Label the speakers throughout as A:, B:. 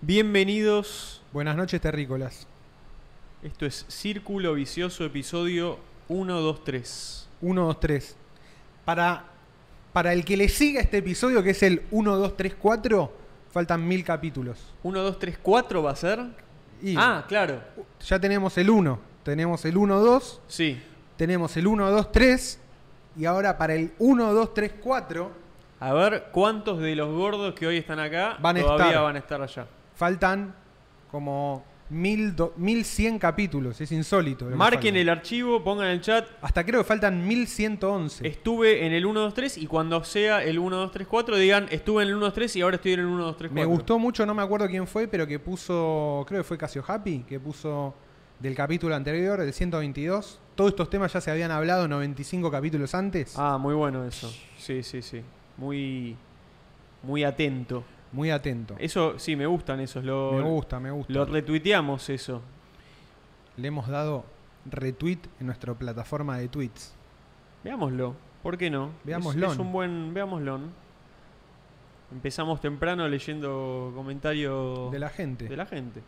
A: Bienvenidos.
B: Buenas noches, terrícolas.
A: Esto es Círculo Vicioso, episodio 123.
B: 1, 2, 3. Para, para el que le siga este episodio, que es el 1, 2, 3, 4, faltan mil capítulos.
A: 1, 2, 3, 4 va a ser.
B: Y
A: Ah, claro.
B: ya tenemos el 1, tenemos el 1, 2,
A: Sí.
B: tenemos el 1, 2, 3, y ahora para el 1, 2, 3, 4
A: A ver cuántos de los gordos que hoy están acá
B: Van a
A: todavía
B: estar.
A: van a estar allá.
B: faltan como mil do- 1100 capítulos. Es insólito. lo que
A: Marquen
B: falta.
A: el archivo, pongan en el chat.
B: Hasta creo que faltan 1111.
A: Estuve en el 123 y cuando sea el 1234 digan estuve en el 123 y ahora estoy en el 1234.
B: Me gustó mucho, no me acuerdo quién fue, pero que puso, creo que fue Casio Happy, que puso del capítulo anterior, del 122. Todos estos temas ya se habían hablado 95 capítulos antes.
A: Ah, muy bueno eso. Sí, sí, sí. Muy muy atento.
B: Muy atento.
A: Eso sí me gustan esos lo
B: me gusta, me gusta.
A: lo retuiteamos eso.
B: Le hemos dado retweet en nuestra plataforma de tweets.
A: Veámoslo, ¿por qué no?
B: Veámoslo.
A: Es, es un buen veámoslo. Empezamos temprano leyendo comentarios
B: De la gente.
A: de la gente.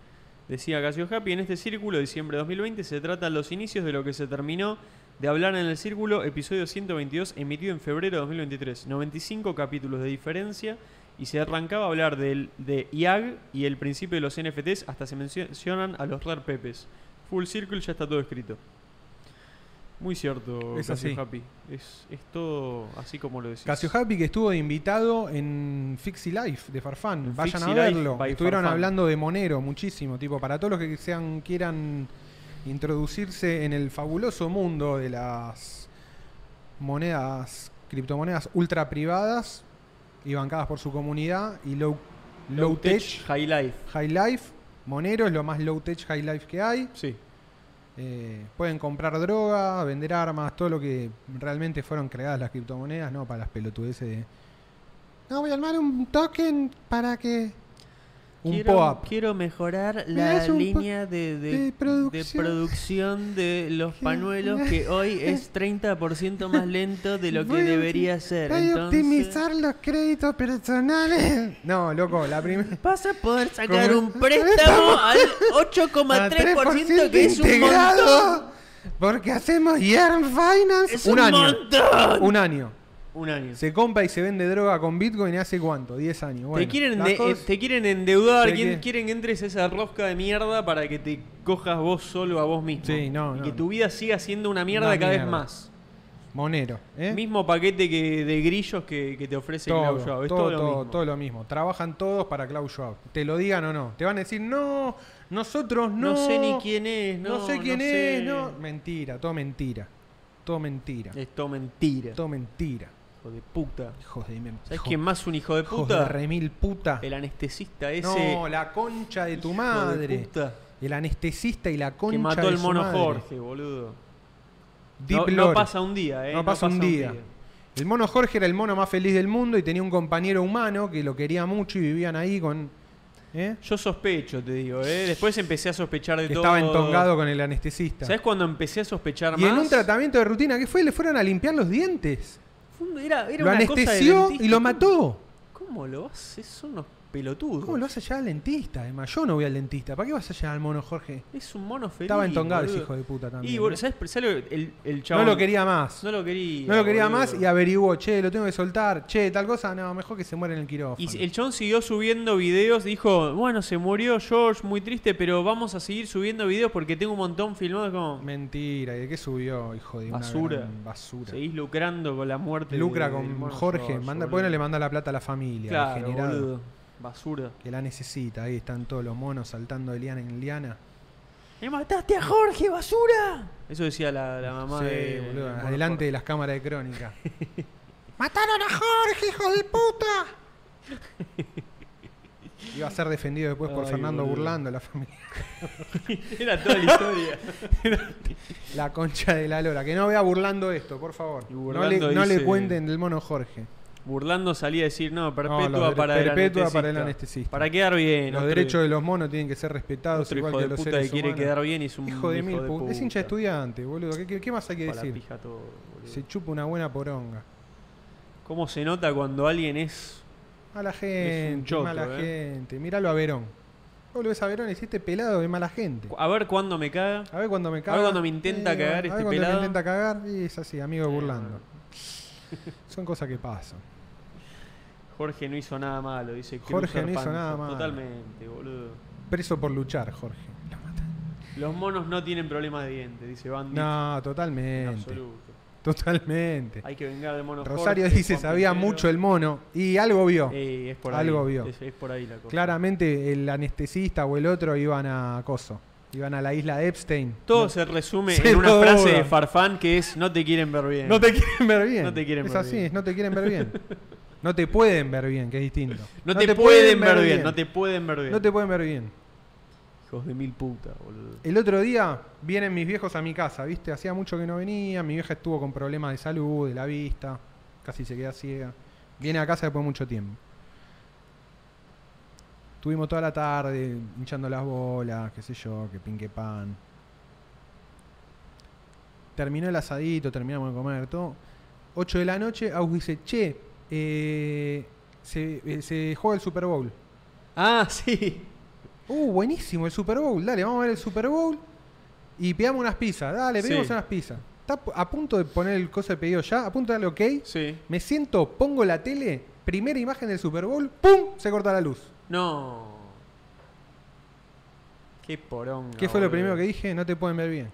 A: Decía Casio Happy, en este círculo de diciembre de 2020 se tratan los inicios de lo que se terminó de hablar en el círculo, episodio 122, emitido en febrero de 2023. 95 capítulos de diferencia y se arrancaba a hablar del, de IAG y el principio de los NFTs, hasta se mencio- mencionan a los Rare Pepes. Full Circle ya está todo escrito. Muy cierto,
B: Es
A: Casio
B: así.
A: Happy. Es, es todo así como lo decís.
B: Casio Happy que estuvo de invitado en Fixie Life de Farfán.
A: En
B: Vayan
A: Fixie
B: a
A: Life
B: verlo.
A: by
B: Estuvieron
A: Farfán.
B: hablando de Monero muchísimo, tipo, para todos los que sean, quieran introducirse en el fabuloso mundo de las monedas, criptomonedas ultra privadas y bancadas por su comunidad y low, low,
A: Low
B: tech,
A: Tech High Life.
B: high life. Monero es lo más low tech high life que hay.
A: Sí.
B: Eh, pueden comprar droga, vender armas, todo lo que realmente fueron creadas las criptomonedas, no para las pelotudeces de. No, voy a armar un token para que. Un
C: quiero,
B: POAP.
C: quiero mejorar
B: Me
C: la
B: das un po-
C: línea de, de-
B: de
C: de
B: producción.
C: producción. de los pañuelos que hoy es 30% más lento de lo que
B: Voy a
C: debería ser. Entonces,
B: los créditos personales. No, loco, la primera.
C: vas a poder sacar
B: Como-
C: un préstamo al 8,3% que es un montón.
B: Porque hacemos Yearn Finance.
C: Es
B: un,
C: un
B: año.
C: montón.
B: Un año.
A: Un año.
B: Se compra y se vende droga con Bitcoin hace cuánto? 10 años. Bueno,
A: te, quieren
B: las
A: de-
B: cosas-
A: eh,
C: este-
A: te quieren endeudar,
B: Te
A: quien-
B: quieren-
A: quieren que entres a esa rosca de mierda para que te cojas vos solo a vos mismo.
B: Sí, no,
A: y
B: no,
A: que
B: no.
A: tu vida siga siendo una mierda
B: Una
A: cada
B: mierda.
A: vez más.
B: Monero. ¿eh?
A: Mismo paquete que de grillos que, que te ofrece
B: todo,
A: Klaus Schwab, Es todo,
B: todo,
A: lo
B: todo,
A: mismo.
B: todo lo mismo. Trabajan todos para Klaus Schwab. Te lo digan o no. Te van a decir, no, nosotros no.
C: No, sé ni quién es, no,
B: No, sé quién
C: sé.
B: es, no. Mentira, todo mentira. Todo mentira.
A: Es todo mentira.
B: Todo mentira.
A: Hijo de puta.
B: Hijos de mem-
A: ¿Sabes
B: hijo-
A: quién más un hijo de
B: hijos
A: puta?
B: de remil puta.
A: El anestesista ese.
B: no, la concha de tu
A: hijo de
B: madre.
A: puta,
B: El anestesista y la concha
A: que mató
B: de
A: al
B: su
A: mono
B: madre.
A: Jorge, boludo.
B: Deep
A: No, no
B: Lore.
A: pasa un día, eh.
B: no pasa un día. El mono Jorge era el mono más feliz del mundo y tenía un compañero humano que lo quería mucho y vivían ahí con. ¿eh?
A: Yo sospecho, te digo, eh. Después empecé a sospechar de
B: que
A: todo.
B: estaba entongado con el anestesista.
A: ¿Sabes cuando empecé a sospechar
B: Y
A: más?
B: en un tratamiento de rutina, ¿qué fue? Le fueron a limpiar los dientes.
A: Fue un- Era, era
B: lo
A: una cosa de
B: anestesió
A: dentista.
B: y lo mató.
A: ¿Cómo lo haces? Son unos pelotudos.
B: ¿Cómo lo vas a llevar al dentista? Además, yo no voy al dentista. ¿Para qué vas a llevar al mono Jorge?
A: Es un mono feliz.
B: Estaba entongado ese
A: boludo.
B: hijo de puta también.
A: Y
B: ¿no?
A: boludo, ¿sabes? Pero ¿sabes lo que- el, el
B: No
A: chabón.
B: lo quería más.
A: No lo quería.
B: No lo quería
A: boludo.
B: más y averiguó, che, lo tengo que soltar, che, tal cosa, no, mejor que se muera en el quirófano.
A: Y el chabón siguió subiendo videos, dijo, bueno, se murió George, muy triste, pero vamos a seguir subiendo videos porque tengo un montón filmados como...
B: Mentira, ¿y de qué subió, hijo de una
A: Basura.
B: gran basura?
A: Seguís lucrando con la muerte. de-
B: Lucra
A: del
B: con
A: mono
B: Jorge,
A: George,
B: manda,
A: boludo.
B: ¿por qué no le manda la plata a la familia?
A: Claro,
B: degenerado?
A: boludo. Basura.
B: Que la necesita, ahí están todos los monos saltando de liana en liana.
C: ¡Me mataste a Jorge, basura!
A: Eso decía la, la mamá
B: Sí,
A: de...
B: boludo,
A: del mono
B: adelante de las cámaras de crónica. ¡Mataron a Jorge, hijo de puta! Iba a ser defendido después por
A: Ay,
B: Fernando
A: boludo.
B: Burlando, la familia.
A: Jorge. Era toda la historia.
B: La concha de la lora. Que no vea burlando esto, por favor.
A: Y
B: No le,
A: Burlando
B: no le
A: dice-
B: cuenten del mono Jorge.
A: Burlando salía a decir, no, perpetua,
B: No, los de-
A: para,
B: perpetua
A: el
B: para el anestesista.
A: Para quedar bien.
B: los
A: otro-
B: derechos de los monos tienen que ser respetados,
A: otro
B: igual
A: hijo
B: que
A: de
B: los
A: puta
B: seres
A: que quiere
B: humanos.
A: quedar bien y es un
B: Hijo de mil
A: puta.
B: pu- Es hincha de estudiante, boludo. ¿Qué, qué- qué más hay que
A: Pa' la
B: decir?
A: pija todo, boludo.
B: Se chupa una buena poronga.
A: ¿Cómo se nota cuando alguien es
B: A la gente,
A: choto,
B: mala
A: eh.
B: gente. Míralo a Verón. Vos lo ves a Verón y decís, este pelado es mala gente.
A: A ver cuándo me caga.
B: A ver cuando me caga.
A: cuando me intenta cagar
B: a ver
A: este
B: cuando
A: pelado. Eh.
B: me intenta cagar y es así, amigo burlando. Son cosas que pasan.
A: Jorge no hizo nada malo, dice Cruz
B: Jorge no hizo
A: Arpanzo.
B: nada malo.
A: Totalmente, boludo.
B: Preso por luchar, Jorge. Lo mata.
A: Los monos no tienen problema de dientes, dice Bandit.
B: No,
A: en
B: totalmente.
A: absoluto.
B: Totalmente.
A: Hay que vengar de monos.
B: Rosario
A: Jorge,
B: dice,
A: Juan
B: sabía
A: Pedro".
B: mucho el mono. Y algo vio.
A: Eh, es por
B: Algo
A: ahí.
B: vio.
A: Es, es por ahí la cosa.
B: Claramente el anestesista o el otro iban a Coso. Iban a la isla de Epstein.
A: Todo se resume
B: Se
A: en una
B: todo.
A: frase de Farfán que es no te quieren ver bien.
B: No, no te quieren ver bien.
A: No te quieren
B: es
A: ver
B: así,
A: bien.
B: es no te quieren ver bien. No te pueden ver bien, que es distinto.
A: No te, pueden ver bien. no te pueden ver bien.
B: No te pueden ver bien.
A: Hijos de mil putas, boludo.
B: El otro día vienen mis viejos a mi casa, ¿viste? Hacía mucho que no venía, mi vieja estuvo con problemas de salud, de la vista, casi se queda ciega. Viene a casa después de mucho tiempo. Estuvimos toda la tarde hinchando las bolas, qué sé yo, que pinque pan. Terminó el asadito, terminamos de comer, todo. 8 de la noche, Agus dice, che, eh, se, eh, se juega el Super Bowl.
A: Ah, sí.
B: Uh, buenísimo, el Super Bowl. Dale, vamos a ver el Super Bowl y pidamos unas pizzas. Dale, pedimos
A: Sí.
B: unas pizzas. Está p- a punto de poner el coso de pedido ya, a punto de darle ok.
A: Sí.
B: Me siento, pongo la tele, primera imagen del Super Bowl, ¡pum! Se corta la luz.
A: No. Qué poronga.
B: ¿Qué fue lo
A: boludo.
B: primero que dije? No te pueden ver bien.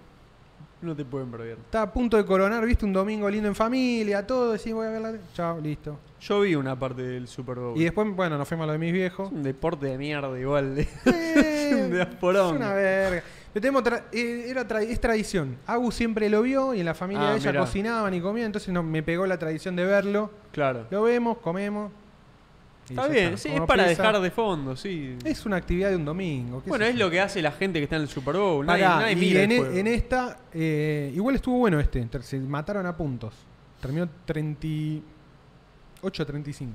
A: No te pueden ver bien.
B: Está a punto de coronar, viste, un domingo lindo en familia, todo, decís, voy a ver la tele. Chao, listo.
A: Yo vi una parte del Super Bowl.
B: Y después, bueno, nos fuimos a lo de mis
A: Es
B: viejos.
A: un deporte de mierda igual. de-
B: Eh,
A: De
B: es
A: asporón.
B: una verga. Pero tenemos tra- eh, era tra- es tradición. Agus siempre lo vio y en la familia
A: Ah,
B: de ella
A: mirá.
B: cocinaban y comían, entonces no- me pegó la tradición de verlo.
A: Claro.
B: Lo vemos, comemos. y
A: Está
B: ya
A: bien,
B: está.
A: sí, es
B: Comemos
A: para
B: pizza.
A: dejar de fondo, sí.
B: Es una actividad de un domingo.
A: bueno, es lo que hace la gente que está en el Super Bowl. Nadie, nadie
B: y
A: mira el
B: en, e-
A: juego.
B: en esta, eh, igual estuvo bueno este. ter- Se mataron a puntos. Terminó 38 35.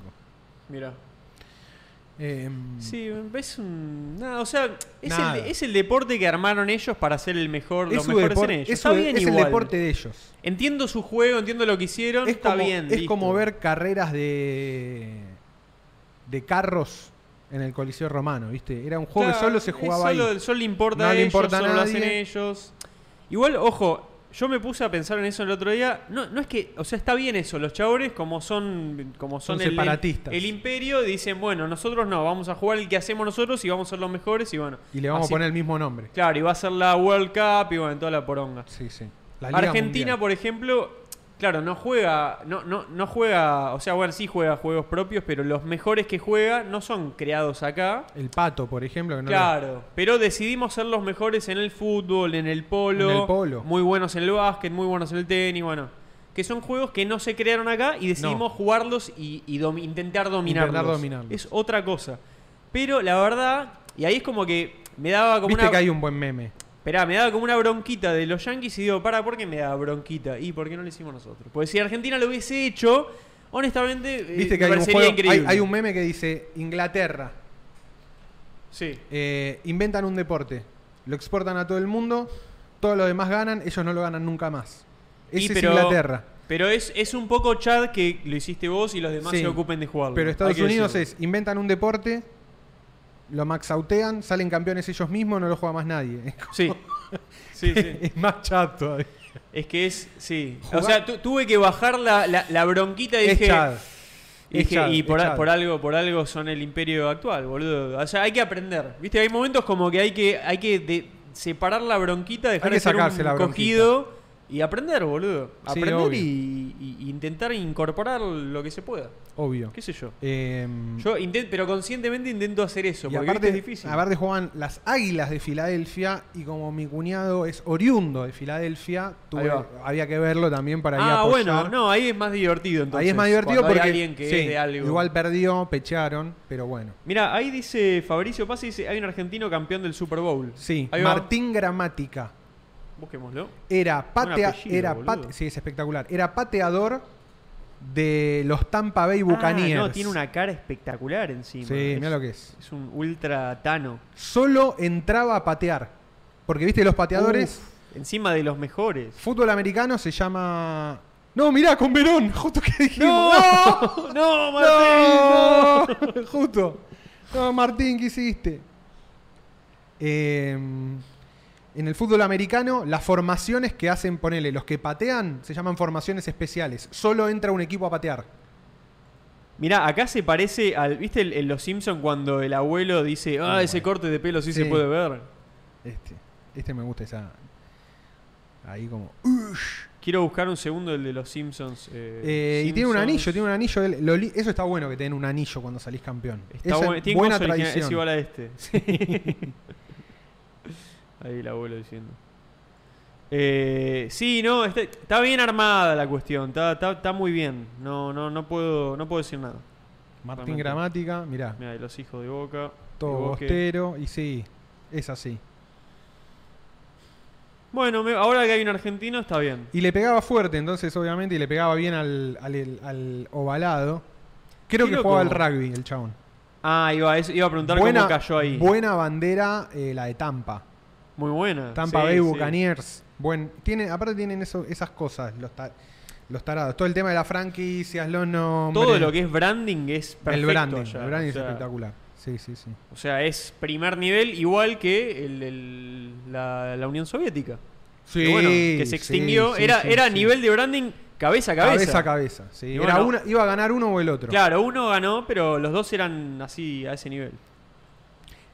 A: Mirá.
B: Eh,
A: Sí, ves un. nada, o sea, es
B: Nada.
A: el, es el deporte que armaron ellos para hacer el mejor,
B: es
A: los
B: su
A: mejores
B: depor-
A: en ellos.
B: es su
A: está
B: de-
A: bien
B: es el
A: igual.
B: deporte de ellos.
A: Entiendo su juego, entiendo lo que hicieron,
B: es
A: está
B: como,
A: bien.
B: es
A: listo.
B: como ver carreras de de carros en el Coliseo Romano, ¿viste? Era un juego
A: Claro,
B: que solo se
A: es
B: jugaba
A: solo,
B: ahí.
A: Solo le importa
B: No
A: a
B: le
A: ellos,
B: importa a
A: solo lo hacen
B: nadie.
A: ellos. Igual, ojo, yo me puse a pensar en eso el otro día. No, no es que, o sea, está bien eso. Los chabones, como son, como son,
B: Son
A: el-
B: separatistas.
A: El, imperio, dicen, bueno, nosotros no, vamos a jugar el que hacemos nosotros y vamos a ser los mejores y bueno.
B: Y le vamos
A: así-
B: a poner el mismo nombre.
A: Claro, y va a ser la World Cup y bueno, toda la poronga.
B: Sí, sí. La Liga
A: Argentina,
B: Mundial.
A: por ejemplo, claro, no juega, no, no, no juega, o sea, bueno, sí juega juegos propios, pero los mejores que juega no son creados acá.
B: El Pato, por ejemplo. Que no
A: Claro, pero decidimos ser los mejores en el fútbol, en el polo,
B: En el polo.
A: muy buenos en el básquet, muy buenos en el tenis, bueno, que son juegos que no se crearon acá y decidimos jugarlos y, y domi- intentar dominarlos.
B: dominarlos.
A: Es otra cosa. Pero la verdad, y ahí es como que me daba
B: lo-
A: como
B: Viste
A: una
B: que hay un buen meme.
A: Esperá, me daba como una bronquita de los Yankees y digo, para, ¿por qué me da bronquita? ¿Y por qué no lo hicimos nosotros? Porque si Argentina lo hubiese hecho, honestamente, eh,
B: Viste que
A: me
B: hay un,
A: parecería
B: juego- hay,
A: increíble.
B: hay un meme que dice Inglaterra.
A: Sí,
B: eh, inventan un deporte. Lo exportan a todo el mundo. Todos los demás ganan. Ellos no lo ganan nunca más.
A: Y
B: Ese
A: pero-
B: es Inglaterra.
A: pero es, es un poco Chad que lo hiciste vos y los demás
B: Sí,
A: se ocupen de jugarlo.
B: Pero Estados
A: Hay que
B: Unidos
A: decirlo.
B: es, inventan un deporte, lo maxautean, salen campeones ellos mismos, no lo juega más nadie.
A: Sí. Sí, sí.
B: es más chato. eh.
A: Es que es. Sí.
B: Jugar-
A: O sea, tu- tuve que bajar la, la, la bronquita y
B: Es
A: dije.
B: Chad.
A: y
B: Es
A: dije,
B: Chad,
A: y
B: es
A: por, a-
B: Chad.
A: por algo, por algo son el imperio actual, boludo. O sea, hay que aprender. Viste, hay momentos como que hay que, hay que de- separar la bronquita, dejar
B: que
A: de ser
B: sacarse
A: un
B: la bronquita.
A: cogido y aprender, boludo.
B: Sí,
A: Aprender
B: obvio.
A: y, y- y intentar incorporar lo que se pueda.
B: Obvio.
A: ¿Qué sé yo?
B: Em,
A: Yo intento, pero conscientemente intento hacer eso,
B: y
A: porque
B: aparte,
A: viste, es difícil.
B: aparte jugaban las Águilas de Filadelfia y como mi cuñado es oriundo de Filadelfia, tuve-
A: Ahí va.
B: había que verlo también para ir a
A: ah,
B: apoyar.
A: bueno, no, ahí es más divertido entonces.
B: Ahí es más divertido
A: cuando hay
B: porque
A: alguien que
B: sí,
A: es de algo.
B: igual perdió, pecharon, pero bueno.
A: Mira, ahí dice Fabricio Paz dice, hay un argentino campeón del Super Bowl.
B: Sí,
A: Ahí va.
B: Martín Gramática.
A: Busquémoslo.
B: Era, patea,
A: apellido,
B: era
A: boludo.
B: pate- sí, es espectacular. Era pateador de los Tampa Bay Buccaneers.
A: Ah, no, tiene una cara espectacular encima.
B: Sí,
A: es,
B: mira lo que es.
A: es un ultra tano.
B: Solo entraba a patear. Porque viste, los pateadores.
A: Uf, encima de los mejores.
B: Fútbol americano se llama. No, mirá, con Verón, justo que dijimos.
A: ¡No! ¡No, Martín!
B: ¡No! justo. No, Martín, ¿qué hiciste? Eh, en el fútbol americano, las formaciones que hacen, ponele, los que patean, se llaman formaciones especiales. Solo entra un equipo a patear.
A: Mirá, acá se parece al. ¿Viste el- en Los Simpson cuando el abuelo dice, ah,
B: Ah,
A: ese
B: bueno.
A: corte de pelo sí, se
B: Sí.
A: puede ver?
B: Este, este me gusta esa. Ahí como.
A: Quiero buscar un segundo el de Los Simpsons. eh,
B: Eh, y tiene un
A: Simpsons.
B: anillo, tiene un anillo. él- lo li- eso está bueno que tengan un anillo cuando salís campeón.
A: Está
B: Esa
A: buen-
B: es
A: tiene
B: buena
A: coso original,
B: tradición.
A: Es igual a este. Ahí el abuelo diciendo. Eh, sí, no, este- está bien armada la cuestión, está, está- está muy bien. No, no, no puedo, no puedo decir nada.
B: Martín
A: Realmente.
B: Gramática, mirá,
A: Mira, los hijos de Boca.
B: todo
A: de Boque.
B: bostero. Y sí, es así.
A: Bueno, me- ahora que hay un argentino está bien.
B: Y le pegaba fuerte, entonces, obviamente, y le pegaba bien al, al- el- al ovalado. Creo
A: Qué
B: que
A: loco.
B: jugaba al rugby, el chabón.
A: Ah, iba, a- eso- iba a preguntar cómo cayó ahí.
B: buena bandera, eh, la de Tampa.
A: Muy buena.
B: Tampa
A: Sí,
B: Bay
A: sí.
B: Buccaneers. Buen, tiene, aparte tienen eso, esas cosas, los, ta- los tarados. Todo el tema de las franquicias, los nombres.
A: Todo lo que es branding es
B: El
A: perfecto.
B: branding,
A: allá,
B: el branding
A: o
B: es
A: sea,
B: espectacular. Sí, sí, sí.
A: O sea, es primer nivel igual que el- el- la, la Unión Soviética. que, bueno, que se
B: sí,
A: extinguió.
B: sí,
A: era
B: sí,
A: era
B: sí.
A: nivel de branding cabeza a cabeza.
B: Cabeza a cabeza. sí.
A: Y
B: Era
A: bueno.
B: una- iba a ganar uno o el otro.
A: Claro, uno ganó, pero los dos eran así, a ese nivel.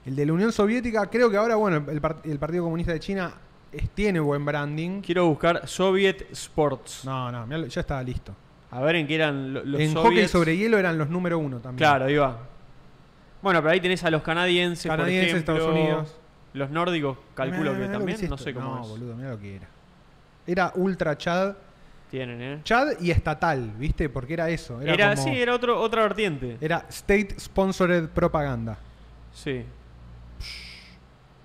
B: El de la Unión Soviética, creo que ahora, bueno, el, par- el Partido Comunista de China es- tiene buen branding.
A: Quiero buscar Soviet Sports.
B: No, no, mirá, ya estaba listo.
A: A ver en qué eran lo- los
B: en hockey
A: soviets.
B: sobre hielo eran los número uno también.
A: Claro, ahí va. Bueno, pero ahí tenés a los canadienses, por
B: Canadienses,
A: ejemplo,
B: Estados Unidos.
A: Los nórdicos, calculo
B: Mirá,
A: que
B: mirá lo
A: también,
B: Eh, es
A: no
B: esto.
A: sé cómo
B: No,
A: es.
B: boludo, mirá lo que era. Era ultra Chad.
A: Tienen, ¿eh?
B: Chad y estatal, ¿viste? Porque era eso. Era,
A: Era,
B: como- Eh.
A: sí, era otro, otra vertiente.
B: era state sponsored propaganda.
A: Sí.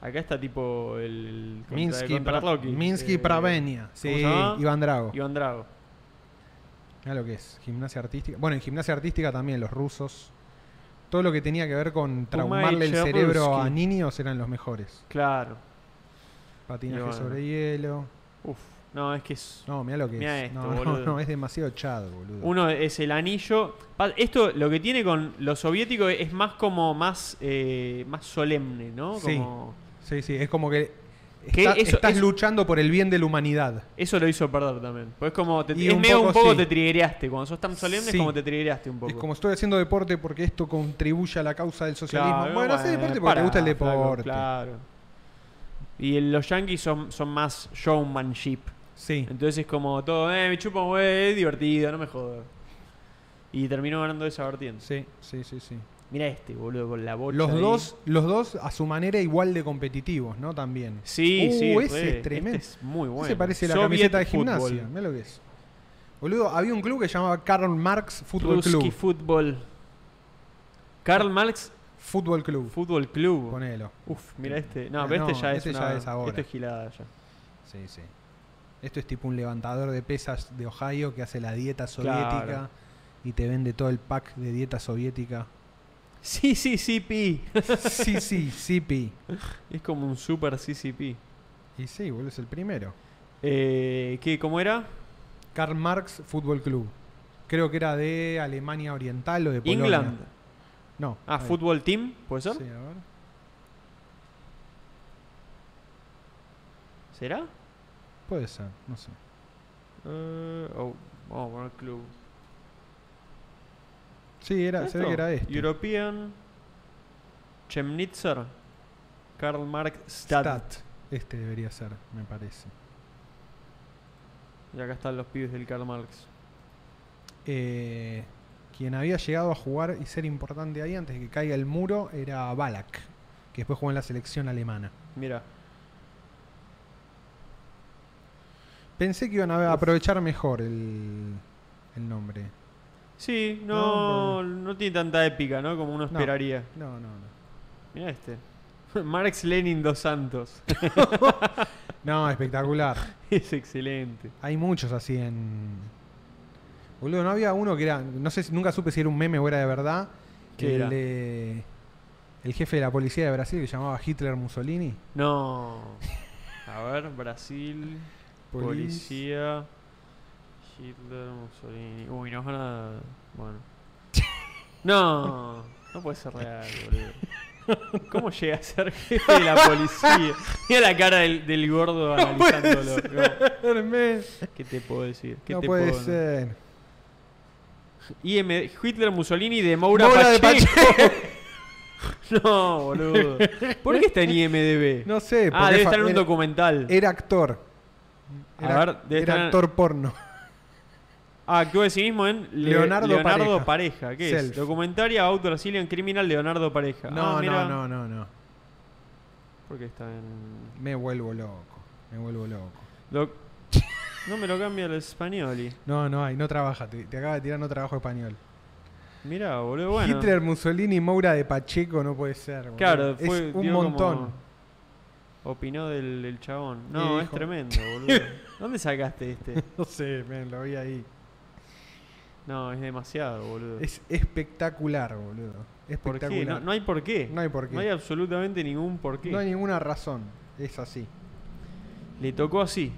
A: Acá está tipo el. el
B: Minsky,
A: contra-
B: Pra-
A: contra Loki.
B: Minsky
A: Eh,
B: Pravenia. Sí,
A: se llama?
B: Iván Drago.
A: Iván Drago.
B: Mirá lo que es. Gimnasia artística. Bueno, en gimnasia artística también los rusos. Todo lo que tenía que ver con traumarle el
A: Chernovsky.
B: cerebro a niños eran los mejores.
A: Claro.
B: Patinaje
A: Y bueno.
B: sobre hielo.
A: Uf. No, es que es.
B: No, mirá lo que
A: Mirá
B: es.
A: esto,
B: no, no,
A: boludo.
B: no, es demasiado chad, boludo.
A: Uno es el anillo. Pa- Esto lo que tiene con lo soviético es más como más, eh, más solemne, ¿no?
B: Sí.
A: Como-
B: Sí, sí, es como que
A: Que
B: está-
A: eso-
B: estás
A: eso-
B: luchando por el bien de la humanidad.
A: Eso lo hizo perder también. Pues es como. Te,
B: Y
A: es
B: un
A: medio un
B: poco
A: poco
B: sí.
A: te triggereaste. Cuando sos tan solemne es
B: Sí.
A: como te triggereaste un poco.
B: Es como estoy haciendo deporte porque esto contribuye a la causa del socialismo.
A: Claro,
B: bueno, haces deporte porque
A: pará,
B: te gusta el
A: flaco,
B: deporte.
A: claro. Y el- los yankees son, son más showmanship.
B: Sí.
A: Entonces es como todo, eh, me chupa un güey, es divertido, no me jodas. Y terminó ganando esa vertiente.
B: Sí, sí, sí, sí.
A: Mira este, boludo, con la bocha.
B: Los
A: ahí.
B: dos, los dos a su manera igual de competitivos, ¿no? También.
A: Sí,
B: Uh,
A: sí.
B: ese
A: re.
B: es tremendo.
A: Este es muy bueno.
B: Se parece a la
A: Soviet
B: camiseta de
A: Fútbol.
B: gimnasia. Mira lo que es. Boludo, había un club que se llamaba Karl Marx Fútbol
A: Ruski
B: Club.
A: Fútbol. Karl Marx
B: Fútbol Club.
A: Fútbol Club.
B: Ponelo.
A: Uf, mira este. No,
B: Eh,
A: pero este
B: no,
A: ya
B: este
A: es
B: ya
A: una,
B: es ahora.
A: Esto es gilada ya.
B: Sí, sí. Esto es tipo un levantador de pesas de Ohio que hace la dieta soviética
A: Claro.
B: y te vende todo el pack de dieta soviética.
A: Sí, sí, sí, pi.
B: sí, sí, sí, pi.
A: Es como un super CCP.
B: Y sí, boludo, es el primero.
A: Eh, ¿qué, ¿Cómo era?
B: Karl Marx Fútbol Club. Creo que era de Alemania Oriental o de Polonia.
A: England.
B: No.
A: Ah,
B: ahí.
A: Fútbol Team, ¿puede ser?
B: Sí, a ver.
A: ¿Será?
B: Puede ser, no sé.
A: Eh, oh, vamos a poner club.
B: Sí, era, se ve
A: ¿Esto?
B: que era este.
A: European Chemnitzer Karl Marx Stad.
B: Stat. Este debería ser, me parece.
A: Y acá están los pibes del Karl Marx.
B: Eh, quien había llegado a jugar y ser importante ahí antes de que caiga el muro era Balak, que después jugó en la selección alemana.
A: Mira,
B: Pensé que iban a aprovechar mejor el, el nombre.
A: sí,
B: No,
A: no, no tiene tanta épica, ¿no? Como uno
B: No.
A: esperaría.
B: No, no, no.
A: Mira este. Marx Lenin dos Santos.
B: No, espectacular.
A: es excelente.
B: Hay muchos así en. Boludo, no había uno que era. No sé, si- nunca supe si era un meme o era de verdad.
A: ¿Qué
B: el
A: era?
B: de- El jefe de la policía de Brasil que llamaba Hitler Mussolini.
A: No. A ver, Brasil.
B: Polic-
A: Policía. Hitler, Mussolini. Uy, nos van a. Bueno. No, no puede ser real, boludo. ¿Cómo llega a ser jefe de la policía? Mira la cara del, del gordo analizándolo. No. ¿Qué te puedo decir? ¿Qué
B: No
A: te
B: puede
A: puedo-
B: ser.
A: IM Hitler, Mussolini de Maura,
B: Maura de
A: Pacheco. no, boludo. ¿Por qué está en IMDB?
B: No sé.
A: ah,
B: porque
A: debe
B: fa-
A: estar en un
B: era-
A: documental.
B: Era actor.
A: A
B: Era,
A: ver, debe
B: era
A: estar-
B: actor porno.
A: Ah, actuó de sí mismo en Le-
B: Leonardo
A: Leonardo
B: Pareja.
A: Pareja. ¿Qué es?
B: Self.
A: Documentaria Out Brazilian Criminal Leonardo Pareja.
B: No,
A: Ah, mira.
B: no, no, no, no.
A: ¿Por qué está en.?
B: Me vuelvo loco. Me vuelvo loco.
A: doc- No me lo cambia el español. y-
B: No, no hay, no trabaja. Te, te acaba de tirar no trabajo español.
A: Mirá, boludo. Bueno.
B: Hitler, Mussolini, Moura de Pacheco, no puede ser. boludo.
A: Claro, fue,
B: es un
A: dio como-
B: montón.
A: Opinó del, del chabón. No, es
B: dijo-
A: tremendo, boludo. ¿Dónde sacaste este?
B: No sé, men, lo vi ahí.
A: No, es demasiado, boludo.
B: Es espectacular, boludo.
A: ¿Por
B: Espectacular.
A: qué? No, no hay por qué.
B: No hay por qué.
A: No hay absolutamente ningún por qué.
B: No hay ninguna razón. Es así.
A: Le tocó así.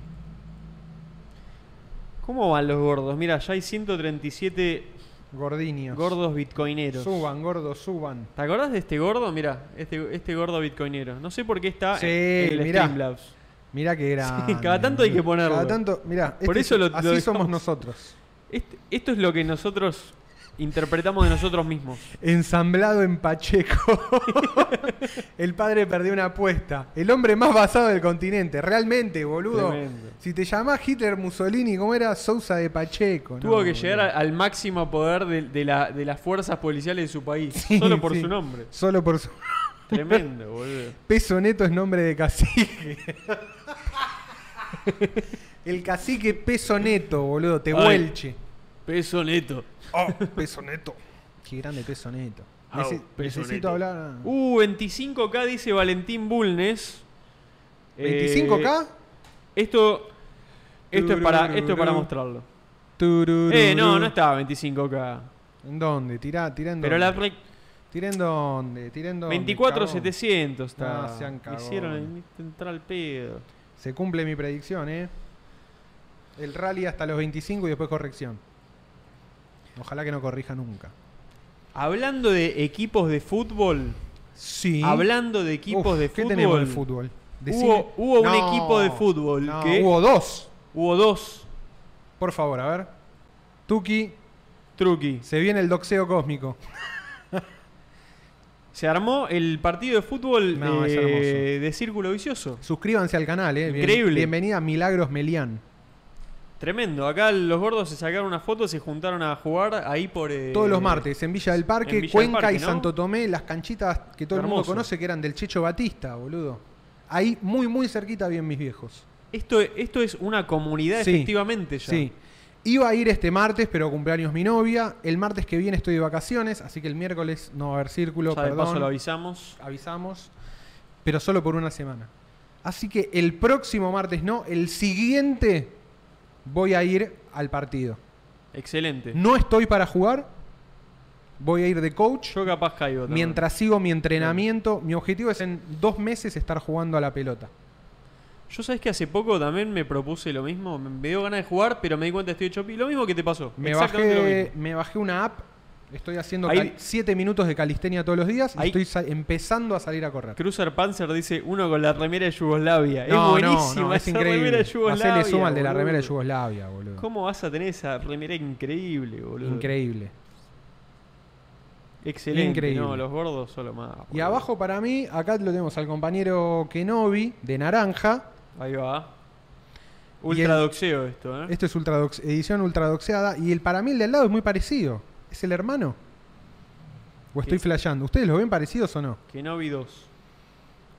A: ¿Cómo van los gordos? Mira, ya hay 137
B: Gordinios.
A: gordos bitcoineros.
B: Suban, gordos, suban.
A: ¿Te acordás de este gordo? Mira, este, este gordo bitcoinero. No sé por qué está
B: Sí,
A: en el
B: mirá.
A: Streamlabs.
B: Mirá que era.
A: cada tanto hay que ponerlo.
B: Cada tanto, mirá. este
A: Por eso lo- lo
B: así
A: dejamos.
B: somos nosotros.
A: Este- esto es lo que nosotros interpretamos de nosotros mismos.
B: Ensamblado en Pacheco. el padre perdió una apuesta. El hombre más basado del continente. Realmente, boludo.
A: Tremendo.
B: Si te llamás Hitler Mussolini, ¿cómo era? Sousa de Pacheco.
A: Tuvo
B: No,
A: que llegar a-
B: boludo.
A: al máximo poder de, de la- de las fuerzas policiales de su país.
B: Sí,
A: solo por
B: sí.
A: su nombre.
B: Solo por su.
A: Tremendo, boludo.
B: Peso neto es nombre de cacique. el cacique peso neto, boludo. Te
A: Ay.
B: vuelche.
A: Peso neto.
B: Oh, peso neto. Qué grande peso neto.
A: Au,
B: Nece-
A: Peso
B: necesito
A: Neto.
B: hablar.
A: Uh, 25K dice Valentín Bulnes. Eh,
B: ¿25K?
A: esto, esto, es para, esto es para
B: Tururururu.
A: mostrarlo.
B: Turururu.
A: Eh, no, no estaba 25K.
B: ¿En dónde? Tirá, tirá en
A: Pero
B: dónde.
A: la re-
B: Tirá en dónde. Tirá en dónde. cagón.
A: 24.700 está.
B: Ah, sean cagones.
A: Hicieron entrar al pedo.
B: Se cumple mi predicción, ¿eh? El rally hasta los 25 y después corrección. Ojalá que no corrija nunca.
A: Hablando de equipos de fútbol,
B: Sí.
A: hablando de equipos
B: Uf,
A: de
B: ¿Qué
A: fútbol,
B: tenemos de fútbol? Decime-
A: hubo, hubo un
B: No,
A: equipo de fútbol
B: no,
A: que hubo,
B: Hubo dos.
A: dos
B: Por favor, a ver. Tuki,
A: truqui.
B: se viene el doxeo cósmico.
A: Se armó el partido de fútbol
B: No, es
A: eh,
B: hermoso.
A: de círculo vicioso.
B: Suscríbanse al canal, eh. Bien-
A: Increíble.
B: bienvenida a Milagros Melian.
A: Tremendo. Acá los gordos se sacaron una foto, se juntaron a jugar ahí por. eh,
B: Todos los martes en Villa del Parque,
A: en Villa del
B: Cuenca
A: Parque,
B: y
A: ¿no?
B: Santo Tomé, las canchitas que todo el mundo
A: Hermoso.
B: conoce que eran del Checho Batista, boludo. Ahí muy, muy cerquita bien mis viejos.
A: Esto, esto es una comunidad,
B: Sí,
A: efectivamente, ya.
B: Sí. Iba a ir este martes, pero cumpleaños mi novia. El martes que viene estoy de vacaciones, así que el miércoles no va a haber círculo,
A: Ya de
B: perdón.
A: paso lo avisamos.
B: avisamos, pero solo por una semana. Así que el próximo martes no, el siguiente voy a ir al partido.
A: Excelente.
B: No estoy para jugar, voy a ir de coach.
A: Yo capaz caigo. también.
B: Mientras sigo mi entrenamiento, mi objetivo es en dos meses estar jugando a la pelota.
A: Yo sabes que hace poco también me propuse lo mismo. Me- Me dio ganas de jugar, pero me di cuenta que estoy hecho pi. Lo mismo que te pasó.
B: Me
A: Exactamente lo
B: bajé,
A: mismo.
B: me bajé una app, estoy haciendo
A: Ahí-
B: 7 minutos de calistenia todos los días y
A: Ahí-
B: estoy sa- empezando a salir a correr.
A: Cruiser Panzer dice uno con la remera de Yugoslavia.
B: No, no,
A: es buenísimo.
B: no, es
A: remera
B: increíble.
A: de Yugoslavia.
B: Hacele suma al de la
A: boludo.
B: remera de Yugoslavia, boludo.
A: ¿Cómo vas a tener esa remera increíble, boludo?
B: Increíble.
A: Excelente.
B: Increíble.
A: No, los gordos solo más.
B: Y
A: boludo.
B: abajo para mí, acá lo tenemos al compañero Kenobi de naranja.
A: Ahí va.
B: Y
A: Ultradoxeo esto, ¿eh?
B: Esto Este es ultradox- edición ultradoxeada. Y el para mí el de al lado es muy parecido. ¿Es el hermano? ¿O estoy
A: ¿Qué?
B: flasheando? ¿Ustedes los ven parecidos o no?
A: Kenobi 2.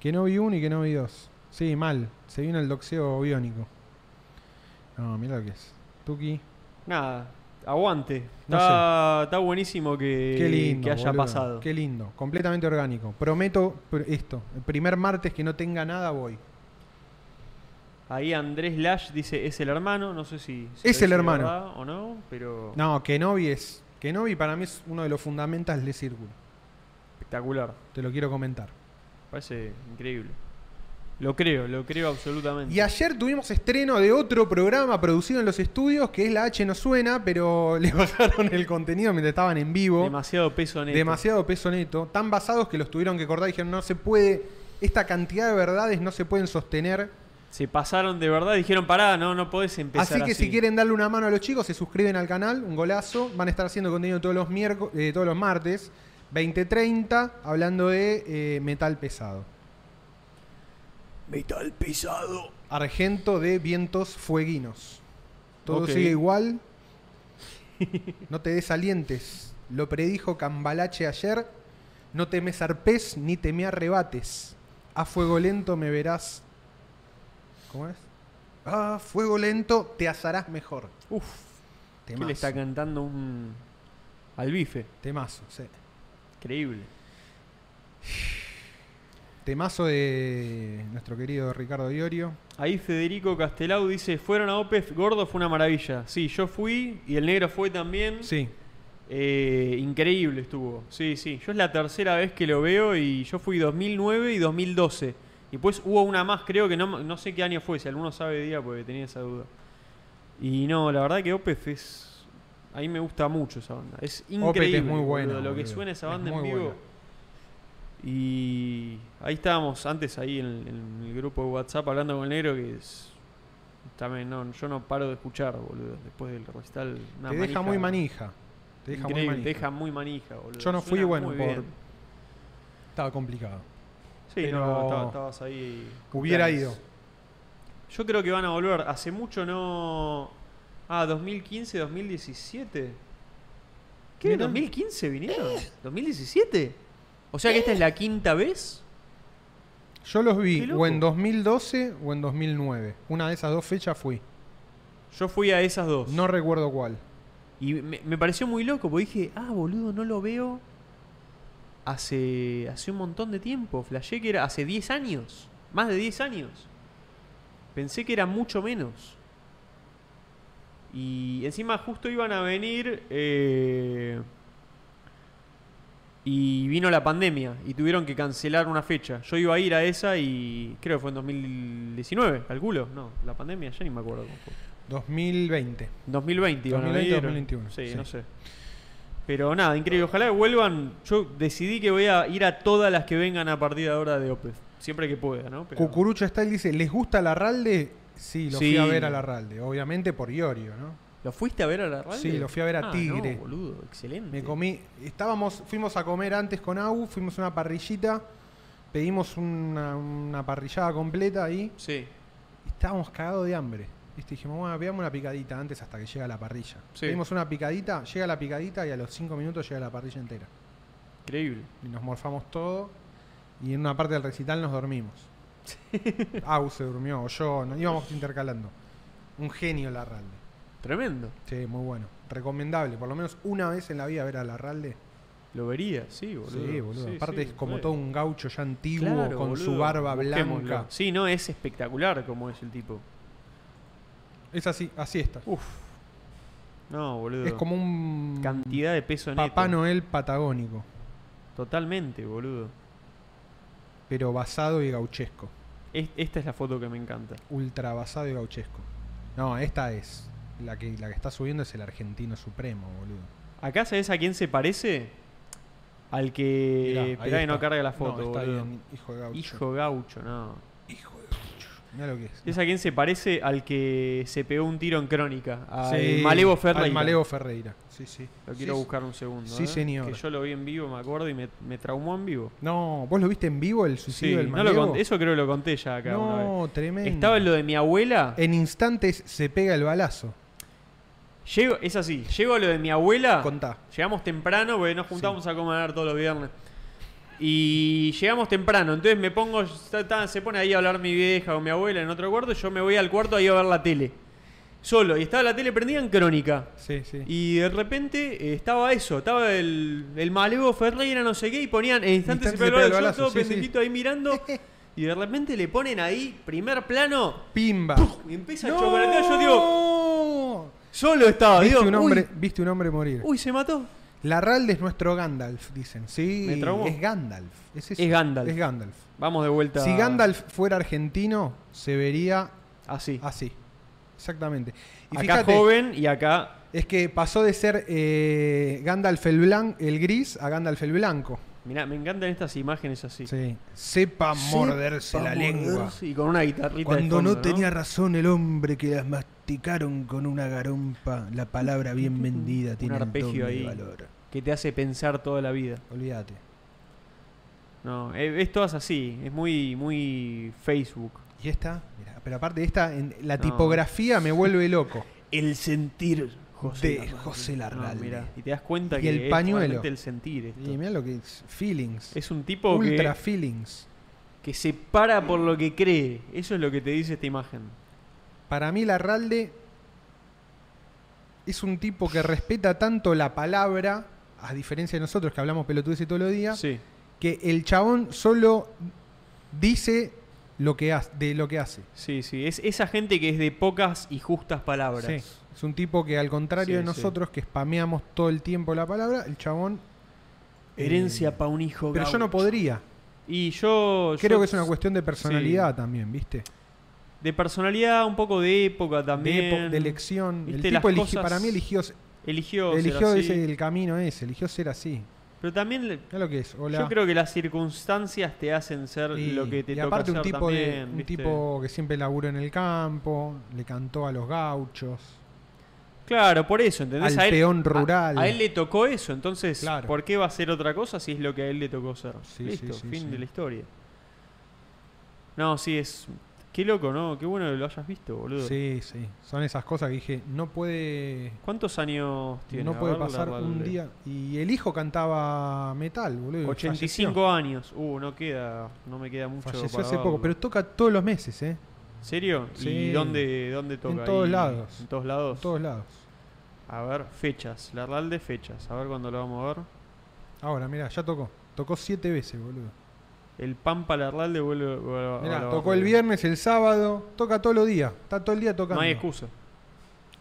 B: Kenobi 1 y Kenobi 2. Sí, mal. Se viene el doxeo biónico. No, mira lo que es. Tuki.
A: Nada, aguante.
B: No
A: Está, está buenísimo que,
B: Qué lindo.
A: Eh, que haya
B: boludo.
A: pasado.
B: Qué lindo. Completamente orgánico. Prometo pr- esto. El primer martes que no tenga nada voy.
A: Ahí Andrés Lash dice, es el hermano, no sé si... si lo
B: Es el
A: dice de
B: hermano.
A: verdad O no, pero
B: No, Kenobi es. Kenobi para mí es uno de los fundamentales de Círculo.
A: espectacular.
B: Te lo quiero comentar.
A: Parece increíble. Lo creo, lo creo absolutamente.
B: Y ayer tuvimos estreno de otro programa producido en los estudios, que es La H No Suena, pero le bajaron el contenido mientras estaban en vivo.
A: Demasiado peso neto.
B: Demasiado peso neto. Tan basados que los tuvieron que cortar y dijeron, no se puede, esta cantidad de verdades no se pueden sostener.
A: Se pasaron de verdad, dijeron, pará, no, no podés empezar.
B: Así que si quieren darle una mano a los chicos, se suscriben al canal, un golazo. Van a estar haciendo contenido todos los, miércoles, todos los martes, 20.30, hablando de eh, metal pesado.
C: Metal pesado.
B: Argento de vientos fueguinos. Todo
A: Ok.
B: sigue igual. No te desalientes. Lo predijo Cambalache ayer. No te me zarpes ni te me arrebates. A fuego lento me verás. ¿Cómo es? A fuego lento te asarás mejor.
A: Uf, que
B: Temazo.
A: le está cantando un. al bife.
B: Temazo, sí.
A: Increíble.
B: Temazo de nuestro querido Ricardo Iorio.
A: Ahí Federico Castelau dice: Fueron a OPEF, gordo fue una maravilla. Sí, yo fui y el negro fue también.
B: Sí.
A: Eh, increíble estuvo. Sí, sí. Yo es la tercera vez que lo veo y yo fui 2009 y 2012. Y pues hubo una más, creo que no, no sé qué año fue. Si alguno sabe día, porque tenía esa duda. Y no, la verdad que Opeth es. A mí me gusta mucho esa banda. Es increíble.
B: Opeth es muy buena,
A: boludo, Lo que
B: boludo.
A: suena esa
B: Es
A: banda en
B: muy
A: vivo.
B: buena.
A: Y ahí estábamos antes, ahí en, en el grupo de WhatsApp, hablando con el negro, que es. También, no, yo no paro de escuchar, boludo. Después del recital. una
B: te deja
A: manija.
B: muy manija. Te deja muy
A: Increíble,
B: manija.
A: te deja muy manija, boludo.
B: Yo no fui,
A: Suena
B: bueno,
A: muy
B: por-
A: bien.
B: Estaba complicado.
A: Sí,
B: pero-
A: no, estaba- estabas ahí.
B: Hubiera
A: cumpleaños.
B: ido.
A: Yo creo que van a volver. Hace mucho no. Ah, 2015, 2017. ¿Qué?
B: Mirá.
A: ¿2015 vinieron? ¿2017? O sea que esta es la quinta vez.
B: Yo los
A: Qué
B: vi
A: loco.
B: o en 2012 o en 2009. Una de esas dos fechas fui.
A: Yo fui a esas dos.
B: No recuerdo cuál.
A: Y me, me pareció muy loco, porque dije, ah, boludo, no lo veo hace, hace un montón de tiempo. Flashé que era hace 10 años, más de 10 años. Pensé que era mucho menos. Y encima justo iban a venir... eh, y vino la pandemia y tuvieron que cancelar una fecha. Yo iba a ir a esa y creo que fue en 2019, calculo. No, la pandemia ya ni me acuerdo cómo fue.
B: 2020.
A: 2020, iban a
B: 2020,
A: venir.
B: 2021,
A: Sí,
B: sí.
A: no sé. Pero nada, increíble. Ojalá que vuelvan. Yo decidí que voy a ir a todas las que vengan a partir de ahora de Opeth. Siempre que pueda, ¿no? Pero-
B: Cucurucho Style dice, ¿les gusta la Ralde? Sí, lo
A: Sí.
B: fui a ver a la Ralde. Obviamente por Iorio, ¿no?
A: ¿Lo fuiste a ver a la radio?
B: Sí, lo fui a ver a
A: Ah,
B: Tigre.
A: no, boludo, excelente.
B: Me comí... Estábamos... Fuimos a comer antes con Agu. Fuimos a una parrillita. Pedimos una, una parrillada completa ahí.
A: Sí,
B: Estábamos cagados de hambre. ¿Viste? Dijimos, bueno, veamos una picadita antes hasta que llega la parrilla.
A: Sí.
B: Pedimos una picadita, llega la picadita y a los 5 minutos llega la parrilla entera.
A: increíble.
B: y nos morfamos todo y en una parte del recital nos dormimos. Au se durmió, o yo, nos íbamos intercalando. Un genio Larralde.
A: Tremendo.
B: Sí, muy bueno. Recomendable, por lo menos una vez en la vida ver a Larralde.
A: Lo vería, sí, boludo.
B: Sí, boludo.
A: Sí,
B: Aparte
A: sí,
B: es como
A: re.
B: todo un gaucho ya antiguo,
A: Claro,
B: con su
A: boludo.
B: barba
A: Busquémoslo.
B: blanca.
A: Sí, no, es espectacular como es el tipo.
B: Es así, así está.
A: Uf. No, boludo.
B: Es como un
A: Cantidad de peso neto.
B: Papá Noel patagónico,
A: Totalmente, boludo.
B: pero basado y gauchesco.
A: Es- esta es la foto que me encanta.
B: Ultra basado y gauchesco. No, esta es. La que, la que está subiendo es el argentino supremo, boludo.
A: Acá sabes a quién se parece? Al
B: Mirá,
A: que.
B: ahí
A: Esperá que Eh, no
B: está.
A: carga la foto,
B: No, está
A: boludo.
B: bien, hijo de gaucho.
A: Hijo gaucho, no.
B: Hijo de gaucho. Mirá lo que es.
A: ¿Es a quién se parece? Al que se pegó un tiro en crónica. Al
B: Sí,
A: Malevo Ferreira.
B: al Malevo Ferreira. Sí, sí.
A: Lo quiero
B: Sí,
A: buscar un segundo.
B: sí,
A: eh,
B: señor.
A: Que yo lo vi en vivo, me acuerdo, y me, me traumó en vivo.
B: No, ¿vos lo viste en vivo el suicidio del
A: no lo
B: Malevo?
A: conté- eso creo que lo conté ya acá una vez.
B: no, tremendo. Eh.
A: Estaba en lo de mi abuela.
B: En instantes se pega el balazo.
A: Llego, es así, llego a lo de mi abuela.
B: Contá.
A: Llegamos temprano, porque nos juntamos a comer todos los viernes. Y llegamos temprano, entonces me pongo, ta- ta, se pone ahí a hablar mi vieja o mi abuela en otro cuarto, y yo me voy al cuarto ahí a ver la tele. Solo, y estaba la tele prendida en crónica.
B: Sí, sí.
A: Y de repente eh, estaba eso, estaba el, el malevo Ferreira, no sé qué, y ponían en instantes se
B: Instante se
A: pegó el
B: pega el
A: balazo, yo todo
B: balazo, sí, sí.
A: pendejito ahí mirando. Y de repente le ponen ahí, primer plano,
B: Pimba.
A: y empieza a chocolate. Yo digo, solo estaba,
B: viste,
A: digo,
B: un
A: "Uy,
B: hombre, viste un hombre morir.
A: Uy, se mató.
B: Larralde es nuestro Gandalf, dicen. Sí,
A: Me traumó.
B: es Gandalf. Es, eso.
A: Es Gandalf.
B: Es Gandalf.
A: Vamos de vuelta.
B: Si Gandalf fuera argentino, se vería
A: Así.
B: así. Ah, Exactamente. Y
A: acá
B: fíjate,
A: joven y acá.
B: es que pasó de ser eh, Gandalf el, blan- el gris a Gandalf el blanco.
A: Mirá, me encantan estas imágenes así.
B: Sí. Sepa morderse la lengua.
A: Y con una guitarrita. de
D: Cuando
A: fondo,
D: no tenía razón el hombre que las masticaron con una garompa, la palabra bien vendida tiene el doble
A: arpegio
D: de
A: ahí.
D: valor.
A: Que te hace pensar toda la vida.
B: Olvídate.
A: No, eh, es, todas así. Es muy, muy Facebook.
B: Y esta, Mirá, pero aparte de esta, en- la
A: No.
B: tipografía me vuelve loco.
D: El sentir de
A: Larralde.
D: José
A: No,
D: Larralde.
A: mirá, y te das cuenta
B: Y
A: que
B: el
A: es
B: pañuelo.
A: realmente el sentir esto.
B: Y mirá lo que es. Feelings.
A: Es un tipo que-
B: Ultra feelings.
A: que se para por lo que cree. Eso es lo que te dice esta imagen.
B: Para mí Larralde es un tipo que respeta tanto la palabra, a diferencia de nosotros que hablamos pelotudeces todo el día,
A: Sí.
B: que el chabón solo dice lo que hace, de lo que hace.
A: Sí, sí, es esa gente que es de pocas y justas palabras.
B: Sí. Es un tipo que al contrario
A: Sí,
B: de
A: sí.
B: nosotros que spameamos todo el tiempo la palabra, el chabón... eh,
A: Herencia pa' un hijo.
B: Pero yo no
A: gaucho.
B: podría.
A: Y yo. yo-
B: Creo que es una cuestión de personalidad también, ¿viste?
A: De personalidad, un poco de época
B: De,
A: también.
B: epo- de elección. El
A: Viste,
B: tipo
A: las
B: eligió-
A: cosas-
B: para mí eligió,
A: Eligió. ser
B: eligió
A: así.
B: ese- el camino ese, eligió ser así.
A: Pero también le-
B: Mirá lo que es. Hola.
A: yo creo que las circunstancias te hacen ser
B: Y-
A: lo que te
B: y
A: toca
B: aparte un
A: ser
B: tipo de-
A: también,
B: un
A: ¿viste?
B: tipo que siempre laburó en el campo le cantó a los gauchos
A: Claro, por eso, ¿entendés?
B: Al
A: a él,
B: peón
A: a-
B: rural.
A: A, él le tocó eso, entonces,
B: Claro.
A: ¿por qué va a ser otra cosa si es lo que a él le tocó ser?
B: Sí,
A: Listo,
B: sí, sí,
A: fin
B: sí.
A: de la historia. No, sí, es. Qué loco, ¿no? Qué bueno que lo hayas visto, boludo.
B: sí sí son esas cosas que dije no puede
A: ¿Cuántos años tiene?
B: no
A: A
B: puede
A: ver,
B: pasar
A: la- la-
B: un día eh, y el hijo cantaba metal boludo y
A: 85 años. Uh, no queda. No me queda mucho.
B: falleció, falleció
A: para
B: hace poco
A: verlo.
B: pero toca todos los meses eh
A: ¿Serio?
B: Sí.
A: ¿Y dónde, dónde toca?
B: todos
A: ahí?
B: lados.
A: ¿En todos lados?
B: en todos lados
A: A ver, fechas. La real de fechas. A ver cuándo lo vamos a ver.
B: ahora mira ya tocó tocó siete veces boludo
A: El Pampa Larralde vuelve. vuelve-
B: Mirá,
A: vuelve Ah, a
B: tocó
A: bajar.
B: el viernes el sábado toca todos los días está todo el día tocando
A: No hay excusa.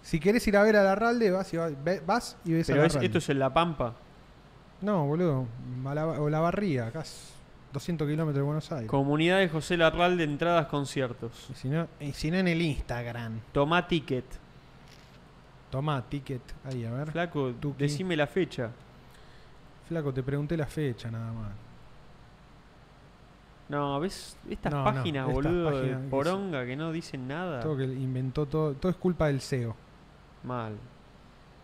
B: si querés ir a ver a Larralde vas y, va- ve- vas y ves a
A: Pero es-
B: Larralde.
A: esto es en La Pampa.
B: No, boludo. Malaba- o la barría, acá es 200 kilómetros de Buenos Aires.
A: Comunidad de José Larralde, entradas, conciertos.
B: Y si, no, y si no en el Instagram.
A: Tomá ticket.
B: Tomá, ticket. Ahí, a ver.
A: Flaco,
B: Tuki.
A: decime la fecha.
B: Flaco, te pregunté la fecha nada más.
A: No, ¿ves? Estas
B: No, no,
A: páginas,
B: estas
A: boludo,
B: páginas
A: de
B: que
A: poronga que no dicen nada.
B: Todo que inventó todo. Todo es culpa del CEO.
A: Mal.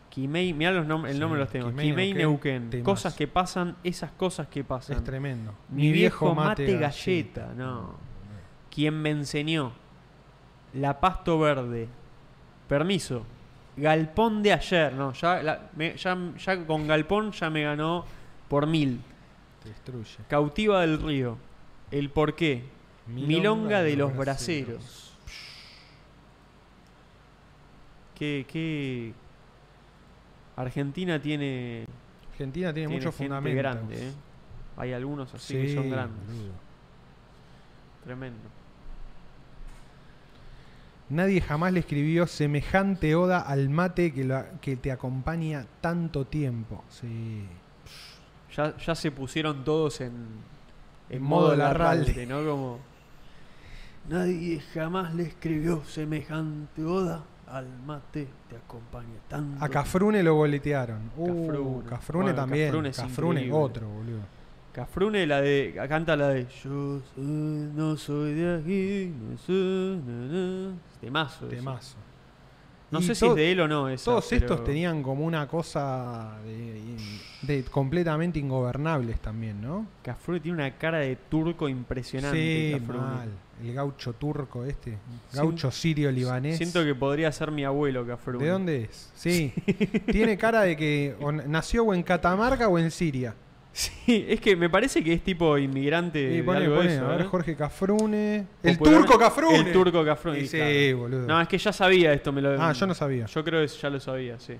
A: Kimei, mirá los nom- el
B: Sí,
A: nombre de los temas.
B: Quimei,
A: Kimei
B: Neuquén,
A: Neuquén.
B: temas.
A: Cosas que pasan, esas cosas que pasan.
B: Es tremendo.
A: Ah. Mi viejo mate, galleta. No. Quien me enseñó. La pasto verde. Permiso. Galpón de ayer. No, ya, la- me- ya, ya con Galpón ya me ganó por mil.
B: Te destruye.
A: Cautiva del río. El porqué. Milonga, de los
B: braceros.
A: braceros. Que, que Argentina tiene,
B: Argentina tiene,
A: tiene
B: mucho
A: gente
B: fundamento.
A: grande. ¿eh? Hay algunos así que son grandes.
B: boludo.
A: Tremendo.
B: Nadie jamás le escribió semejante oda al mate que, lo- que te acompaña tanto tiempo. Sí.
A: Ya, ya se pusieron todos en,
B: En modo Larralde.
A: Larralde, ¿no? Como
C: Nadie jamás le escribió semejante oda. Al mate te acompaña tanto.
B: A Cafrune lo boletearon. Uh,
A: Cafrune.
B: Cafrune,
A: Bueno,
B: también.
A: Cafrune
B: Cafrune,
A: es increíble.
B: otro, boludo.
A: Cafrune la de canta la de
C: Yo soy- no soy de aquí, no soy, na, na.
A: Temazo. ese.
B: Temazo.
A: No
B: Y
A: sé si
B: to-
A: es de él o no esa,
B: Todos
A: pero-
B: estos tenían como una cosa de, de completamente ingobernables también, ¿no?
A: Cafrune tiene una cara de turco impresionante.
B: Sí,
A: Cafrune.
B: mal. El gaucho turco este.
A: Sin-
B: Gaucho sirio libanés.
A: Siento que podría ser mi abuelo Cafrune.
B: ¿De dónde es? Sí. Tiene cara de que o n- nació o en Catamarca o en Siria.
A: Sí, es que me parece que es tipo inmigrante
B: Y
A: de
B: pone,
A: algo de
B: pone,
A: eso,
B: a ver,
A: ¿eh?
B: Jorge Cafrune. El
A: Popular-
B: turco Cafrune.
A: El turco Cafrune.
B: Y
A: y
B: Sí,
A: claro.
B: boludo.
A: No, es que ya sabía esto, me lo
B: ah, yo no sabía.
A: Yo creo que ya lo sabía, sí.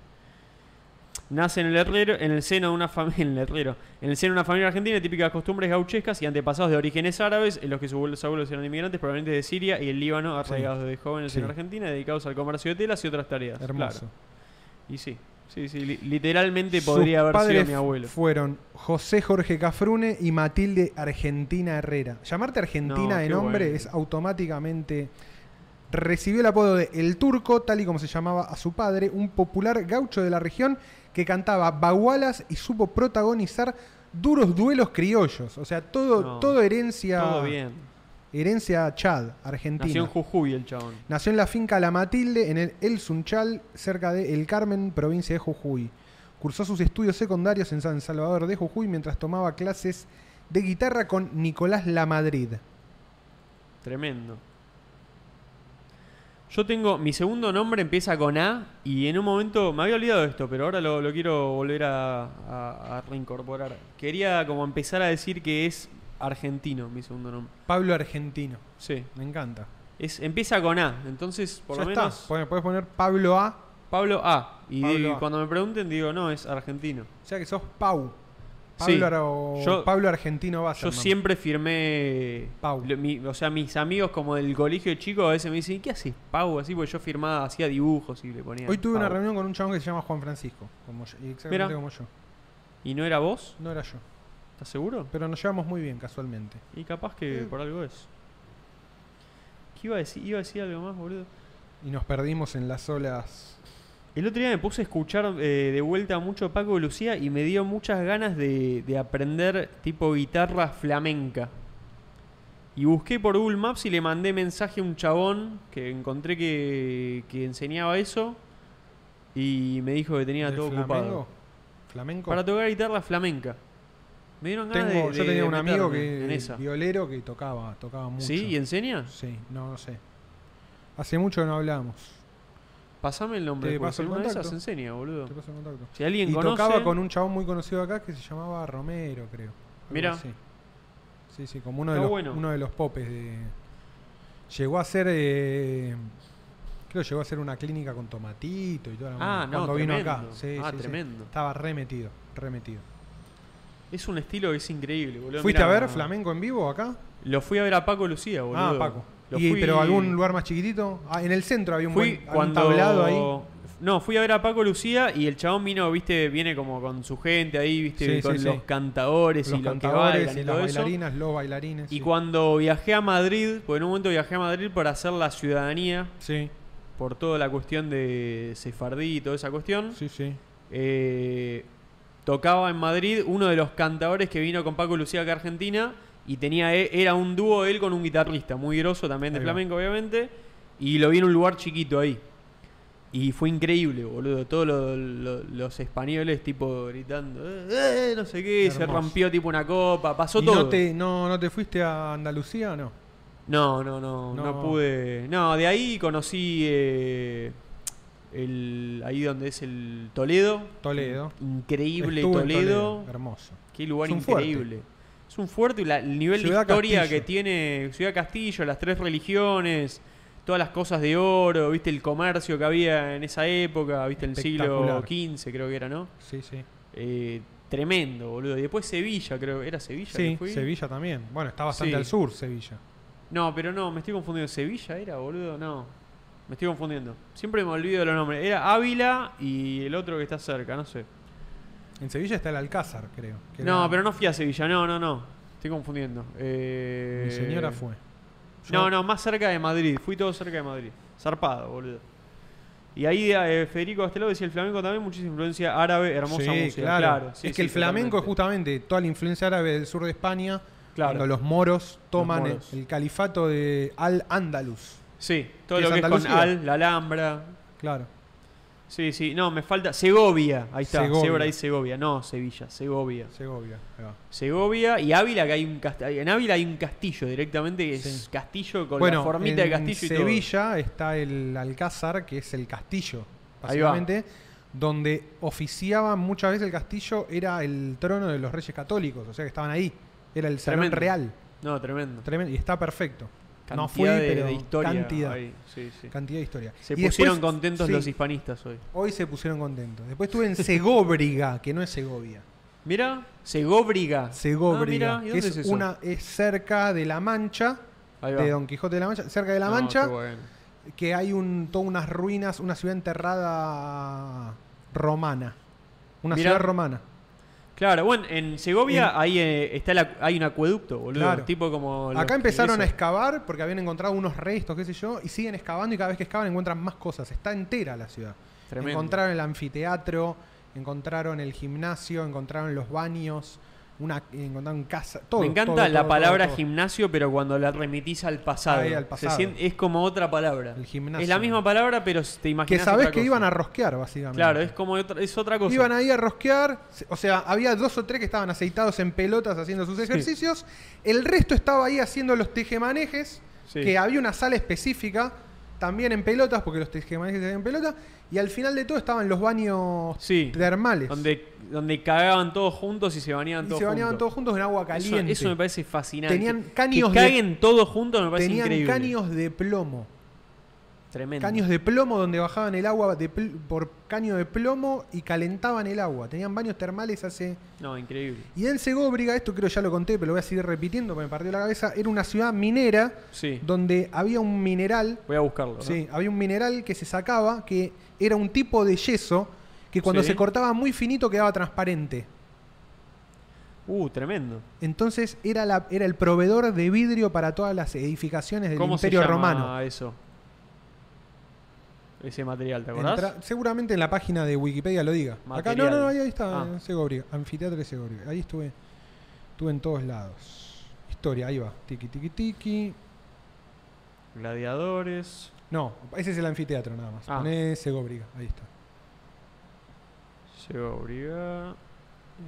A: Nace en el herrero, en el seno de una familia, en el herrero, en el seno de una familia argentina, de típicas costumbres gauchescas y antepasados de orígenes árabes, en los que sus abuelos- abuelos eran inmigrantes provenientes de Siria y el Líbano, arraigados desde jóvenes
B: Sí.
A: en Argentina, dedicados al comercio de telas y otras tareas.
B: Hermoso.
A: Claro. Y sí. Sí, sí, li- literalmente
B: Sus
A: podría haber sido
B: padres
A: mi abuelo.
B: Fueron José Jorge Cafrune y Matilde Argentina Herrera. Llamarte Argentina
A: No,
B: de
A: qué
B: nombre
A: bueno.
B: es automáticamente. Recibió el apodo de El Turco, tal y como se llamaba a su padre, un popular gaucho de la región que cantaba bagualas y supo protagonizar duros duelos criollos. O sea, todo,
A: No,
B: todo herencia.
A: Todo bien.
B: Herencia Chad, Argentina.
A: Nació en Jujuy el chabón.
B: Nació en la finca La Matilde, en el El Sunchal, cerca de El Carmen, provincia de Jujuy. Cursó sus estudios secundarios en San Salvador de Jujuy mientras tomaba clases de guitarra con Nicolás La Madrid.
A: Tremendo. Yo tengo. Mi segundo nombre empieza con A y en un momento. Me había olvidado de esto, pero ahora lo, lo quiero volver a, a- a reincorporar. Quería como empezar a decir que es argentino mi segundo nombre.
B: Pablo Argentino.
A: Sí.
B: Me encanta.
A: Es, empieza con A. Entonces, por
B: ya
A: lo
B: está.
A: menos.
B: Pone- Puedes poner Pablo A.
A: Pablo A. Y
B: Pablo
A: di-
B: A.
A: cuando me pregunten, digo, no, es argentino.
B: O sea que sos Pau.
A: Sí,
B: Pablo, Ara-
A: yo-
B: Pablo Argentino vas
A: Yo siempre firmé.
B: Pau.
A: lo- mi- o sea, mis amigos como del colegio chico a veces me dicen, ¿qué haces, Pau? Así, porque yo firmaba, hacía dibujos y le ponía.
B: Hoy tuve una
A: Pau.
B: reunión con un chabón que se llama Juan Francisco. Como yo- exactamente
A: Mira.
B: como yo.
A: ¿Y no era vos?
B: No era yo.
A: ¿Estás seguro?
B: Pero nos llevamos muy bien casualmente.
A: Y capaz que por algo es. ¿Qué iba a decir? Iba a decir algo más, boludo.
B: Y nos perdimos en las olas.
A: El otro día me puse a escuchar eh, de vuelta mucho Paco de Lucía y me dio muchas ganas de, de aprender tipo guitarra flamenca. Y busqué por Google Maps y le mandé mensaje a un chabón que encontré que, que enseñaba eso. Y me dijo que tenía
B: ¿Del
A: todo
B: flamenco?
A: ocupado.
B: ¿Flamenco?
A: Para tocar guitarra flamenca. Me dieron ganas
B: Tengo-
A: de,
B: yo
A: de-
B: tenía
A: de
B: un amigo
A: meterme en
B: que
A: esa.
B: violero que tocaba, tocaba mucho.
A: ¿Sí? ¿Y enseña?
B: Sí, no, no sé. Hace mucho que no hablamos.
A: Pasame el nombre.
B: Te
A: porque si
B: paso el
A: una de esas
B: contacto.
A: enseña, boludo.
B: Te paso el contacto.
A: Si alguien
B: Y
A: conoce...
B: tocaba con un chabón muy conocido acá que se llamaba Romero, creo. Algo
A: Mirá.
B: así. Sí, sí, como uno de,
A: Está
B: los,
A: bueno.
B: uno de los popes de. Llegó a ser. eh, Creo que llegó a ser una clínica con tomatito y toda la
A: Ah,
B: movida
A: no,
B: cuando vino acá.
A: tremendo.
B: Sí,
A: Ah,
B: sí, sí.
A: tremendo.
B: Estaba remetido, remetido.
A: Es un estilo que es increíble, boludo.
B: ¿Fuiste
A: Mirá,
B: a ver flamenco en vivo acá?
A: Lo fui a ver a Paco Lucía, boludo.
B: Ah, Paco.
A: Lo
B: Y-
A: fui-
B: ¿Pero algún lugar más chiquitito? Ah, en el centro había un,
A: Fui
B: buen,
A: cuando...
B: un tablado ahí.
A: No, fui a ver a Paco Lucía y el chabón vino, viste, viene como con su gente ahí, viste,
B: Sí,
A: con
B: sí,
A: los
B: sí.
A: cantadores
B: los
A: y los que
B: cantadores
A: bailan y,
B: y las
A: todo eso.
B: bailarinas, los bailarines.
A: Y
B: sí.
A: cuando viajé a Madrid, porque en un momento viajé a Madrid para hacer la ciudadanía,
B: Sí,
A: por toda la cuestión de Sefardí y toda esa cuestión,
B: sí, sí.
A: eh, tocaba en Madrid uno de los cantadores que vino con Paco Lucía acá a Argentina y tenía e- era un dúo él con un guitarrista muy grosso también de
B: Ahí va.
A: flamenco obviamente y lo vi en un lugar chiquito ahí y fue increíble boludo todos lo- lo- los españoles tipo gritando "Eh, eh", no sé qué se
B: Hermoso.
A: rompió tipo una copa pasó
B: ¿Y
A: todo
B: no te, no, no te fuiste a Andalucía o no?
A: no, no, no, no,
B: No.
A: pude. No, de ahí conocí eh, el ahí donde es el Toledo.
B: Toledo.
A: Increíble
B: Estuve en
A: Toledo.
B: Hermoso.
A: Qué lugar
B: Es un fuerte.
A: increíble. Es un fuerte y la- el nivel
B: Ciudad
A: de historia
B: Castillo.
A: que tiene Ciudad Castillo, las tres religiones, todas las cosas de oro, viste el comercio que había en esa época, viste el siglo
B: Espectacular.
A: XV creo que era, ¿no?
B: Sí, sí.
A: Eh, tremendo, boludo. Y después Sevilla, creo, ¿era Sevilla? que
B: Sí,
A: fui?
B: Sevilla también. Bueno, está bastante
A: Sí.
B: al sur Sevilla.
A: No, pero no, me estoy confundiendo. ¿Sevilla era, boludo? No. Me estoy confundiendo. Siempre me olvido de los nombres. Era Ávila y el otro que está cerca, no sé.
B: En Sevilla está el Alcázar, creo. que
A: No,
B: era-
A: pero no fui a Sevilla, no, no, no. Estoy confundiendo. Eh,
B: Mi señora fue.
A: No,
B: Yo-
A: no, más cerca de Madrid. Fui todo cerca de Madrid. Zarpado, boludo. Y ahí eh, Federico Gasteló decía el flamenco también, muchísima influencia árabe, hermosa
B: Sí,
A: música.
B: claro.
A: Claro. sí,
B: es
A: sí,
B: que el flamenco es
A: totalmente.
B: justamente toda la influencia árabe del sur de España.
A: Claro.
B: Cuando los moros toman el-
A: moros.
B: el califato de Al-Ándalus.
A: Sí, todo
B: que
A: lo
B: es
A: que es con
B: Andalucía.
A: Al, la Alhambra.
B: Claro.
A: Sí, sí, no, me falta. Segovia, ahí está.
B: Segovia.
A: Sebra y Segovia, no Sevilla, Segovia.
B: Segovia. ahí va.
A: Segovia y Ávila, que hay un cast- en Ávila hay un castillo directamente, que es
B: Sí.
A: castillo con
B: bueno,
A: la formita
B: en
A: de castillo y todo.
B: Sevilla está el Alcázar, que es el castillo,
A: Ahí va.
B: básicamente, donde oficiaban muchas veces el castillo, era el trono de los reyes católicos, o sea que estaban ahí, era el salón
A: Tremendo.
B: real,
A: No, tremendo.
B: tremendo, y está perfecto. no
A: Cantidad
B: fui,
A: de,
B: pero
A: de historia
B: cantidad,
A: ahí, sí, sí.
B: cantidad de historia.
A: Se
B: Y
A: pusieron
B: después-
A: contentos
B: sí,
A: los hispanistas hoy.
B: Hoy se pusieron contentos. Después estuve en Segóbriga, que no es Segovia.
A: Mira, Segovriga.
B: Segóbriga,
A: Ah, mirá, ¿y dónde
B: que es,
A: es, eso?
B: una es cerca de La Mancha,
A: Ahí va.
B: de Don Quijote de la Mancha, cerca de La
A: No,
B: Mancha.
A: qué bueno.
B: que hay un, todas unas ruinas, una ciudad enterrada romana. Una
A: Mirá.
B: ciudad romana.
A: Claro, bueno, en Segovia ahí eh, está el acu- hay un acueducto, boludo.
B: Claro.
A: Tipo como los
B: Acá
A: que
B: empezaron a
A: hizo.
B: excavar porque habían encontrado unos restos, qué sé yo, y siguen excavando y cada vez que excavan encuentran más cosas. Está entera la ciudad.
A: Tremendo.
B: Encontraron el anfiteatro, encontraron el gimnasio, encontraron los baños, una, encontraron casa, todo.
A: Me encanta
B: todo,
A: la
B: todo,
A: palabra
B: todo, todo.
A: gimnasio, pero cuando la remitís al pasado.
B: Ahí, al
A: Se
B: pasado.
A: sien- es como otra palabra.
B: El gimnasio.
A: Es la misma palabra, pero te
B: Que
A: imaginas.
B: sabés
A: otra
B: que
A: cosa.
B: iban a rosquear, básicamente.
A: Claro, es como otra, es otra cosa.
B: Iban ahí a rosquear, se- o sea, había dos o tres que estaban aceitados en pelotas haciendo sus ejercicios, el resto estaba ahí haciendo los tejemanejes,
A: Sí.
B: que había una sala específica también en pelotas, porque los tejemanejes se hacían en pelotas, y al final de todo estaban los baños
A: Sí.
B: termales,
A: Donde, donde cagaban todos juntos y se bañaban
B: y
A: todos
B: se bañaban todos
A: juntos.
B: juntos en agua
A: Eso-
B: caliente.
A: Eso, me parece fascinante.
B: Tenían
A: Que
B: caños de-
A: caguen todos juntos me parece
B: Tenían
A: increíble.
B: caños de plomo.
A: Tremendo.
B: Caños de plomo donde bajaban el agua de pl- por caño de plomo y calentaban el agua. Tenían baños termales hace
A: No, increíble.
B: Y en Segóbriga, esto creo ya lo conté, pero lo voy a seguir repitiendo porque me partió la cabeza, era una ciudad minera
A: Sí.
B: donde había un mineral,
A: Voy a buscarlo. ¿no?
B: sí, había un mineral que se sacaba que era un tipo de yeso que cuando
A: Sí.
B: se cortaba muy finito quedaba transparente.
A: Uh, tremendo.
B: Entonces era, la, era el proveedor de vidrio para todas las edificaciones del
A: ¿Cómo
B: Imperio
A: se llama
B: Romano.
A: eso? Ese material, ¿te acordás?
B: Entra- seguramente en la página de Wikipedia lo diga. Acá, no,
A: Material.
B: no, no, ahí, ahí está,
A: Ah.
B: Segovia, anfiteatro de Segovia. Ahí estuve, estuve en todos lados. Historia, ahí va. Tiki, tiki, tiki.
A: Gladiadores.
B: No, ese es el anfiteatro nada más.
A: Ah.
B: Poné Segobriga, ahí está.
A: Segovia.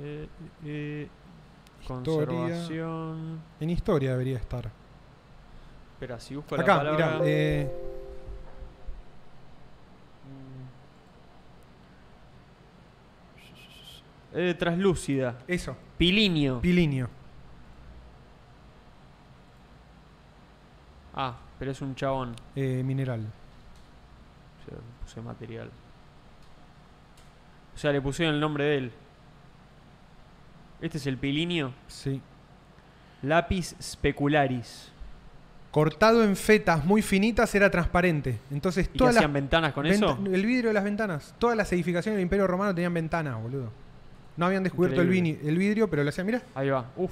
A: Eh, eh,
B: Historia.
A: conservación.
B: En historia debería estar.
A: Espera, si busco la
B: Acá,
A: palabra.
B: mirá. eh,
A: Eh, traslúcida.
B: eso,
A: Pilinio.
B: Pilinio.
A: ah, pero es un chabón.
B: eh, mineral.
A: O sea, puse material. O sea, le pusieron el nombre de él. Este es el pilinio.
B: Sí.
A: Lapis specularis.
B: Cortado en fetas muy finitas era transparente. Entonces
A: ¿Y que
B: todas las
A: hacían ventanas con
B: venta-
A: eso?
B: el vidrio de las ventanas, todas las edificaciones del Imperio Romano tenían ventanas, boludo. No habían descubierto el,
A: Increíble.
B: vini- el vidrio, pero lo hacían, mira,
A: Ahí va. Uf.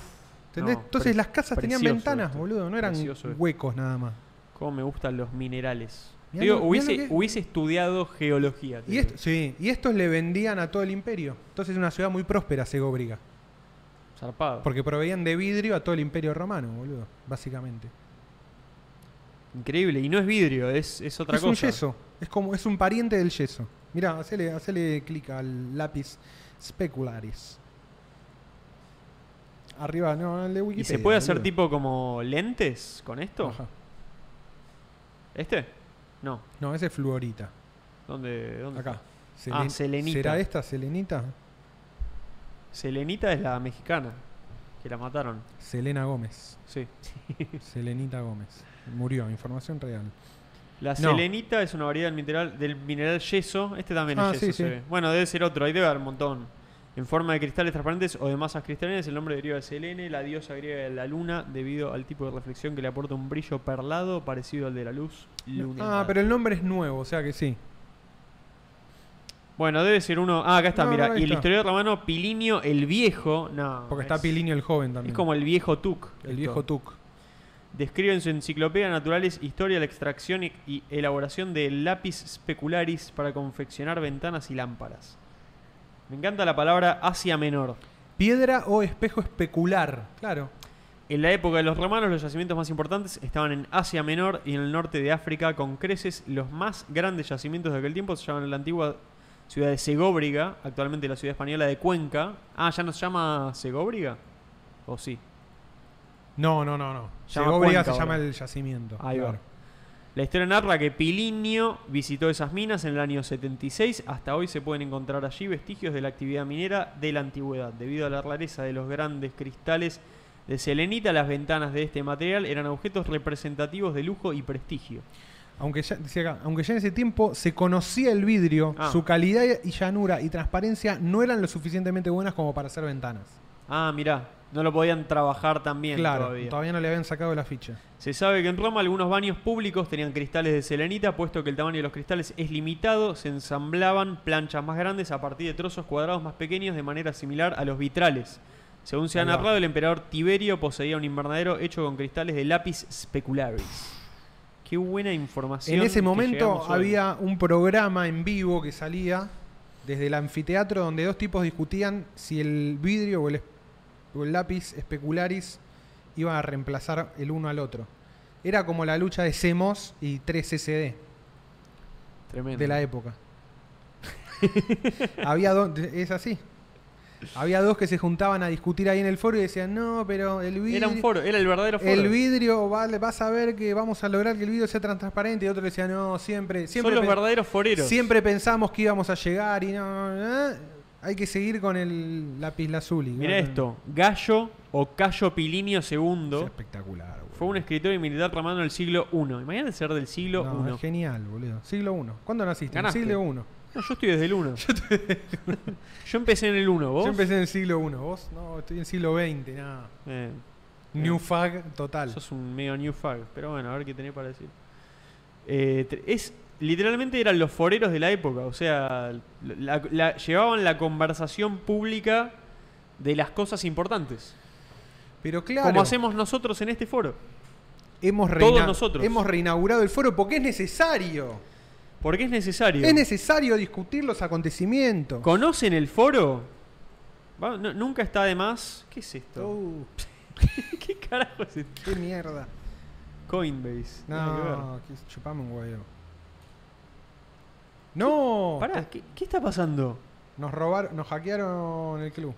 B: ¿entendés?
A: no,
B: Entonces
A: pre-
B: las casas tenían
A: precioso
B: ventanas,
A: esto,
B: boludo, no eran
A: precioso esto.
B: huecos nada más.
A: Cómo me gustan los minerales. Te
B: Mirá
A: digo,
B: lo- mirá
A: hubiese,
B: lo que es.
A: hubiese estudiado geología. te
B: Y,
A: digo.
B: esto, sí, y estos le vendían a todo el imperio. Entonces es una ciudad muy próspera, Segobriga.
A: Zarpado.
B: Porque proveían de vidrio a todo el imperio romano, boludo, básicamente.
A: Increíble. Y no es vidrio, es, es otra
B: es
A: cosa.
B: un yeso, es como es un pariente del yeso. Mirá, hacele, hacele clic al lápiz specularis. Arriba, no, el de
A: ¿Y
B: Wikipedia.
A: se puede hacer
B: boludo.
A: tipo como lentes con esto?
B: Ajá.
A: ¿Este? No.
B: No, ese es fluorita.
A: ¿Dónde? dónde
B: Acá.
A: está? Ah, selenita.
B: ¿Será esta selenita?
A: Selenita es la mexicana. Que la mataron.
B: Selena Gómez.
A: Sí.
B: Selenita Gómez. Murió, información real.
A: La
B: No.
A: selenita es una variedad del mineral, del mineral yeso. Este también
B: Ah,
A: es
B: sí,
A: yeso. se
B: sí.
A: ve. Bueno, debe ser otro. Ahí debe haber un montón. En forma de cristales transparentes o de masas cristalinas, el nombre deriva de Selene, la diosa griega de la luna, debido al tipo de reflexión que le aporta un brillo perlado parecido al de la luz lunar.
B: Ah, pero el nombre es nuevo, o sea que sí.
A: Bueno, debe ser uno. Ah, acá está,
B: No,
A: mira.
B: no, ahí
A: y el
B: está.
A: historiador romano Pilinio el Viejo. No.
B: Porque está
A: Ah, es-
B: Pilinio el joven también.
A: Es como el viejo Tuk.
B: el viejo Tuc.
A: Describe en su enciclopedia Naturales Historia, la extracción y, y elaboración de lápiz specularis para confeccionar ventanas y lámparas. Me encanta la palabra Asia Menor.
B: Piedra o espejo especular. Claro.
A: En la época de los romanos, los yacimientos más importantes estaban en Asia Menor y en el norte de África, con creces. Los más grandes yacimientos de aquel tiempo se llaman en la antigua ciudad de Segóbriga, actualmente la ciudad española de Cuenca. Ah, ¿ya no se llama Segóbriga? ¿O sí?
B: No, no, no, no.
A: Llama
B: Segovia
A: Cuenca
B: se llama
A: ahora.
B: el yacimiento.
A: Ahí va.
B: claro.
A: La historia narra que Pilinio visitó esas minas en el año 76. Hasta hoy se pueden encontrar allí vestigios de la actividad minera de la antigüedad. Debido a la rareza de los grandes cristales de selenita, las ventanas de este material eran objetos representativos de lujo y prestigio.
B: Aunque ya, dice acá, aunque ya en ese tiempo se conocía el vidrio,
A: Ah.
B: su calidad y llanura y transparencia no eran lo suficientemente buenas como para hacer ventanas.
A: Ah, mirá. no lo podían trabajar tan bien
B: claro,
A: todavía.
B: no le habían sacado la ficha.
A: Se sabe que en Roma algunos baños públicos tenían cristales de selenita, puesto que el tamaño de los cristales es limitado, se ensamblaban planchas más grandes a partir de trozos cuadrados más pequeños de manera similar a los vitrales. Según se ha
B: Ahí va.
A: narrado, el emperador Tiberio poseía un invernadero hecho con cristales de lápiz specularis. Qué buena información.
B: En ese
A: que
B: momento
A: llegamos hoy.
B: había un programa en vivo que salía desde el anfiteatro donde dos tipos discutían si el vidrio o el, es- o el lápiz especularis iban a reemplazar el uno al otro. Era como la lucha de CMOS y 3SD
A: Tremendo.
B: de la época. había dos, es así. Había dos que se juntaban a discutir ahí en el foro y decían, no, pero el vidrio...
A: Era un foro, era el verdadero foro.
B: El vidrio, vale, vas a ver que vamos a lograr que el vidrio sea tan transparente. Y otro le decía, no, siempre, siempre,
A: Son los
B: pe-
A: verdaderos foreros.
B: siempre pensamos que íbamos a llegar y no, no, no. hay que seguir con el lápiz lazuli.
A: Mira
B: Bueno,
A: esto, Gallo o Cayo Pilinio
B: Es
A: II
B: espectacular, boludo.
A: fue un escritor y militar romano del siglo I. Imagínate ser del siglo
B: No,
A: I.
B: es Genial, boludo. Siglo 1. ¿Cuándo naciste? En el
A: Ganaste.
B: siglo 1.
A: No, yo estoy desde el 1. yo empecé en el 1, ¿vos?
B: Yo empecé en el siglo 1. Vos, no, estoy en el siglo 20, nada.
A: Eh,
B: New fag total.
A: sos un medio new fag, pero bueno, a ver qué tenés para decir. Eh, te- es, literalmente eran los foreros de la época, o sea, la- la- llevaban la conversación pública de las cosas importantes.
B: Pero claro,
A: Como hacemos nosotros en este foro.
B: hemos,
A: todos
B: reina-
A: nosotros.
B: hemos reinaugurado el foro porque es necesario.
A: Porque es necesario.
B: Es necesario discutir los acontecimientos.
A: ¿Conocen el foro? Va- no- nunca está de más. ¿Qué es esto?
B: Uh,
A: ¿Qué carajo es esto?
B: qué mierda.
A: Coinbase. Nada que ver.
B: No, que chupame un guayo. No,
A: Pará, ¿qué, qué está pasando?
B: nos robaron, nos hackearon el club.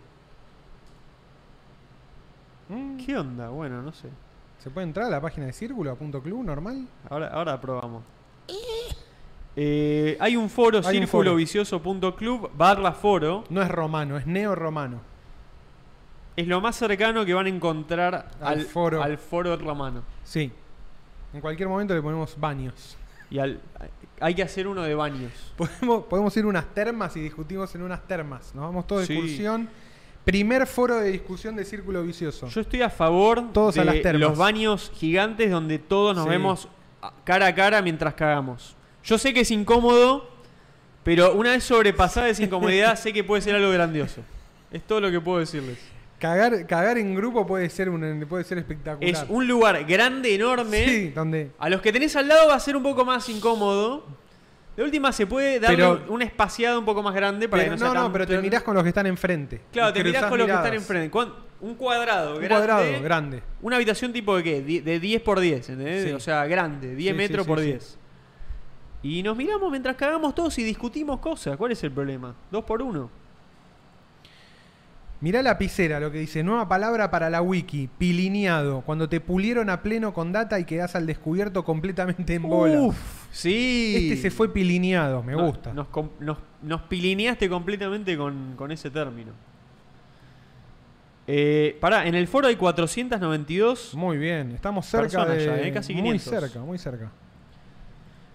B: Mm,
A: ¿Qué onda? Bueno, no sé.
B: ¿Se puede entrar a la página de círculo a punto club normal?
A: Ahora, ahora probamos. Eh, hay un foro,
B: Hay un foro.
A: circulovicioso.club barra foro.
B: No es romano, es neo-romano.
A: Es lo más cercano que van a encontrar
B: Al
A: al,
B: foro.
A: al foro romano.
B: Sí. En cualquier momento le ponemos baños.
A: Y al, hay que hacer uno de baños.
B: Podemos, podemos ir a unas termas y discutimos en unas termas. Nos vamos todos de
A: Sí.
B: excursión. Primer foro de discusión de círculo vicioso.
A: Yo estoy a favor
B: Todos
A: de
B: a las termas.
A: los baños gigantes donde todos nos
B: Sí.
A: vemos a- cara a cara mientras cagamos. Yo sé que es incómodo, pero una vez sobrepasada esa incomodidad sé que puede ser algo grandioso. Es todo lo que puedo decirles.
B: Cagar, cagar en grupo puede ser un, puede ser espectacular.
A: Es un lugar grande, enorme.
B: Sí, donde
A: A los que tenés al lado va a ser un poco más incómodo. De última se puede darle
B: Pero-
A: una espaciada un poco más grande para
B: Pero-
A: que no, sea
B: no, no,
A: tan-
B: pero te mirás con los que están enfrente.
A: Claro, te mirás
B: Cruzás
A: con los que
B: miradas.
A: están enfrente. ¿Cuán- Un cuadrado,
B: Un
A: grande,
B: cuadrado grande.
A: Una habitación tipo de qué? Die- De 10 por 10, ¿entendés?
B: Sí.
A: ¿eh? O sea, grande, 10
B: Sí,
A: metros
B: sí, sí,
A: por
B: sí.
A: 10. Y nos miramos mientras cagamos todos y discutimos cosas. ¿Cuál es el problema? Dos por uno.
B: Mirá la piscera, lo que dice, nueva palabra para la wiki, pilineado, cuando te pulieron a pleno con data y quedás al descubierto completamente en bola.
A: Uf, sí.
B: Este se fue pilineado, me
A: No-
B: gusta.
A: Nos, com- nos- nos pilineaste completamente con, con ese término. Eh, pará, en el foro hay 492.
B: Muy bien, estamos cerca
A: Personas
B: de
A: ya, eh, casi
B: muy
A: 500.
B: cerca, muy cerca.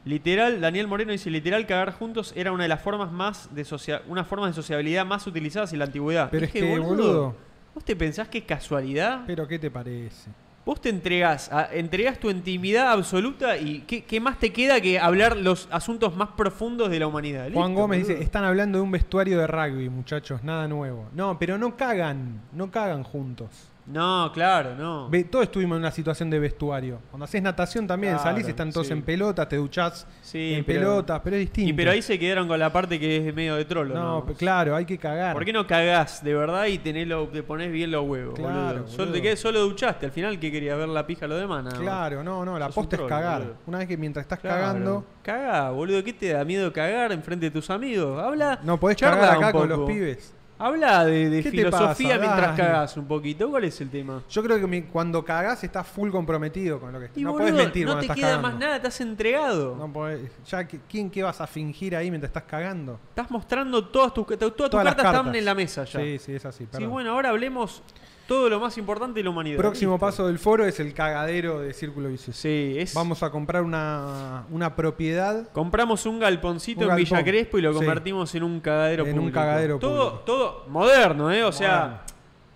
A: Literal, Daniel Moreno dice, literal, cagar juntos era una de las formas más de socia- una forma de sociabilidad más utilizadas en la antigüedad.
B: Pero es
A: Ah, Dije,
B: que boludo,
A: ¿Vos te pensás que es casualidad?
B: pero qué te parece?
A: Vos te entregás, a- entregás tu intimidad absoluta y ¿qué, qué más te queda que hablar los asuntos más profundos de la humanidad?
B: Juan
A: Listo,
B: Gómez
A: boludo.
B: dice, están hablando de un vestuario de rugby, muchachos, nada nuevo. No, pero no cagan, no cagan juntos.
A: No, claro, no.
B: Ve- todos estuvimos en una situación de vestuario. Cuando haces natación también,
A: Claro,
B: salís, están todos
A: sí.
B: en pelotas, te duchás
A: Sí,
B: en
A: pero-
B: pelotas, pero es distinto.
A: Y pero ahí se quedaron con la parte que es de medio de trolo.
B: no,
A: No,
B: pe- claro, hay que cagar.
A: ¿Por qué no cagás de verdad y tenés lo, te ponés bien los huevos,
B: Claro,
A: boludo? Solo,
B: boludo.
A: te quedás, solo duchaste. Al final, que querías? ¿Ver la pija a lo demás? Nada más.
B: Claro, no, no, la
A: Sos un
B: posta es
A: troll,
B: cagar.
A: boludo.
B: Una vez que mientras estás
A: Claro.
B: cagando,
A: Cagá, boludo. ¿Qué te da miedo cagar enfrente de tus amigos? Habla.
B: no podés
A: charla
B: cagar
A: un
B: acá con
A: poco.
B: los pibes.
A: Habla de, de
B: ¿Qué te
A: filosofía
B: pasa?
A: mientras
B: Dale.
A: cagás un poquito. ¿Cuál es el tema?
B: Yo creo que mi- cuando cagás estás full comprometido con lo que estás.
A: Y,
B: No
A: boludo,
B: podés mentir
A: no
B: cuando
A: te
B: estás
A: queda
B: cagando.
A: más nada, estás entregado.
B: No podés- ya, que- ¿Quién qué vas a fingir ahí mientras estás cagando?
A: Estás mostrando todas tus, todas tus
B: Todas las
A: cartas, están
B: cartas.
A: en la mesa ya.
B: Sí, sí, es así.
A: Sí,
B: perdón.
A: bueno, ahora hablemos todo lo más importante de la humanidad.
B: Próximo
A: Listo.
B: paso del foro es el cagadero de Círculo Vicioso.
A: Sí, es.
B: Vamos a comprar una, una propiedad
A: Compramos un galponcito
B: Un
A: en Villa
B: galpón,
A: Crespo y lo
B: sí.
A: convertimos en un cagadero
B: En un
A: público.
B: cagadero
A: todo,
B: público.
A: Todo moderno, ¿eh? O sea,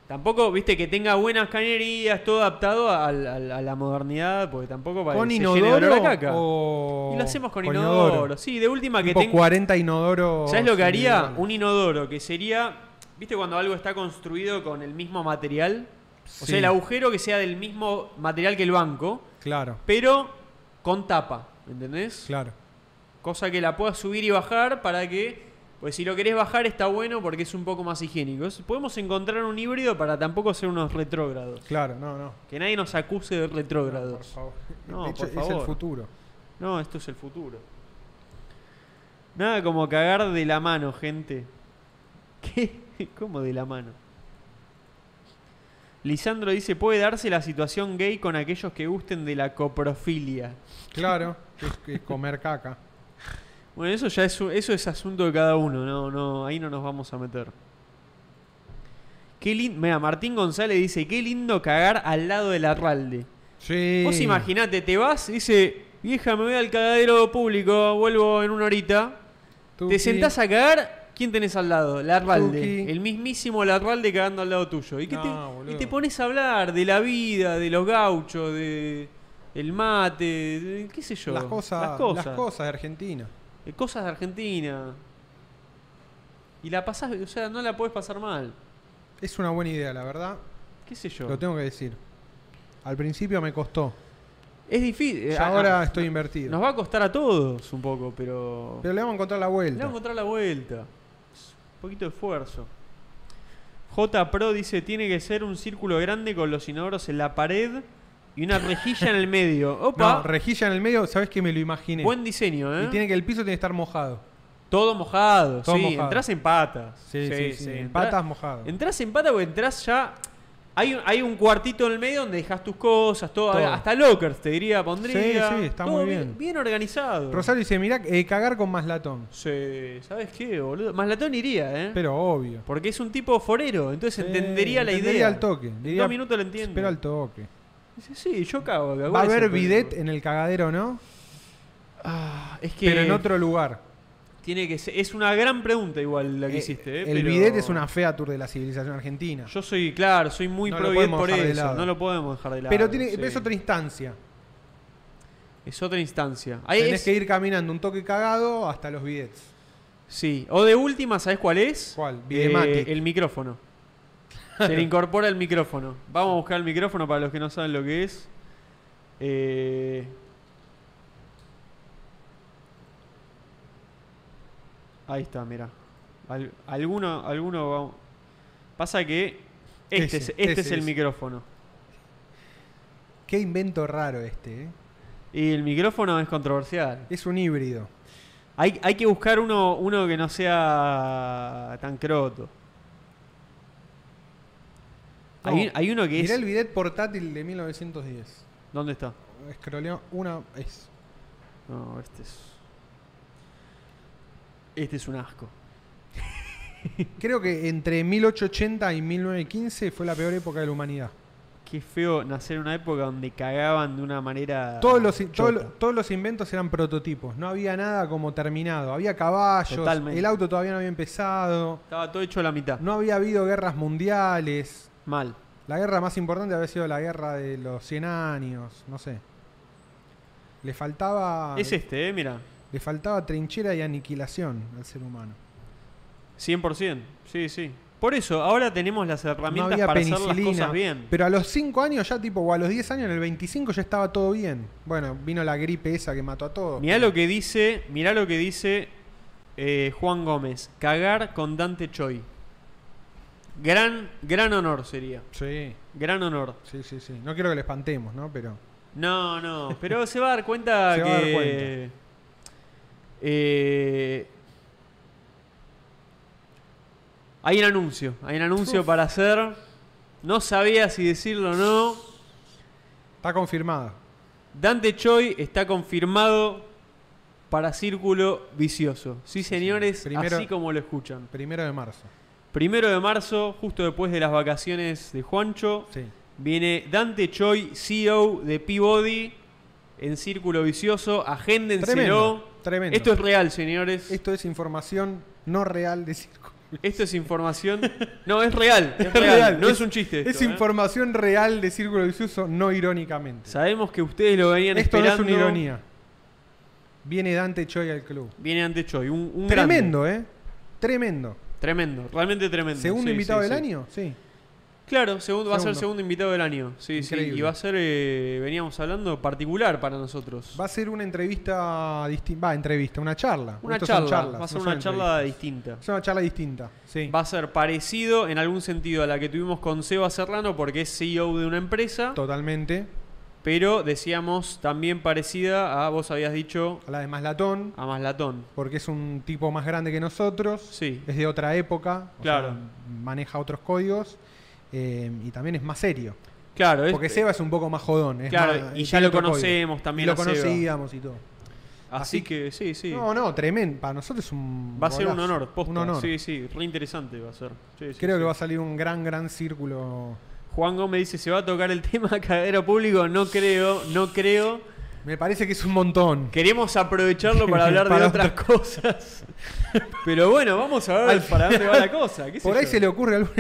A: Tampoco, viste, que tenga buenas cañerías, todo adaptado al- al- a, la modernidad, porque tampoco para
B: ¿Con
A: que se llene de
B: inodoro?
A: olor a caca.
B: o-
A: Y lo hacemos con, inodoro. Sí, de última que
B: Tipo
A: tenga.
B: 40 inodoro.
A: ¿Sabes lo que haría? Un inodoro que sería. ¿Viste cuando algo está construido con el mismo material? O
B: Sí.
A: sea, el agujero que sea del mismo material que el banco,
B: Claro,
A: pero con tapa. ¿Entendés?
B: claro.
A: Cosa que la puedas subir y bajar para que. Pues si lo querés bajar está bueno porque es un poco más higiénico. Es- Podemos encontrar un híbrido para tampoco ser unos retrógrados.
B: Claro, no, no.
A: Que nadie nos acuse de
B: Por
A: retrógrados.
B: favor.
A: No,
B: De
A: por
B: hecho, es el
A: favor.
B: futuro.
A: No, esto es el futuro. Nada como cagar de la mano, gente. ¿Qué? ¿Cómo de la mano? Lisandro dice, puede darse la situación gay con aquellos que gusten de la coprofilia.
B: Claro, es, que es comer caca.
A: Bueno, eso ya es, un- eso es asunto de cada uno, no, no, ahí no nos vamos a meter. Qué lindo, mira, Martín González dice, qué lindo cagar al lado del arralde.
B: Sí.
A: Vos imaginate, te vas, dice, vieja, me voy al cagadero público, vuelvo en una horita.
B: Tuki.
A: Te sentás a cagar, ¿quién tenés al lado? Larralde.
B: Tuki.
A: El mismísimo Larralde cagando al lado tuyo. ¿Y, qué
B: No,
A: te,
B: boludo.
A: y te pones a hablar de la vida, de los gauchos, de el mate, de- qué sé yo.
B: Las cosas,
A: Las cosas.
B: las cosas de Argentina.
A: Eh, cosas de Argentina. Y la pasás, o sea, no la podés pasar mal.
B: Es una buena idea, la verdad.
A: ¿Qué sé yo?
B: Lo tengo que decir. Al principio me costó.
A: Es difícil. eh,
B: Ya
A: a-
B: ahora
A: a-
B: estoy invertido.
A: Nos va a costar a todos un poco, pero...
B: Pero le vamos a encontrar la
A: Le
B: vuelta.
A: vamos a encontrar la vuelta. Es Un poquito de esfuerzo. J Pro dice, tiene que ser un círculo grande con los inodoros en la pared y una rejilla en el medio. Opa,
B: No, rejilla en el medio, sabes que me lo imaginé.
A: buen diseño, ¿eh?
B: Y tiene que el piso tiene que estar mojado.
A: Todo mojado,
B: Todo
A: sí,
B: mojado.
A: entras en patas.
B: Sí, sí, sí. en
A: entra-
B: Patas mojado.
A: Entrás en pata porque entras ya. Hay un, hay un cuartito en el medio donde dejas tus cosas, todo,
B: Todo.
A: hasta lockers te diría, pondría.
B: Sí, sí, está
A: Todo
B: muy bien.
A: bien. organizado.
B: Rosario dice, mirá, eh, cagar con más latón.
A: ¿Eh? Sí, ¿sabes qué, boludo? Más latón iría, ¿eh?
B: Pero obvio.
A: Porque es un tipo forero, entonces
B: Sí,
A: entendería la
B: entendería
A: idea.
B: al toque.
A: En
B: Diría,
A: dos minutos lo entiendo.
B: Espero al toque.
A: Dice, sí, yo cago. acá,
B: Va a
A: ¿cuál es
B: haber
A: el problema?
B: bidet en el cagadero, ¿no?
A: Ah, es que
B: Pero en otro lugar.
A: tiene que ser- es una gran pregunta igual la que
B: Eh,
A: hiciste. eh,
B: el
A: pero-
B: bidet es una fea tour de la civilización argentina.
A: Yo soy, claro, soy muy
B: No lo
A: pro bidet
B: podemos
A: por
B: dejar de
A: eso.
B: lado.
A: No lo podemos dejar de lado.
B: pero tiene,
A: sí.
B: pero es otra instancia.
A: Es otra instancia. Ahí
B: Tenés
A: es-
B: que ir caminando un toque cagado hasta los bidets.
A: Sí. O de última, ¿sabes cuál es?
B: ¿Cuál?
A: Eh,
B: Bidematic.
A: el micrófono. Se le incorpora el micrófono. Vamos a buscar el micrófono para los que no saben lo que es. Eh, Ahí está, mira. alguno, alguno va- Pasa que este,
B: Ese,
A: es, este
B: ese
A: es el
B: es.
A: micrófono.
B: Qué invento raro este, ¿eh?
A: Y el micrófono es controversial.
B: Es un híbrido.
A: Hay, hay que buscar uno, uno que no sea tan croto. hay,
B: No,
A: hay uno que es.
B: Mirá el bidet portátil de 1910.
A: ¿Dónde está?
B: Escroleo una es.
A: No, este es. Este es un asco.
B: Creo que entre 1880 y 1915 fue la peor época de la humanidad.
A: Qué feo nacer en una época donde cagaban de una manera.
B: Todos los,
A: chota.
B: todos los- todos los inventos eran prototipos, no había nada como terminado. Había caballos,
A: Totalmente.
B: el auto todavía no había empezado,
A: Estaba todo hecho a la mitad.
B: no había habido guerras mundiales.
A: Mal.
B: La guerra más importante había sido la guerra de los 100 años, no sé. Le faltaba,
A: Es este, eh, mira.
B: le faltaba trinchera y aniquilación al ser humano.
A: 100%. Sí, sí. Por eso, ahora tenemos las
B: No
A: herramientas
B: había
A: para hacer las
B: penicilina.
A: cosas bien.
B: Pero a los 5 años ya, tipo, o a los 10 años, en el 25 ya estaba todo bien. Bueno, vino la gripe esa que mató a todos.
A: Mirá lo que dice, mirá lo que dice eh, Juan Gómez. Cagar con Dante Choi. Gran, gran honor sería.
B: Sí,
A: Gran honor.
B: sí, sí, sí. No quiero que le espantemos, ¿no? Pero.
A: No, no, pero se va a dar cuenta
B: Se
A: que.
B: va a dar cuenta.
A: eh, hay un anuncio. Hay un anuncio para hacer. No sabía si decirlo o no.
B: Está confirmado.
A: Dante Choi está confirmado para Círculo Vicioso. Sí, señores,
B: Primero-
A: así como lo escuchan.
B: Primero de marzo.
A: Primero de marzo, justo después de las vacaciones de Juancho,
B: Sí.
A: viene Dante Choi, CEO de Peabody, en Círculo Vicioso. Agéndenselo.
B: Tremendo. Tremendo.
A: Esto es real, señores.
B: Esto es información no real de circo.
A: Esto es información. No, es real. Es
B: Es
A: real.
B: real,
A: No es,
B: es-
A: un chiste.
B: Es
A: esto, ¿eh?
B: información real de Círculo Vicioso, no irónicamente.
A: Sabemos que ustedes lo venían
B: Esto no es
A: esperando.
B: una ironía. Viene Dante Choi al club.
A: Viene ante Choi. Un, un
B: Tremendo, ¿eh? Tremendo.
A: grande. Tremendo. Realmente tremendo.
B: Segundo
A: Sí,
B: invitado
A: sí,
B: del
A: sí.
B: año, sí.
A: Claro, segundo, va a ser el
B: Segundo.
A: segundo invitado del año. Sí, sí.
B: Increíble.
A: Y va a ser, eh, veníamos hablando, particular para nosotros.
B: Va a ser una entrevista distinta. Va, entrevista, una charla.
A: una
B: Estos son
A: charla.
B: charlas,
A: va a ser
B: no son
A: una charla
B: entrevistas.
A: distinta.
B: Es una charla distinta, sí.
A: Va a ser parecido en algún sentido a la que tuvimos con Seba Serrano, porque es CEO de una empresa,
B: Totalmente.
A: pero decíamos también parecida a, vos habías dicho,
B: A la de Maslatón,
A: a Maslatón.
B: porque es un tipo más grande que nosotros.
A: Sí,
B: Es de otra época. o
A: Claro.
B: sea, maneja otros códigos. eh, y también es más serio.
A: claro. es-
B: Porque Seba es un poco más jodón. es
A: Claro,
B: más-
A: y
B: eh,
A: ya
B: tiene
A: lo
B: otro código.
A: conocemos también
B: Y lo
A: a Seba.
B: conocíamos y todo.
A: Así
B: así
A: que sí, sí.
B: No, no, tremendo. Para nosotros es un.
A: va a ser un
B: golazo,
A: honor, posta.
B: Un honor.
A: Sí, sí, re interesante va a ser. Sí, sí,
B: Creo
A: sí.
B: que va a salir un gran, gran círculo.
A: Juan Gómez dice, ¿se va a tocar el tema cadero público? No creo, no creo.
B: Me parece que es un montón.
A: Queremos aprovecharlo para hablar de
B: Para
A: otras cosas. Pero bueno, vamos a ver para dónde va la cosa. qué sé
B: Por ahí
A: yo.
B: se le ocurre algún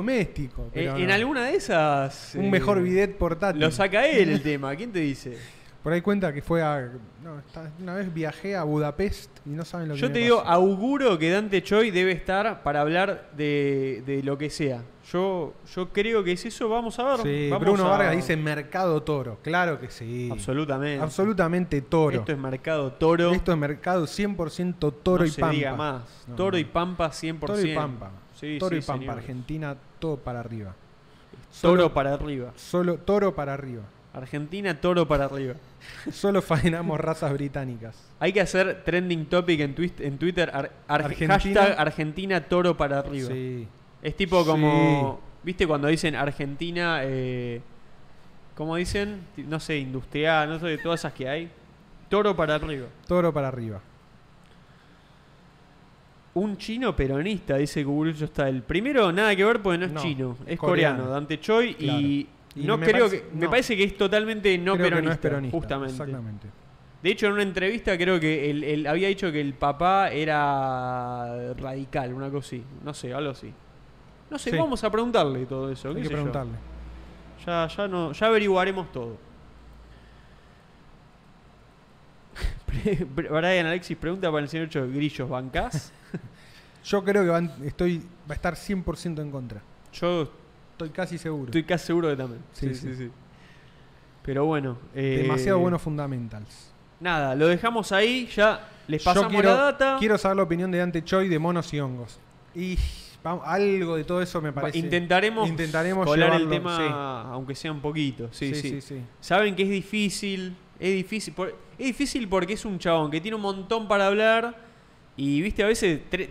B: electrodoméstico.
A: Eh,
B: pero
A: en
B: no.
A: alguna de esas...
B: Un
A: eh,
B: mejor bidet portátil.
A: Lo saca él el tema, ¿quién te dice?
B: Por ahí cuenta que fue a. no, esta- una vez viajé a Budapest y no saben lo que
A: Yo
B: me
A: te digo,
B: pasó.
A: auguro que Dante Choi debe estar para hablar de, de lo que sea. Yo, yo creo que es eso, vamos a ver.
B: Sí,
A: vamos
B: Bruno
A: a-
B: Vargas dice mercado toro. Claro que sí.
A: Absolutamente.
B: Absolutamente toro.
A: Esto es mercado toro.
B: Esto es mercado 100% toro
A: no
B: y
A: se
B: pampa.
A: diga más.
B: No,
A: Toro
B: no.
A: y pampa 100%.
B: Toro y pampa.
A: Sí,
B: toro
A: sí,
B: y pampa.
A: señor.
B: Argentina, todo para arriba.
A: Toro
B: Solo-
A: para arriba.
B: Solo toro para arriba.
A: Argentina, toro para arriba.
B: Solo faenamos razas británicas.
A: Hay que hacer trending topic en, twist- en Twitter. ar- ar-
B: Argentina.
A: Hashtag Argentina, toro para arriba.
B: Sí.
A: Es tipo como. ¿Viste cuando dicen Argentina? Eh, ¿Cómo dicen? Ti- No sé, industrial, no sé, todas esas que hay. Toro para arriba.
B: Toro para arriba.
A: Un chino peronista, dice Cucurucho está el primero, nada que ver porque no es
B: No,
A: chino, es
B: es
A: coreano,
B: coreano.
A: Dante Choi y
B: Claro. Y
A: no
B: me
A: creo
B: parece-
A: que me
B: no.
A: parece que es totalmente no,
B: Creo que
A: peronista,
B: no es peronista.
A: justamente.
B: Exactamente.
A: De hecho, en una entrevista creo que él, él había dicho que el papá era radical, una cosa así, no sé, algo así. No sé,
B: Sí.
A: vamos a preguntarle todo eso,
B: Hay
A: qué
B: que
A: sé yo.
B: preguntarle.
A: Ya, ya, no, ya averiguaremos todo. Pre- pre- Brian Alexis pregunta para el señor Cho, ¿grillos bancás?
B: Yo creo que van- estoy, va a estar 100% en contra.
A: Yo
B: Estoy casi seguro.
A: estoy casi seguro que también.
B: Sí, sí.
A: Pero bueno. eh,
B: Demasiado buenos fundamentals.
A: Nada, lo dejamos ahí, ya les
B: Yo
A: pasamos
B: quiero-
A: la data.
B: Quiero saber la opinión de Dante Choi de monos y hongos. Y vamos, algo de todo eso me
A: Va-
B: parece.
A: intentaremos,
B: intentaremos
A: colar el
B: llevarlo,
A: tema,
B: sí.
A: aunque sea un poquito. Sí, sí.
B: sí,
A: Saben que es difícil, es difícil, por- es difícil porque es un chabón que tiene un montón para hablar y viste a veces tre-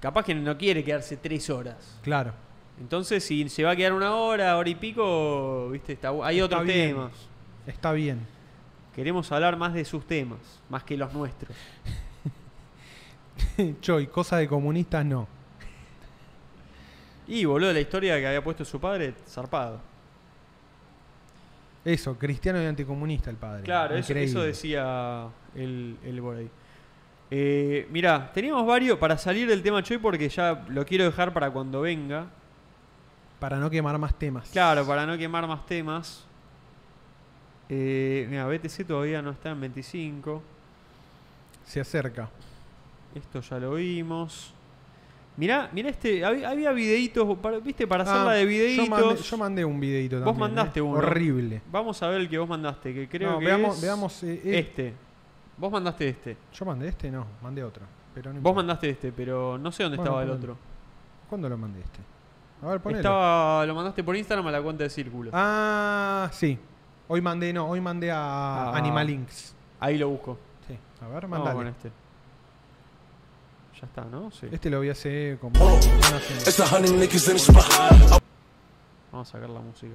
A: capaz que no quiere quedarse tres horas.
B: Claro.
A: Entonces si se va a quedar una hora, hora y pico, viste está bu- hay
B: Está
A: otros
B: bien.
A: temas.
B: Está bien.
A: Queremos hablar más de sus temas, más que los nuestros.
B: Choi, cosa de comunistas no.
A: Y boludo, la historia que había puesto su padre, zarpado.
B: Eso, cristiano y anticomunista el padre.
A: Claro, eso,
B: Increíble.
A: eso decía el, el por ahí. Eh, mirá, teníamos varios para salir del tema Choi porque ya lo quiero dejar para cuando venga.
B: Para no quemar más temas.
A: Claro, para no quemar más temas. Eh, mira, BTC todavía no está en 25.
B: Se acerca.
A: Esto ya lo vimos. Mirá, mirá este. hab- Había videitos, para- ¿viste? Para hacerla
B: Ah,
A: de
B: Yo mandé,
A: videitos.
B: yo mandé un videito
A: Vos
B: también.
A: mandaste
B: ¿eh?
A: uno.
B: Horrible.
A: Vamos a ver el que vos mandaste, que creo
B: No,
A: que
B: veamos,
A: es
B: veamos eh, eh,
A: este. Vos mandaste este.
B: Yo mandé este, no, mandé otro. Pero no
A: Vos
B: importa.
A: mandaste este, pero no sé dónde
B: Bueno,
A: estaba el
B: ponelo.
A: otro.
B: ¿Cuándo lo mandé este? A ver, ponelo.
A: Estaba, lo mandaste por Instagram a la cuenta de Círculo.
B: Ah, sí. Hoy mandé, no, hoy mandé a
A: Ah.
B: Animalinks.
A: Ahí lo busco.
B: Sí. A ver,
A: Vamos
B: mandale.
A: con este. Ya está, ¿no? Sí.
B: Este lo vi hace como.
A: Oh.
B: una semana.
E: It's a hundred niggas in the spot.
A: Vamos a sacar la música.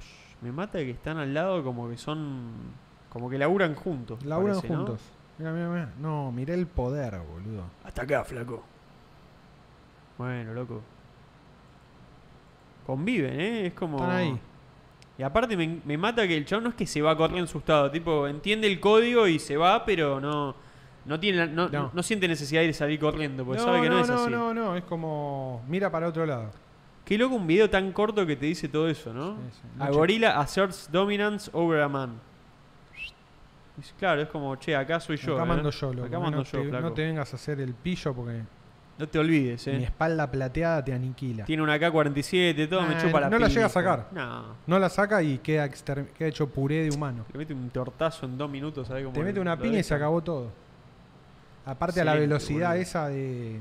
A: Shh, Me mata que están al lado como que son... Como que laburan juntos.
B: Laburan
A: parece, ¿no?
B: juntos. Mira, mira, mira. No, mirá el poder, boludo.
C: Hasta acá, flaco.
A: Bueno, loco. Conviven, ¿eh? Es como...
B: Están ahí.
A: Y aparte me, me mata que el chabón no es que se va corriendo asustado. Tipo, entiende el código y se va, pero no... No, tiene la- no,
B: No.
A: no siente necesidad de salir corriendo, porque sabe que no, es
B: no,
A: así.
B: no, no, es como mira para otro lado.
A: Qué loco un video tan corto que te dice todo eso, ¿no?
B: Sí, sí.
A: A
B: Lucha.
A: gorila asserts dominance over a man. Dice, Claro, es como, che, acá soy yo.
B: Acá
A: ¿eh?
B: mando yo, loco.
A: Acá
B: eh,
A: mando
B: no,
A: yo,
B: te,
A: flaco.
B: no te vengas a hacer el pillo porque
A: No te olvides,
B: mi
A: eh.
B: espalda plateada te aniquila.
A: Tiene una K-47, todo, me
B: Ah,
A: chupa la
B: no la
A: pija.
B: llega a sacar.
A: No.
B: No la saca y queda, exter- queda hecho puré de humano.
A: Le mete un tortazo en dos minutos, ¿sabes cómo?
B: Te mete
A: lo-
B: una
A: lo
B: piña y
A: deja?
B: se acabó todo. Aparte a la
A: Excelente,
B: velocidad
A: boludo.
B: esa de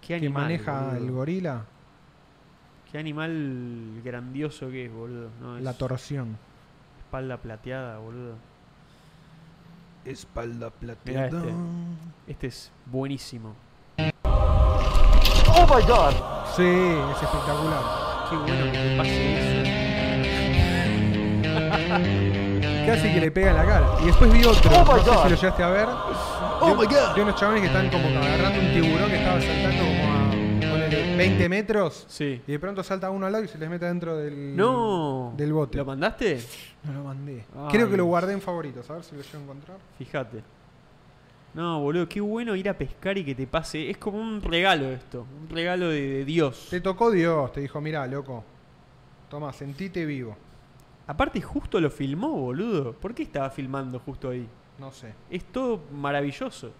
A: ¿Qué
B: que
A: animal,
B: maneja el
A: boludo.
B: gorila,
A: Qué animal grandioso que es, boludo. No, es
B: la torsión.
A: espalda plateada, boludo.
D: Espalda
A: Mirá
D: plateada.
A: este. Este es buenísimo.
B: Sí, es espectacular.
A: Qué bueno que te pase eso.
B: Casi que le pega en la cara. Y después vi otro, no sé si lo llegaste a ver,
D: Oh my god.
B: de unos chavales que están
A: Eh.
B: como agarrando un tiburón que estaba saltando como a ponele, 20 metros.
A: Sí.
B: Y de pronto salta uno al lado y se les mete dentro del,
A: No.
B: del bote.
A: ¿Lo mandaste?
B: No lo mandé.
A: Ay.
B: Creo que lo guardé en favoritos, a ver si lo llevo a encontrar.
A: Fíjate. No, boludo, qué bueno ir a pescar y que te pase. Es como un regalo esto. Un regalo de, de Dios.
B: Te tocó Dios, te dijo, mirá, loco. Toma, sentite vivo.
A: Aparte, justo lo filmó, boludo. ¿Por qué estaba filmando justo ahí?
B: No sé.
A: Es todo maravilloso.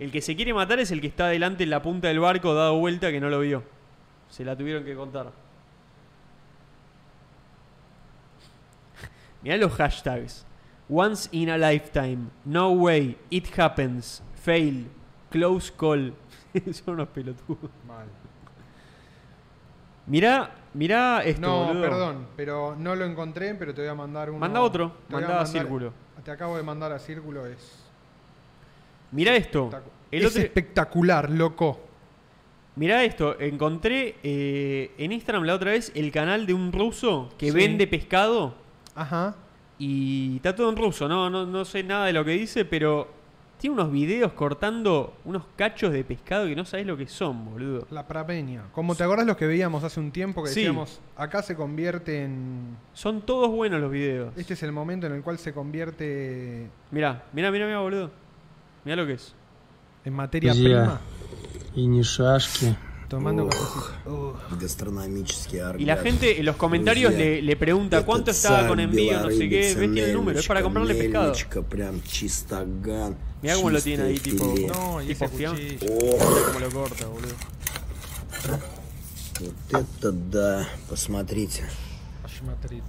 A: El que se quiere matar es el que está adelante en la punta del barco dado vuelta que no lo vio. Se la tuvieron que contar. Mirá los hashtags. Once in a lifetime. No way. It happens. Fail. Close call. Son unos pelotudos.
B: Mal.
A: Mirá, mirá esto,
B: No,
A: Este boludo.
B: perdón, pero no lo encontré, pero te voy a mandar uno.
A: Manda otro.
B: te voy
A: Mandá a
B: mandar-
A: Círculo.
B: Te acabo de mandar a Círculo, es,
A: Mirá esto.
B: espectacu-
A: El
B: es
A: otro...
B: espectacular, loco.
A: Mirá esto, encontré eh, en Instagram la otra vez el canal de un ruso que
B: Sí.
A: vende pescado
B: Ajá.
A: y está todo en ruso, no, no, no sé nada de lo que dice, pero tiene unos videos cortando unos cachos de pescado que no sabés lo que son, boludo.
B: La prapeña. Como te acordás los que veíamos hace un tiempo que
A: Sí.
B: decíamos, acá se convierte en...
A: Son todos buenos los videos.
B: Este es el momento en el cual se convierte
A: Mirá, mirá, mirá, mirá, boludo. Mirá lo que es.
B: en materia
F: Ya.
B: prima.
F: И не шашки.
B: Tomando cafecito.
E: Гастрономические
A: Y la gente en los comentarios le, le
B: "Este
A: pregunta cuánto estaba con ну envío, no sé qué. ¿Ves? Tiene el número, es para comprarle pescado.
E: Прям чистоган.
A: Mirá cómo lo tiene ahí,
E: чистое
A: tipo.
E: филе.
B: No, y
A: tipo
B: ese
A: fiam-
B: cuchillo.
A: Cómo lo corta, boludo.
E: Вот это да, посмотрите.
B: Смотрите.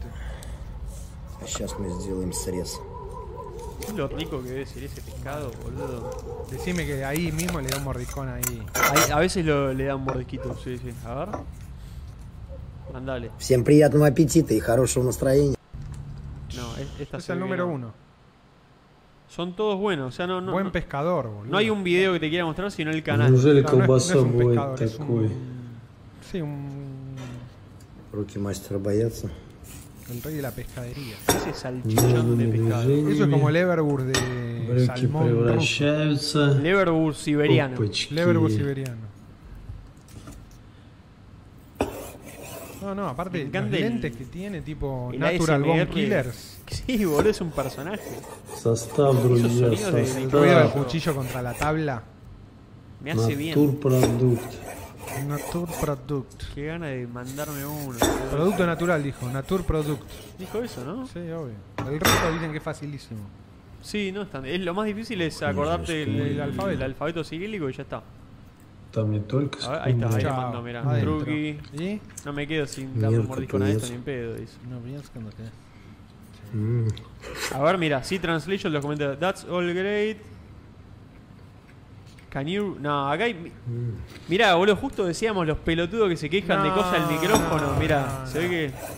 E: А сейчас мы сделаем срез.
A: Lo rico que debe ser ese pescado, boludo.
B: Decime que ahí mismo le da un mordiscón ahí.
A: Ahí- a veces lo, le dan mordisquitos, sí, sí. A ver. Mandale.
E: Всем приятного аппетита и хорошего настроения.
A: No, es- esta
B: Es
A: se
B: el
A: ve que
B: número
A: no.
B: uno.
A: Son todos buenos, o sea, no, no,
B: Buen
A: no-
B: pescador, boludo.
A: no hay un video que te quiera mostrar, sino el canal.
F: Неужели
B: No, no es- no es
F: колбаса
B: un
F: бывает
B: pescador, es un-
F: такой?
B: Sí, un...
E: Руки мастера боятся.
B: El rey de la pescadería.
A: Ese salchichón de pescado.
B: Eso es como el Everburg de
F: Брюки
B: salmón ruso.
F: превращаются.
A: Leverbur siberiano.
B: Leverburg
F: Опачки.
B: siberiano. No, no, aparte
A: Me
B: los
A: encanta el-
B: lentes que tiene, tipo
A: el
B: Natural Bone
A: ASMR.
B: Killers.
A: Sí, boludo, es un personaje.
F: Состав, друзья,
A: Esos sonidos de-
B: El ruido del
A: Claro.
F: состав.
B: cuchillo contra la tabla.
A: Me hace bien.
F: Натурпродукт.
B: Natur Product.
A: Qué gana de mandarme uno.
B: Producto natural, dijo. Natur Product.
A: Dijo eso, ¿no?
B: Sí, obvio. El resto dicen que es facilísimo.
A: Sí, no es tan- es- lo más difícil es acordarte el, el alfabeto, el alfabeto cirílico y ya está.
F: Там не только
A: A ver, ahí está, ahí le
B: Chao.
A: mando, mirá.
B: Adentro.
A: Truqui.
B: ¿Y?
A: No me quedo sin darle un mordisco a esto ni en pedo, dice.
B: No piensas que no te...
A: A ver, mira, sí, translation los comentarios. That's all great. Can you... No, acá hay...
B: Mm.
A: Mirá, boludo, justo decíamos los pelotudos que se quejan de
B: No,
A: cosas del micrófono.
B: no,
A: Mirá,
B: no,
A: se ve
B: no.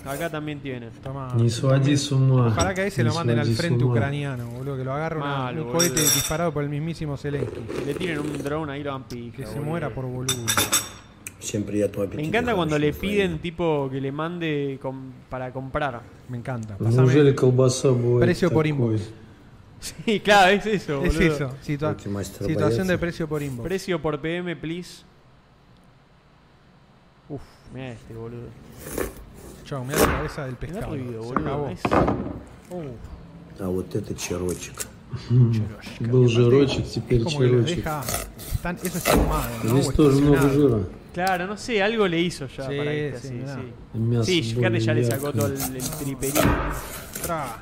A: que acá también tiene.
B: Toma.
F: Не своди с ума.
B: Ojalá que ahí se lo
F: Не
B: manden al
F: своди с
B: frente
F: ума.
B: ucraniano, boludo. Que lo agarre una-
A: Mal,
B: un
A: boludo.
B: cohete disparado por el mismísimo Zelensky.
A: Le tienen un drone ahí, lo van pija,
B: Que se
A: boludo.
B: muera por boludo.
E: Всем приятного аппетита.
A: Me encanta cuando le piden, tipo, que le mande com- para comprar.
B: Me encanta.
F: Неужели
B: Pásame.
F: колбаса бывает
B: Precio por
F: такой?
B: inbox.
A: Sí, claro, es eso,
B: Es
A: boludo.
B: eso. situa-
E: Porque maestro
B: situación
E: Payaso.
B: de precio por inbox.
A: Precio por PM, please. Uf, mirá este, boludo.
B: Chau, mirá la cabeza del
A: Mirá el
B: pescado.
A: ruido,
B: Se
A: boludo.
B: acabó.
A: Es-
B: Uh,
E: А вот это черочек.
F: Был жирочек,
B: Es
F: теперь
B: como que los
F: чирочек.
B: deja. Están, eso está ahumado, ¿no?
F: Здесь
B: O
F: тоже много
B: estacionado.
F: жира.
A: Claro, no sé, algo le hizo ya
B: Sí,
A: para este,
B: sí,
A: sí,
B: mirá.
A: sí.
F: Мясо
A: Sí, Carne
F: более
A: ya le sacó todo el,
F: яркое.
A: el triperín.
B: Tra.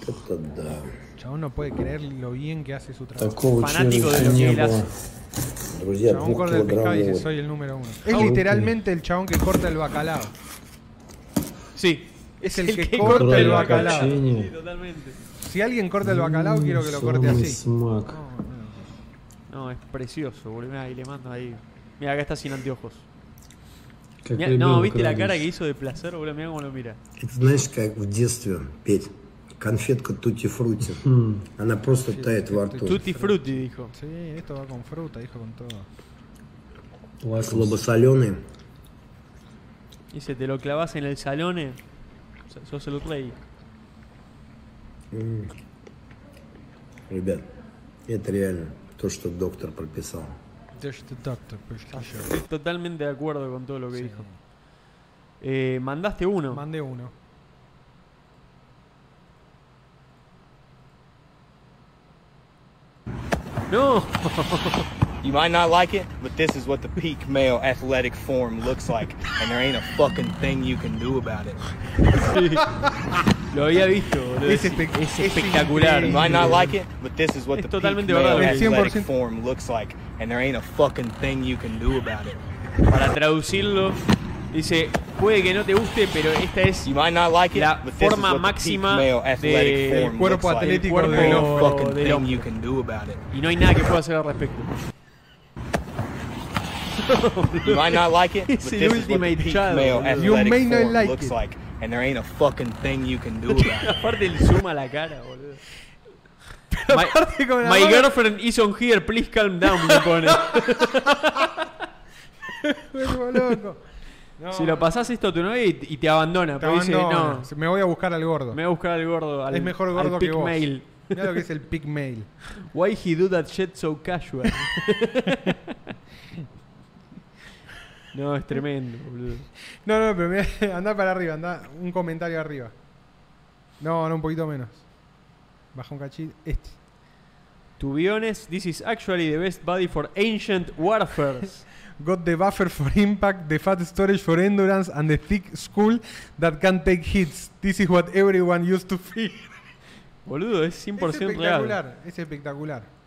E: Это да.
B: Chabón no puede creer lo bien que hace su trabajo.
F: Такого
A: Фанатику
F: червяка
A: даю
F: не
A: Гиляс.
F: было.
E: Друзья,
B: Chabón corta el pescado y dice
E: двухкилограммовый.
B: soy el número uno. Es literalmente el chabón que corta el bacalao.
A: Sí,
B: Es el que corta
A: corta
B: el
F: Кролик
B: bacalao.
A: Sí,
F: копчение.
A: totalmente.
B: Si alguien corta el bacalao, quiero que lo corte
F: Самый
B: así.
F: смак.
A: No, es precioso, boludo. Mirá, ahí le mando ahí. Mira, acá está sin anteojos.
F: Как
A: Mirá, no,
F: ребенок
A: ¿viste la cara que
F: радуется.
A: hizo de placer, boludo? Mirá cómo lo mira.
E: Это знаешь, как в детстве, Петь, конфетка тутти-фрути.
G: Хм.
E: Она просто тает во рту.
A: Tutti Pues, frutti, dijo.
B: Sí, esto va con fruta, dijo con todo.
F: Лакомство.
E: Слабосоленый.
A: Dice, te lo clavas en el salón. eh. S- Sos el rey.
E: Ребят, это реально то, что доктор прописал.
A: Estoy totalmente de acuerdo con todo lo que dijo. Eh, mandaste uno.
B: Mande uno.
A: no,
H: You might not like it, but this is what the peak male athletic form looks like, and there ain't a fucking thing you can do about it.
A: lo había visto, boludo.
B: Es
A: Es,
B: espe-
A: es
B: es
A: espectacular.
H: You might not like it, but this is what the
A: Es
H: peak
A: totalmente
H: male
A: verdad.
H: athletic
B: 100%.
H: form looks like, and there ain't a fucking thing you can do about it.
A: Para traducirlo, dice, puede que no te guste, pero esta es
H: You might not like it,
A: La
H: but this is
A: forma
H: what the peak
A: máxima
H: male athletic
A: de-
H: form
B: cuerpo
H: looks like.
B: atlético
H: There ain't
A: del
H: a
A: hombre.
H: fucking
A: del
H: thing
A: hombre.
H: you can do about it.
A: y no hay nada que pueda hacer al respecto.
H: You might not like it, but
A: Es
H: this
A: el
H: is what the
A: ultimate
H: peak
A: child,
H: male
A: boludo.
H: athletic
B: You may not
H: form
B: like
H: looks
B: it.
H: like, and there ain't a fucking thing you can do about it.
A: Aparte el zoom a la cara, boludo. My,
B: con la
A: my
B: mano-
A: girlfriend is on here, please calm down, me pone.
B: Vuelvo loco. No,
A: Si lo pasás esto a tu novia y, y te abandona,
B: te
A: porque dice,
B: abandono.
A: no,
B: Me voy a buscar al gordo.
A: me voy a buscar al gordo, al,
B: es mejor
A: al
B: gordo que
A: pick
B: vos.
A: mail.
B: Mirá lo que es el pig mail.
A: Why he do that shit so casual? no, es tremendo, boludo.
B: No, no, pero mirá, anda para arriba, anda un comentario arriba. No, no, un poquito menos. Baja un cachito. Este.
A: To be honest, this is actually the best body for ancient warfare.
B: Got the buffer for impact, the fat storage for endurance, and the thick skull that can take hits. This is what everyone used to feel.
A: Boludo, es 100%
B: Es espectacular,
A: real.
B: es espectacular.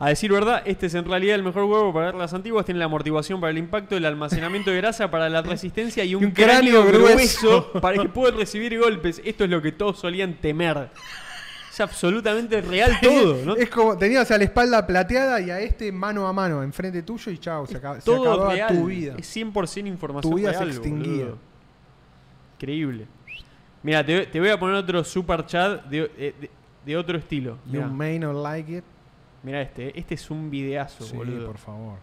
A: A decir verdad, este es en realidad el mejor huevo para ver las antiguas. Tiene la amortiguación para el impacto, el almacenamiento de grasa para la resistencia y un,
B: un cráneo
A: cráneo, grueso,
B: grueso.
A: para que pueda recibir golpes. Esto es lo que todos solían temer. Es absolutamente real todo, ¿no?
B: Es como, tenías a la espalda plateada y a este mano a mano, enfrente tuyo y chao, se, acaba, se
A: todo
B: acababa
A: real.
B: tu vida.
A: Es 100% información
B: Tu vida se
A: real,
B: extinguía.
A: boludo. Increíble. Mira, te, te voy a poner otro super chat de, eh, de- de otro estilo.
B: You
A: Mira
B: may not like it.
A: este, eh. este es un videazo,
B: Sí,
A: boludo.
B: por favor.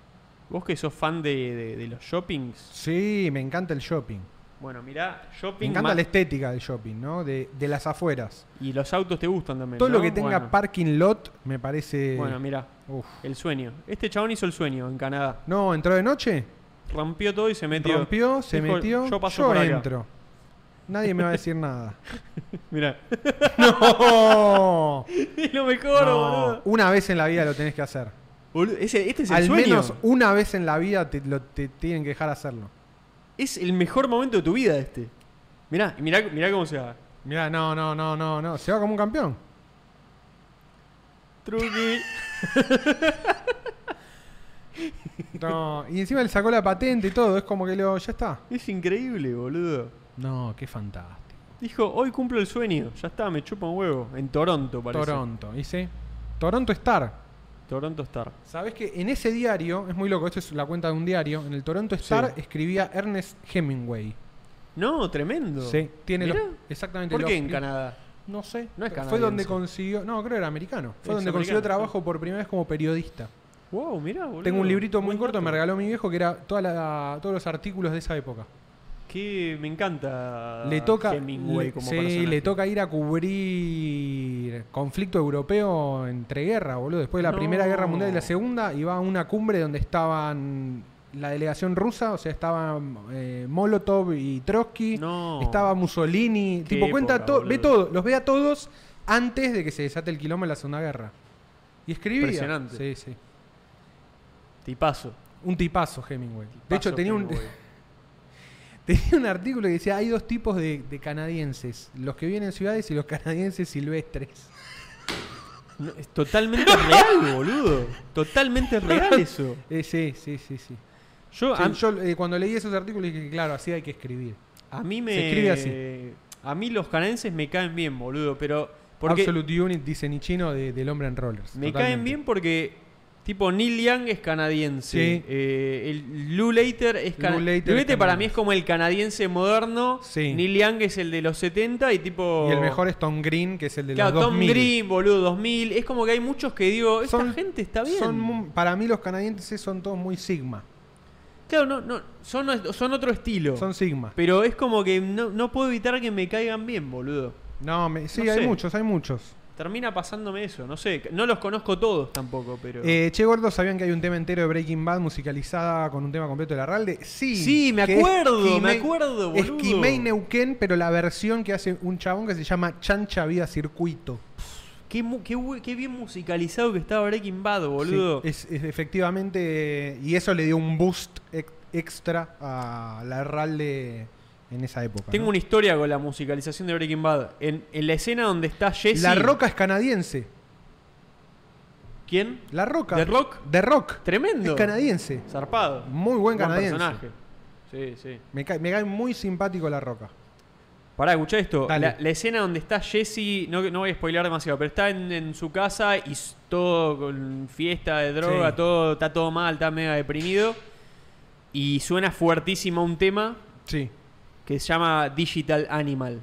A: Vos que sos fan de, de- de los shoppings.
B: Sí, me encanta el shopping.
A: Bueno, mirá,
B: Me
A: shopping
B: encanta
A: ma-
B: la estética del shopping, ¿no? De, de las afueras.
A: y los autos te gustan también.
B: Todo
A: ¿no?
B: lo que tenga
A: bueno,
B: parking lot me parece...
A: Bueno, mirá,
B: Uf.
A: el sueño. Este chabón hizo el sueño en Canadá.
B: No, entró de noche,
A: Rompió todo y se metió.
B: rompió, se
A: Dijo,
B: metió,
A: Yo
B: yo,
A: paso por acá".
B: entro. Nadie me va a decir nada.
A: Mirá,
B: ¡No!
A: es lo mejor,
B: No.
A: boludo.
B: Una vez en la vida lo tenés que hacer.
A: Boludo, ese- este es el
B: Al
A: sueño.
B: menos una vez en la vida te, lo- te tienen que dejar hacerlo.
A: Es el mejor momento de tu vida este. Mirá, y mirá, mirá cómo se va.
B: Mirá, no, no, no, no, no. Se va como un campeón.
A: Truqui.
B: No. Y encima le sacó la patente y todo. Es como que lo, ya está.
A: Es increíble, boludo.
B: No, qué fantástico.
A: Dijo, hoy cumplo el sueño. Ya está, me chupa un huevo. En Toronto, parece.
B: Toronto, ¿viste? Toronto Star.
A: Toronto Star.
B: Sabes que en ese diario, es muy loco, esto es la cuenta de un diario, en el Toronto Star
A: Sí.
B: escribía Ernest Hemingway.
A: No, tremendo.
B: Sí, tiene los-
A: Mirá.
B: exactamente
A: ¿Por
B: los-
A: qué en Canadá?
B: No sé.
A: No es
B: Fue
A: canadiense.
B: donde consiguió, no, creo era americano. Fue
A: Es
B: donde
A: americano,
B: consiguió trabajo por primera vez como periodista.
A: Wow, mirá, boludo.
B: Tengo un librito muy
A: Buen
B: corto que me
A: dato.
B: regaló mi viejo que era toda la- todos los artículos de esa época.
A: Que me encanta.
B: le toca
A: Hemingway
B: le-
A: como
B: sí,
A: personaje.
B: le toca ir a cubrir conflicto europeo entre guerras, boludo. Después de la
A: No.
B: Primera Guerra Mundial y la Segunda, iba a una cumbre donde estaban la delegación rusa, o sea, estaba eh, Molotov y Trotsky,
A: No.
B: estaba Mussolini,
A: Qué
B: tipo cuenta
A: época,
B: todo, ve
A: boludo.
B: todo, los ve a todos antes de que se desate el quilombo en la Segunda Guerra. Y escribía.
A: Impresionante.
B: Sí, sí.
A: Tipazo.
B: Un tipazo Hemingway. de
A: Tipazo
B: hecho, tenía un,
A: Hemingway.
B: tenía un artículo que decía, hay dos tipos de, de canadienses, los que vienen en ciudades y los canadienses silvestres.
A: No, es totalmente real, boludo. Totalmente real eso.
B: Eh, sí, sí, sí, sí.
A: Yo,
B: Sí,
A: a,
B: yo eh, cuando leí esos artículos dije, claro, así hay que escribir.
A: a mí me.
B: se escribe así.
A: A mí los canadienses me caen bien, boludo. Pero. Porque
B: Absolute Unit, dice Nichino, de, del hombre en rollers.
A: me
B: Totalmente.
A: caen bien porque. Tipo, Neil Young es canadiense.
B: Sí.
A: Eh, el Lou Later es
B: Lou
A: canadiense. Lou
B: Later
A: Later,
B: es
A: para
B: canadiense.
A: mí es como el canadiense moderno.
B: Sí.
A: Neil Young es el de los 70 y tipo.
B: Y el mejor es Tom Green, que es el de
A: Claro,
B: los
A: Tom
B: 2000.
A: Green, boludo, 2000. Es como que hay muchos que digo, esta
B: Son-
A: gente está bien.
B: Son mu- para mí los canadienses son todos muy sigma.
A: Claro, no, no, son, son otro estilo.
B: Son sigma.
A: Pero es como que no, no puedo evitar que me caigan bien, boludo.
B: No, me- sí,
A: No
B: hay
A: sé.
B: muchos, hay muchos.
A: Termina pasándome eso, no sé. No los conozco todos tampoco, pero.
B: Eh, che, gordo, ¿sabían que hay un tema entero de Breaking Bad musicalizada con un tema completo de la Ralde? Sí.
A: Sí, me
B: que es
A: acuerdo, me
B: Quimei-
A: acuerdo,
B: Es
A: boludo.
B: Quimei Neuquén, pero la versión que hace un chabón que se llama Chancha Vida Circuito.
A: qué, mu- qué bu- qué bien musicalizado que estaba Breaking Bad, boludo.
B: Sí, es, es efectivamente. eh, Y eso le dio un boost ex- extra a la Ralde en esa época.
A: Tengo
B: ¿no?
A: una historia con la musicalización de Breaking Bad. En, en la escena donde está Jesse.
B: La Roca es canadiense.
A: ¿Quién?
B: La Roca.
A: ¿The Rock?
B: The Rock.
A: Tremendo.
B: Es canadiense.
A: Zarpado.
B: Muy buen canadiense.
A: personaje. Sí, sí.
B: Me cae, me cae muy simpático La Roca.
A: Pará, escuchá esto.
B: Dale.
A: La, la escena donde está Jesse, no, no voy a spoilear demasiado, pero está en, en su casa y s- todo con fiesta de droga,
B: Sí.
A: todo está todo mal, está mega deprimido. Y suena fuertísimo un tema
B: Sí.
A: que se llama Digital Animal.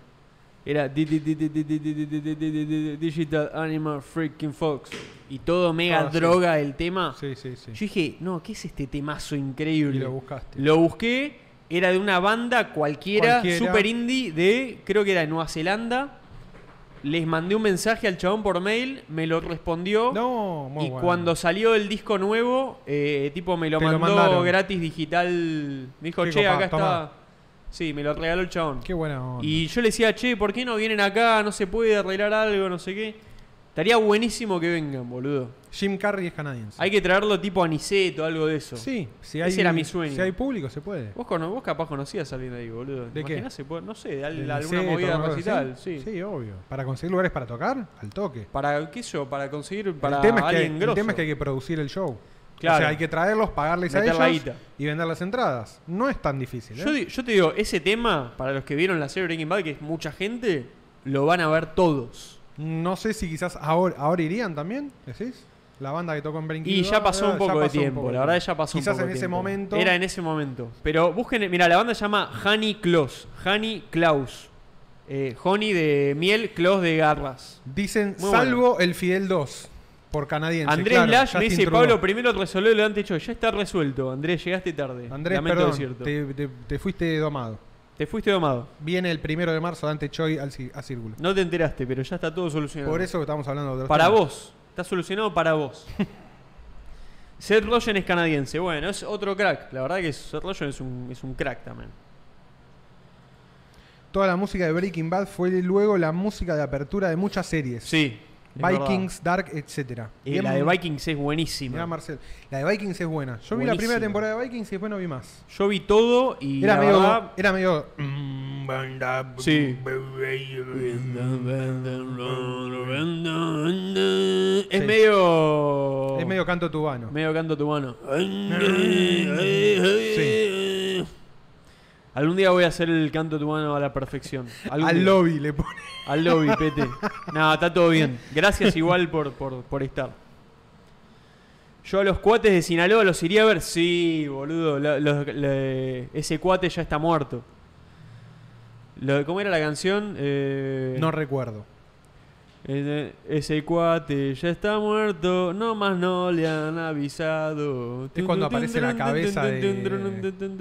A: Era di- di- di- di- di- di- di- di- di- di- di- di- di- Digital Animal Freaking Fox. Y todo mega
B: Ah, sí.
A: droga el tema.
B: Sí, sí, sí.
A: Yo dije, no, ¿qué es este temazo
B: Y
A: increíble?
B: lo buscaste.
A: Lo busqué, era de una banda cualquiera,
B: Cualquiera.
A: super indie, de, creo que era de Nueva Zelanda. Les mandé un mensaje al chabón por mail, me lo respondió.
B: No, muy
A: y
B: bueno.
A: cuando salió el disco nuevo, eh, tipo me lo
B: Te lo
A: mandó
B: mandaron.
A: gratis digital. Me dijo,
B: Qué
A: che,
B: copado,
A: acá
B: tomá".
A: está. Sí, me lo regaló el chabón.
B: Qué buena onda.
A: Y yo le decía, che, ¿por qué no vienen acá? No se puede arreglar algo, no sé qué. Estaría buenísimo que vengan, boludo.
B: Jim Carrey es canadiense.
A: Hay que traerlo tipo Aniceto, algo de eso.
B: Sí, si hay,
A: Ese era mi sueño.
B: Si hay público, se puede.
A: Vos, cono- vos capaz conocías a alguien de ahí, boludo.
B: ¿De qué?
A: Imaginás si po- No sé, de al-
B: Del
A: alguna
B: Niceto,
A: movida
B: alguna cosa
A: recital,
B: así.
A: sí.
B: Sí, obvio. Para conseguir lugares para tocar, al toque.
A: Para, qué sé yo, para conseguir para
B: el, tema es que,
A: alguien
B: hay- el
A: grosso.
B: tema es que hay que producir el show.
A: Claro.
B: O sea, hay que traerlos, pagarles
A: Meter
B: a
A: la
B: ellos
A: guita.
B: y vender las entradas. No es tan difícil. ¿eh?
A: yo, di- yo te digo, ese tema, para los que vieron la serie Breaking Bad, que es mucha gente, lo van a ver todos.
B: No sé si quizás ahora, ahora irían también, ¿decís? La banda que tocó en Breaking
A: Y
B: Bad,
A: ya pasó
B: ah,
A: un poco de
B: pasó un
A: tiempo,
B: poco
A: la verdad ya pasó
B: Quizás
A: un poco
B: en
A: de
B: ese
A: tiempo.
B: momento.
A: Era en ese momento. Pero busquen, mira, la banda se llama Honey Claus. Honey Claus. Eh, honey de miel, Claus de garras.
B: Dicen,
A: Muy
B: salvo el Fidel 2, por canadiense.
A: Andrés
B: claro,
A: Lash me
B: Justin
A: dice,
B: Trudeau.
A: Pablo, primero resolvió lo antes dicho, ya está resuelto. Andrés, llegaste tarde.
B: Andrés,
A: Lamento
B: perdón,
A: decirte.
B: te, te- te fuiste domado.
A: Te fuiste domado.
B: Viene el primero de marzo Dante Choi al, ci- a Círculo.
A: No te enteraste, pero ya está todo solucionado.
B: Por eso estamos hablando de otros
A: Para
B: temas.
A: vos. Está solucionado para vos. Seth Rogen es canadiense. Bueno, es otro crack. La verdad que Seth Rogen es un, es un crack también.
B: Toda la música de Breaking Bad fue luego la música de apertura de muchas series.
A: Sí. es
B: Vikings, Dark, etc.
A: verdad. Eh, la de Vikings es buenísima.
B: Mirá, Marcel. La de Vikings es buena. Yo vi la
A: Buenísima.
B: primera temporada de Vikings y después no vi más.
A: Yo vi todo y
B: Era
A: la
B: medio.
A: verdad-
B: Era medio. mm,
A: Sí. Es
B: Sí.
A: medio...
B: Es medio canto tubano.
A: Medio canto tu mano.
B: Sí.
A: Algún día voy a hacer el canto tu mano a la perfección. Algún
B: Al
A: día.
B: lobby le pone.
A: Al lobby, Pete. Nada, está todo bien. Gracias igual por, por, por estar. Yo a los cuates de Sinaloa los iría a ver. Sí, boludo. la- los- la- ese cuate ya está muerto. Lo- ¿Cómo era la canción? Eh,
B: No recuerdo.
A: ese, ese cuate ya está muerto, nomás no le han avisado.
B: ¿Es cuando aparece la cabeza de-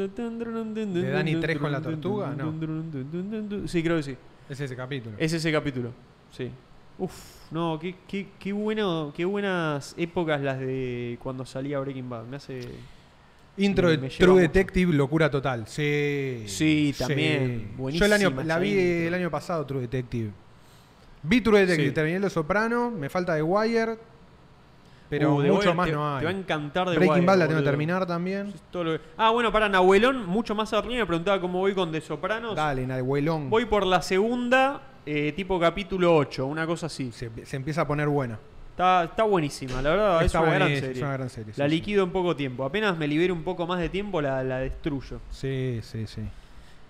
B: de Dani Trejo en la tortuga?
A: No. Sí, creo que sí.
B: Es ese capítulo.
A: Es ese capítulo, sí. Uf, no, qué, qué, qué bueno, qué buenas épocas las de cuando salía Breaking Bad. Me hace...
B: Intro
A: Me-
B: de
A: me lleva
B: True
A: mucho.
B: Detective, locura total. Sí.
A: Sí, también.
B: Yo el año-
A: Buenísima
B: la
A: esa
B: vi
A: intro.
B: el año pasado, True Detective. Vi True Detective,
A: Sí.
B: terminé Los Soprano, me falta The Wire, pero
A: Uh, The
B: mucho
A: Wire
B: más
A: te-
B: no hay.
A: Te va a encantar de
B: Breaking
A: Wire,
B: Bad la tengo que
A: boludo.
B: terminar también.
A: Todo lo que- Ah, bueno, para Nahuelón, mucho más arriba me preguntaba cómo voy con The Sopranos.
B: Dale, Nahuelón.
A: Voy por la segunda, eh, tipo capítulo 8, una cosa así.
B: Se, se empieza a poner buena.
A: Está, está buenísima, la verdad,
B: Está
A: Ah, es, una gran
B: buenísima,
A: serie.
B: es una gran serie,
A: La
B: sí,
A: liquido en poco tiempo. Apenas me libere un poco más de tiempo, la, la destruyo.
B: Sí, sí, sí.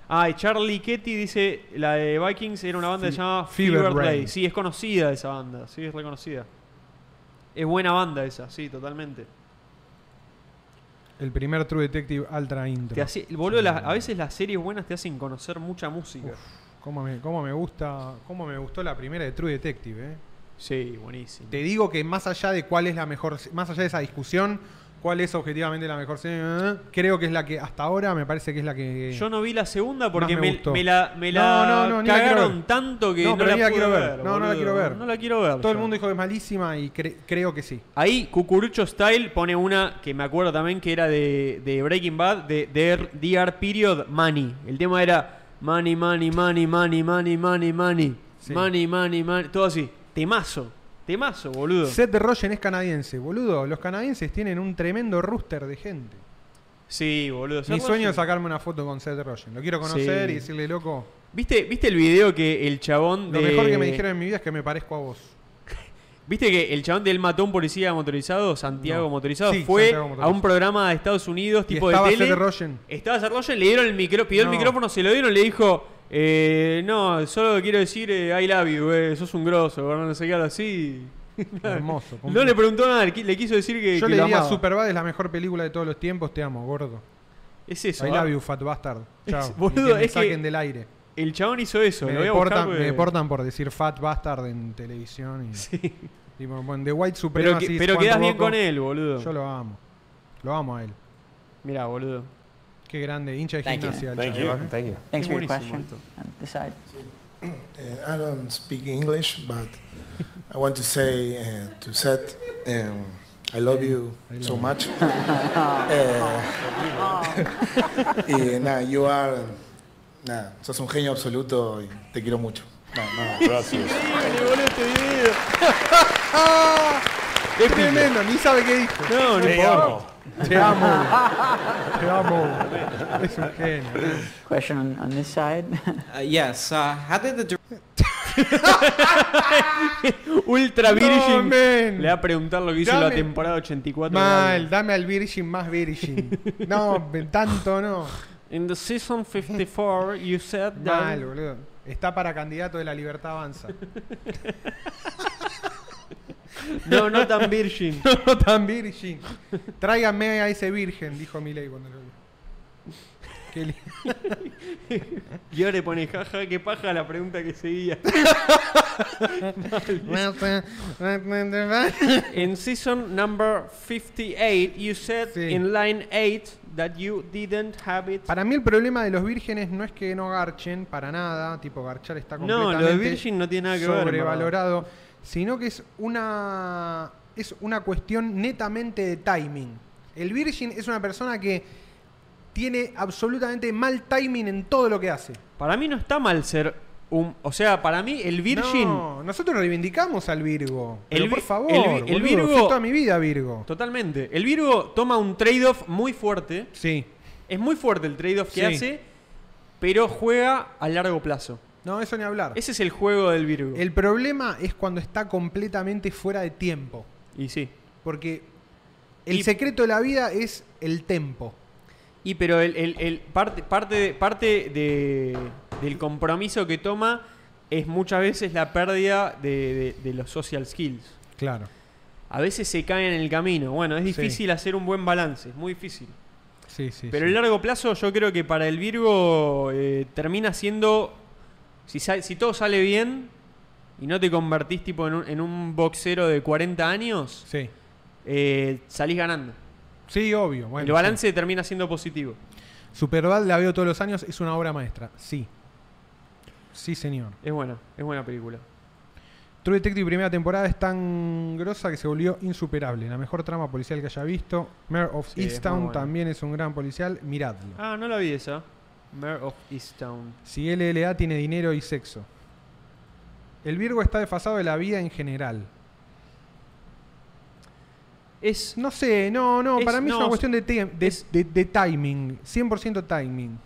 A: Ah, y Charlie Ketty dice, la de Vikings era una banda que se llamaba
B: Fever
A: Fever, Play.
B: Rain.
A: Sí, es conocida esa banda, sí, es reconocida. Es buena banda esa, sí, totalmente.
B: El primer True Detective Ultra Intro.
A: Te hace- boludo, las- a veces las series buenas te hacen conocer mucha música.
B: ¿Cómo, me, cómo me gusta, cómo me gustó la primera de True Detective, eh.
A: Sí, buenísimo.
B: Te digo que más allá de cuál es la mejor, se- más allá de esa discusión, cuál es objetivamente la mejor serie, eh, creo que es la que hasta ahora me parece que es la que
A: Yo no vi la segunda porque
B: Más me
A: me,
B: gustó.
A: me la, me
B: No,
A: la
B: no, no, ni la quiero
A: cagaron
B: ver.
A: tanto que
B: No,
A: no,
B: pero
A: la,
B: ni la
A: pude
B: quiero ver.
A: ver.
B: No, no la
A: boludo.
B: quiero ver.
A: No la quiero ver.
B: todo el
A: yo.
B: mundo dijo que es malísima y cre- creo que sí.
A: Ahí, Cucurucho Style pone una que me acuerdo también que era de, de Breaking Bad, de, de R- DR Period Money. El tema era Money, Money, Money, Money, Money, Money, Money.
B: Sí.
A: Money, Money, Money. Todo así. Temazo. Temazo, boludo.
B: Seth Rogen es canadiense, boludo. Los canadienses tienen un tremendo rooster de gente.
A: Sí, boludo.
B: Mi
A: Seth
B: sueño es
A: Rogen.
B: sacarme una foto con Seth Rogen. Lo quiero conocer
A: Sí.
B: y decirle, loco,
A: ¿Viste, ¿Viste el video que el chabón
B: lo
A: de-
B: mejor que me dijeron en mi vida es que me parezco a vos.
A: ¿Viste que el chabón del mató a un policía motorizado, Santiago
B: No.
A: Motorizado,
B: Sí,
A: fue
B: Santiago Motorizado.
A: a un programa de Estados Unidos,
B: Y
A: tipo de
B: estaba
A: tele?
B: Seth Rogen.
A: Estaba Seth Rogen, le dieron el micro, pidió
B: No.
A: el micrófono, se lo dieron, le dijo, eh, no, solo quiero decir, eh, I love you, eh, sos un grosso, ¿verdad? no sé qué, algo así.
B: Hermoso.
A: No le preguntó nada, le qui- le quiso decir que,
B: Yo
A: que
B: le
A: lo
B: diría,
A: amaba.
B: Superbad es la mejor película de todos los tiempos, te amo, gordo.
A: Es eso.
B: I
A: ah.
B: love you, fat bastard.
A: Es-
B: Chao. Y
A: boludo,
B: que me
A: es que-
B: saquen del aire.
A: El chabón hizo eso,
B: Me
A: lo voy a
B: deportan,
A: buscar,
B: me
A: porque-
B: deportan por decir fat bastard en televisión. Y,
A: Sí.
B: tipo, bueno, The White
A: Pero, que-
B: Supremacy.
A: pero
B: Juan
A: quedás bien
B: Rocco,
A: con él, boludo.
B: Yo lo amo. Lo amo a él.
A: Mirá, boludo.
B: Qué grande, hincha de
I: Thank you.
B: gimnasia. el
J: Thank
B: chabón,
J: you.
B: ¿eh?
J: Thank you.
I: Thanks
A: Es
I: for your
A: buenísimo
I: question.
A: esto.
I: On the side.
G: Uh, I don't speak English, but I want to say uh, to Seth, um, I love you so much. Uh, Eh, y nada, you are, nada, sos un genio absoluto y te quiero mucho. Nah, nada.
J: Gracias.
A: Increíble, boludo, este video.
B: Es tremendo, ni sabe qué dijo.
A: No, no
J: Te amo.
B: Te amo. Te amo. Es un genio.
I: Question on, on this side.
K: Uh, yes. Uh, how did the
A: Ultra Virgin.
B: men.
A: Le va a preguntar lo que hizo
B: Dame-
A: la temporada 84. de
B: Mal,
A: Gandhi.
B: dame al virgin más virgin. No, me- tanto no.
A: In the season 54, you said that.
B: Mal, boludo. Está para candidato de la libertad avanza.
A: No, no tan virgin.
B: No tan virgin. Tráiganme a ese virgen, dijo Milei cuando lo vio. Qué li-
A: Y ahora le pone jaja, qué paja la pregunta que seguía. In season number 58, you said
B: Sí.
A: in line 8 that you didn't have it.
B: Para mí el problema de los vírgenes no es que no garchen para nada, tipo garchar está
A: No,
B: completamente
A: lo de virgin no tiene nada que ver. en verdad.
B: sobrevalorado, sino que es una es una cuestión netamente de timing. El virgin es una persona que tiene absolutamente mal timing en todo lo que hace.
A: Para mí no está mal ser un... O sea, para mí el virgin...
B: No, nosotros reivindicamos al Virgo.
A: El
B: Pero por
A: vi-
B: favor,
A: el vi- el
B: boludo,
A: Virgo-
B: fui toda mi vida Virgo.
A: Totalmente. El Virgo toma un trade-off muy fuerte.
B: Sí.
A: Es muy fuerte el trade-off que
B: Sí.
A: hace, pero juega a largo plazo.
B: No, eso ni hablar.
A: Ese es el juego del Virgo.
B: El problema es cuando está completamente fuera de tiempo.
A: Y sí.
B: Porque el
A: Y-
B: secreto de la vida es el tempo.
A: Y pero el, el- el parte, parte, de- parte de- del compromiso que toma es muchas veces la pérdida de, de- de los social skills.
B: Claro.
A: A veces se caen en el camino. Bueno, es difícil hacer un buen balance, es muy difícil.
B: Sí, sí.
A: Pero el largo plazo yo creo que para el Virgo eh, termina siendo, si, sa- si todo sale bien y no te convertís tipo en un, en un boxero de 40 años,
B: Sí.
A: eh, salís ganando.
B: Sí, obvio. Bueno,
A: el balance termina siendo positivo.
B: sí. Superbad la veo todos los años, es una obra maestra. Sí. Sí, señor.
A: Es buena, es buena película.
B: True Detective primera temporada es tan grosa que se volvió insuperable. La mejor trama policial que haya visto. Mayor of
A: Sí, es muy
B: Easttown
A: buena.
B: también es un gran policial. Miradlo.
A: Ah, no la vi esa. Mayor of Easttown.
B: Si LLA tiene dinero y sexo. El Virgo está desfasado de la vida en general.
A: Es.
B: No sé, no, no,
A: Es-
B: para mí
A: no,
B: es una cuestión de, te- de-
A: es-
B: de- de timing. 100% timing.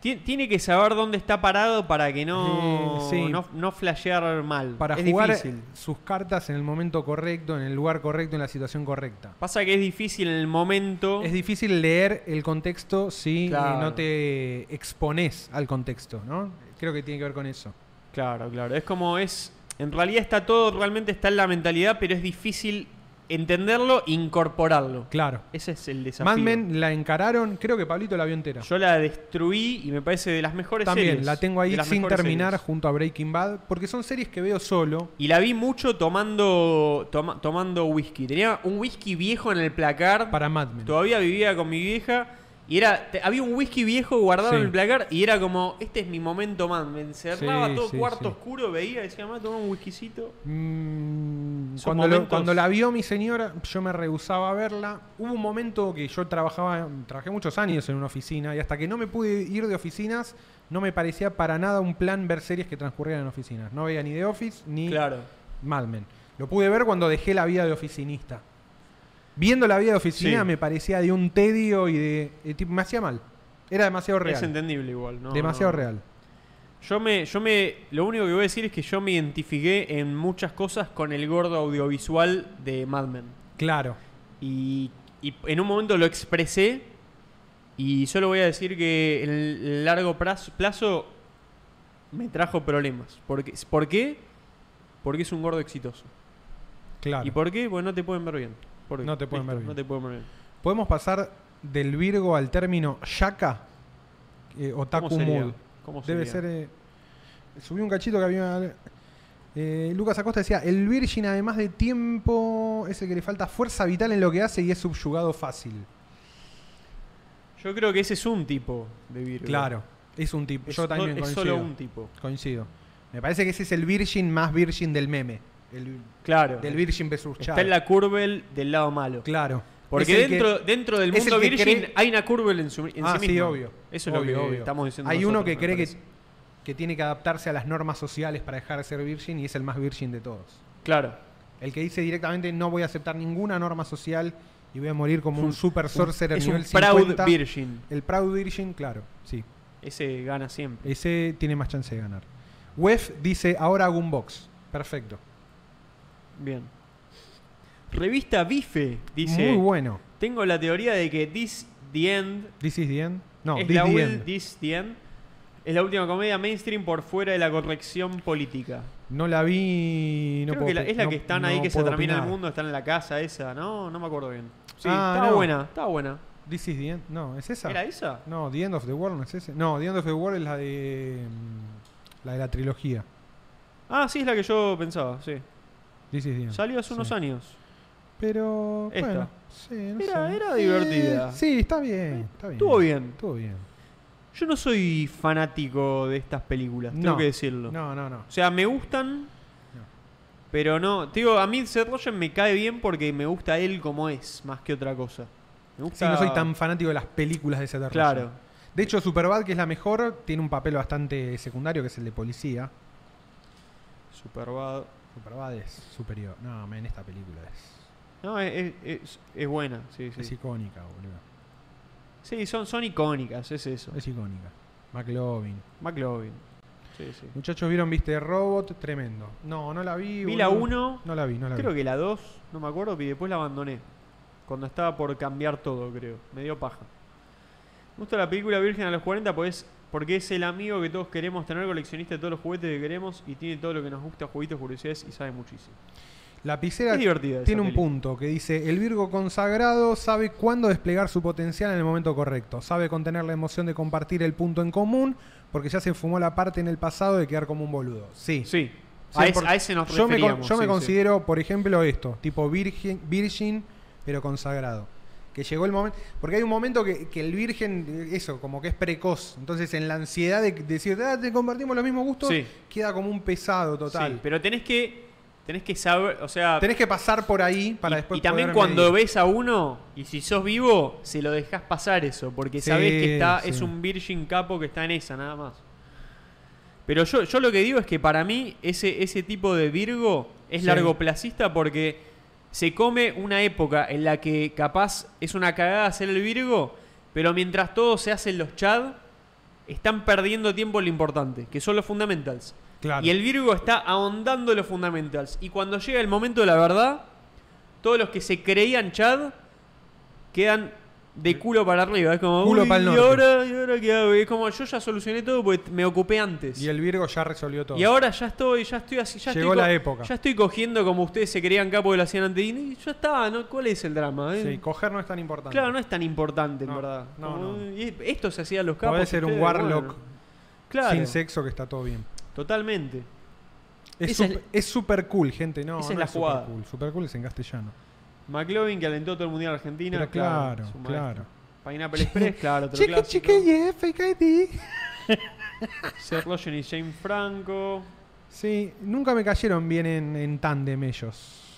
A: Ti- Tiene que saber dónde está parado para que no,
B: Eh, sí.
A: no, no flashear mal.
B: Para
A: es
B: jugar
A: difícil.
B: sus cartas en el momento correcto, en el lugar correcto, en la situación correcta.
A: Pasa que es difícil en el momento.
B: Es difícil leer el contexto si eh,
A: Claro.
B: no te expones al contexto, ¿no? Creo que tiene que ver con eso.
A: Claro, claro. Es como es. En realidad está todo, realmente está en la mentalidad, pero es difícil entenderlo e incorporarlo.
B: Claro.
A: Ese es el desafío.
B: Mad Men la encararon, creo que Pablito la vio entera.
A: Yo la destruí y me parece de las mejores
B: También
A: series.
B: la tengo ahí
A: De las
B: sin
A: mejores
B: terminar
A: series.
B: junto a Breaking Bad, porque son series que veo solo.
A: Y la vi mucho tomando toma- tomando whisky. Tenía un whisky viejo en el placar.
B: Para Mad Men.
A: Todavía vivía con mi vieja. Y era, te- había un whisky viejo guardado
B: Sí.
A: en el placar y era como, este es mi momento, man. Me encerraba
B: Sí,
A: todo
B: sí,
A: cuarto
B: sí.
A: oscuro, veía, decía, mamá, toma un whiskycito.
B: Mm,
A: Son
B: cuando, lo-
A: momentos-
B: cuando la vio mi señora, yo me rehusaba a verla. Hubo un momento que yo trabajaba, trabajé muchos años en una oficina y hasta que no me pude ir de oficinas, no me parecía para nada un plan ver series que transcurrieran en oficinas. No veía ni The Office ni
A: Claro.
B: Mad Men. Lo pude ver cuando dejé la vida de oficinista. Viendo la vida de oficina
A: Sí.
B: me parecía de un tedio y de, de tipo, me hacía mal. Era demasiado
A: Es
B: real.
A: entendible igual, ¿no?
B: demasiado
A: no.
B: real.
A: Yo me, yo me. Lo único que voy a decir es que yo me identifiqué en muchas cosas con el gordo audiovisual de Mad Men.
B: Claro.
A: Y, y en un momento lo expresé. Y solo voy a decir que en el largo plazo, plazo me trajo problemas. Porque, ¿Por qué? Porque es un gordo exitoso.
B: Claro.
A: ¿Y por qué? Pues no te pueden ver bien. ¿Por qué?
B: No te pueden ver bien.
A: No te pueden ver bien.
B: ¿Podemos pasar del Virgo al término Shaka? Eh, otaku
A: ¿Cómo sería?
B: Mood.
A: ¿Cómo
B: Debe
A: sería?
B: ser. eh, subí un cachito que había. eh, Lucas Acosta decía: El Virgin, además de tiempo, es el que le falta fuerza vital en lo que hace y es subyugado fácil.
A: Yo creo que ese es un tipo de virgo.
B: Claro, es un tipo.
A: Es
B: Yo
A: so-
B: también
A: es
B: coincido.
A: solo un tipo.
B: Coincido. Me parece que ese es el Virgin más Virgin del meme. El,
A: Claro.
B: del Virgin Besurchado.
A: Está en la curvel del lado malo.
B: Claro.
A: Porque
B: Es el que-
A: dentro, dentro del
B: es
A: mundo
B: el que
A: virgin
B: cree-
A: hay una curvel en, su, en
B: ah,
A: sí
B: sí,
A: misma.
B: obvio.
A: Eso es
B: Obvio,
A: lo que
B: obvio.
A: estamos diciendo.
B: Hay uno
A: nosotros,
B: que
A: me
B: cree que,
A: parece.
B: que tiene que adaptarse a las normas sociales para dejar de ser virgin y es el más virgin de todos.
A: Claro.
B: El que dice directamente no voy a aceptar ninguna norma social y voy a morir como un, super sorcerer
A: es un
B: nivel
A: proud
B: 50.
A: virgin.
B: El proud virgin, claro, sí.
A: Ese gana siempre.
B: Ese tiene más chance de ganar. Wef dice, ahora hago un box. Perfecto.
A: Bien. Revista Bife dice:
B: Muy bueno.
A: Tengo la teoría de que This the End
B: This is the end. No,
A: es
B: this
A: la
B: the
A: ul-
B: end.
A: This the End. Es la última comedia mainstream por fuera de la corrección política.
B: No la vi. No
A: Creo
B: puedo
A: que la-
B: opi-
A: es la
B: no-
A: que están
B: no
A: ahí que se
B: puedo
A: termina el
B: opinar.
A: mundo, están en la casa esa, ¿no? No me acuerdo bien. Sí,
B: Ah,
A: estaba
B: no.
A: buena, estaba buena.
B: This is the end. No, ¿es esa?
A: ¿Era esa?
B: No, The End of the World no es ese. No, The End of the World es la de. mm, La de la trilogía.
A: Ah, sí, es la que yo pensaba, sí.
B: This is the End.
A: Salió hace unos
B: Sí.
A: años.
B: Pero.
A: Esta.
B: Bueno, sí, no
A: Era-
B: sé.
A: era divertida.
B: Eh, sí, está bien. Está bien.
A: Estuvo bien.
B: Estuvo bien.
A: Yo no soy fanático de estas películas, tengo
B: No.
A: que decirlo.
B: No, no, no.
A: O sea, me gustan, pero no. Te digo, a mí Seth Rogen me cae bien porque me gusta él como es, más que otra cosa. Me
B: Sí,
A: gusta...
B: no soy tan fanático de las películas de Seth
A: Claro.
B: Rogen. De hecho, Superbad, que es la mejor, tiene un papel bastante secundario, que es el de policía.
A: Superbad.
B: Superbad es superior. No, men, esta película es,
A: No, es, es- es- es buena, sí,
B: es
A: sí.
B: icónica, boludo.
A: Sí, son, son icónicas, es eso.
B: Es icónica. McLovin.
A: McLovin. Sí, sí.
B: Muchachos, ¿vieron Viste Robot? Tremendo. No, no la vi.
A: Vi la
B: boludo.
A: 1,
B: No la vi, no la
A: creo
B: vi.
A: que la 2, no me acuerdo, y después la abandoné. Cuando estaba por cambiar todo, creo. Me dio paja. Me gusta la película Virgen a los 40 pues, porque es el amigo que todos queremos tener, coleccionista de todos los juguetes que queremos y tiene todo lo que nos gusta, juguitos, curiosidades y sabe muchísimo.
B: Lapicera
A: es divertida esa
B: tiene un
A: peli.
B: punto que dice, el Virgo consagrado sabe cuándo desplegar su potencial en el momento correcto, sabe contener la emoción de compartir el punto en común, porque ya se fumó la parte en el pasado de quedar como un boludo. Sí.
A: Sí, a, es-
B: 100%.
A: a ese nos
B: yo me, con-
A: referíamos.
B: yo
A: sí,
B: me
A: sí.
B: considero, por ejemplo, esto, tipo virgin, virgin, pero consagrado. que llegó el momento. Porque hay un momento que, que el virgen, eh, eso, como que es precoz. Entonces, en la ansiedad de decir, "Ah, te compartimos los mismos gustos,
A: Sí.
B: queda como un pesado total.
A: Sí, pero tenés que, tenés que saber, o sea...
B: Tenés que pasar por ahí para
A: y,
B: después
A: y también
B: poder
A: cuando
B: medir.
A: ves a uno, y si sos vivo, se lo dejás pasar eso, porque
B: Sí,
A: sabés que está,
B: sí.
A: es un virgin capo que está en esa, nada más. Pero yo, yo lo que digo es que para mí ese, ese tipo de Virgo es
B: Sí.
A: largoplacista porque se come una época en la que capaz es una cagada ser el Virgo, pero mientras todos se hacen los Chad, están perdiendo tiempo en lo importante, que son los fundamentals.
B: Claro.
A: Y el Virgo está ahondando los fundamentals. Y cuando llega el momento de la verdad, todos los que se creían Chad quedan de culo para arriba. Es como,
B: Culo
A: "Uy,
B: pa'l
A: ¿y
B: norte".
A: ahora, ¿y ahora qué hago? Y es como, yo ya solucioné todo porque me ocupé antes.
B: Y el Virgo ya resolvió todo.
A: Y ahora ya estoy, ya estoy así, ya
B: Llegó
A: estoy co-
B: la época.
A: Ya estoy cogiendo como ustedes se creían capo de la hacían antes y ya está, ¿no? ¿Cuál es el drama? eh?
B: Sí, coger no es tan importante.
A: claro, no es tan importante, en
B: No,
A: verdad.
B: no,
A: Como, eh,
B: no.
A: "Y Esto se hacía a los capos.
B: Puede ser un
A: ustedes, bueno".
B: warlock
A: Claro.
B: sin sexo que está todo bien.
A: Totalmente.
B: Es
A: Esa es
B: sup- es super cool, gente. No,
A: esa es
B: no
A: la
B: super
A: jugada.
B: cool. Super cool es en castellano.
A: McLovin que alentó todo el mundial argentino.
B: Pero claro,
A: es un maestro.
B: claro.
A: Pineapple Express, claro, otro
B: Chiqui,
A: clásico.
B: chiqui, yeah, fake ID.
A: Seth Rogen y James Franco.
B: Sí, nunca me cayeron bien en, en tándem ellos.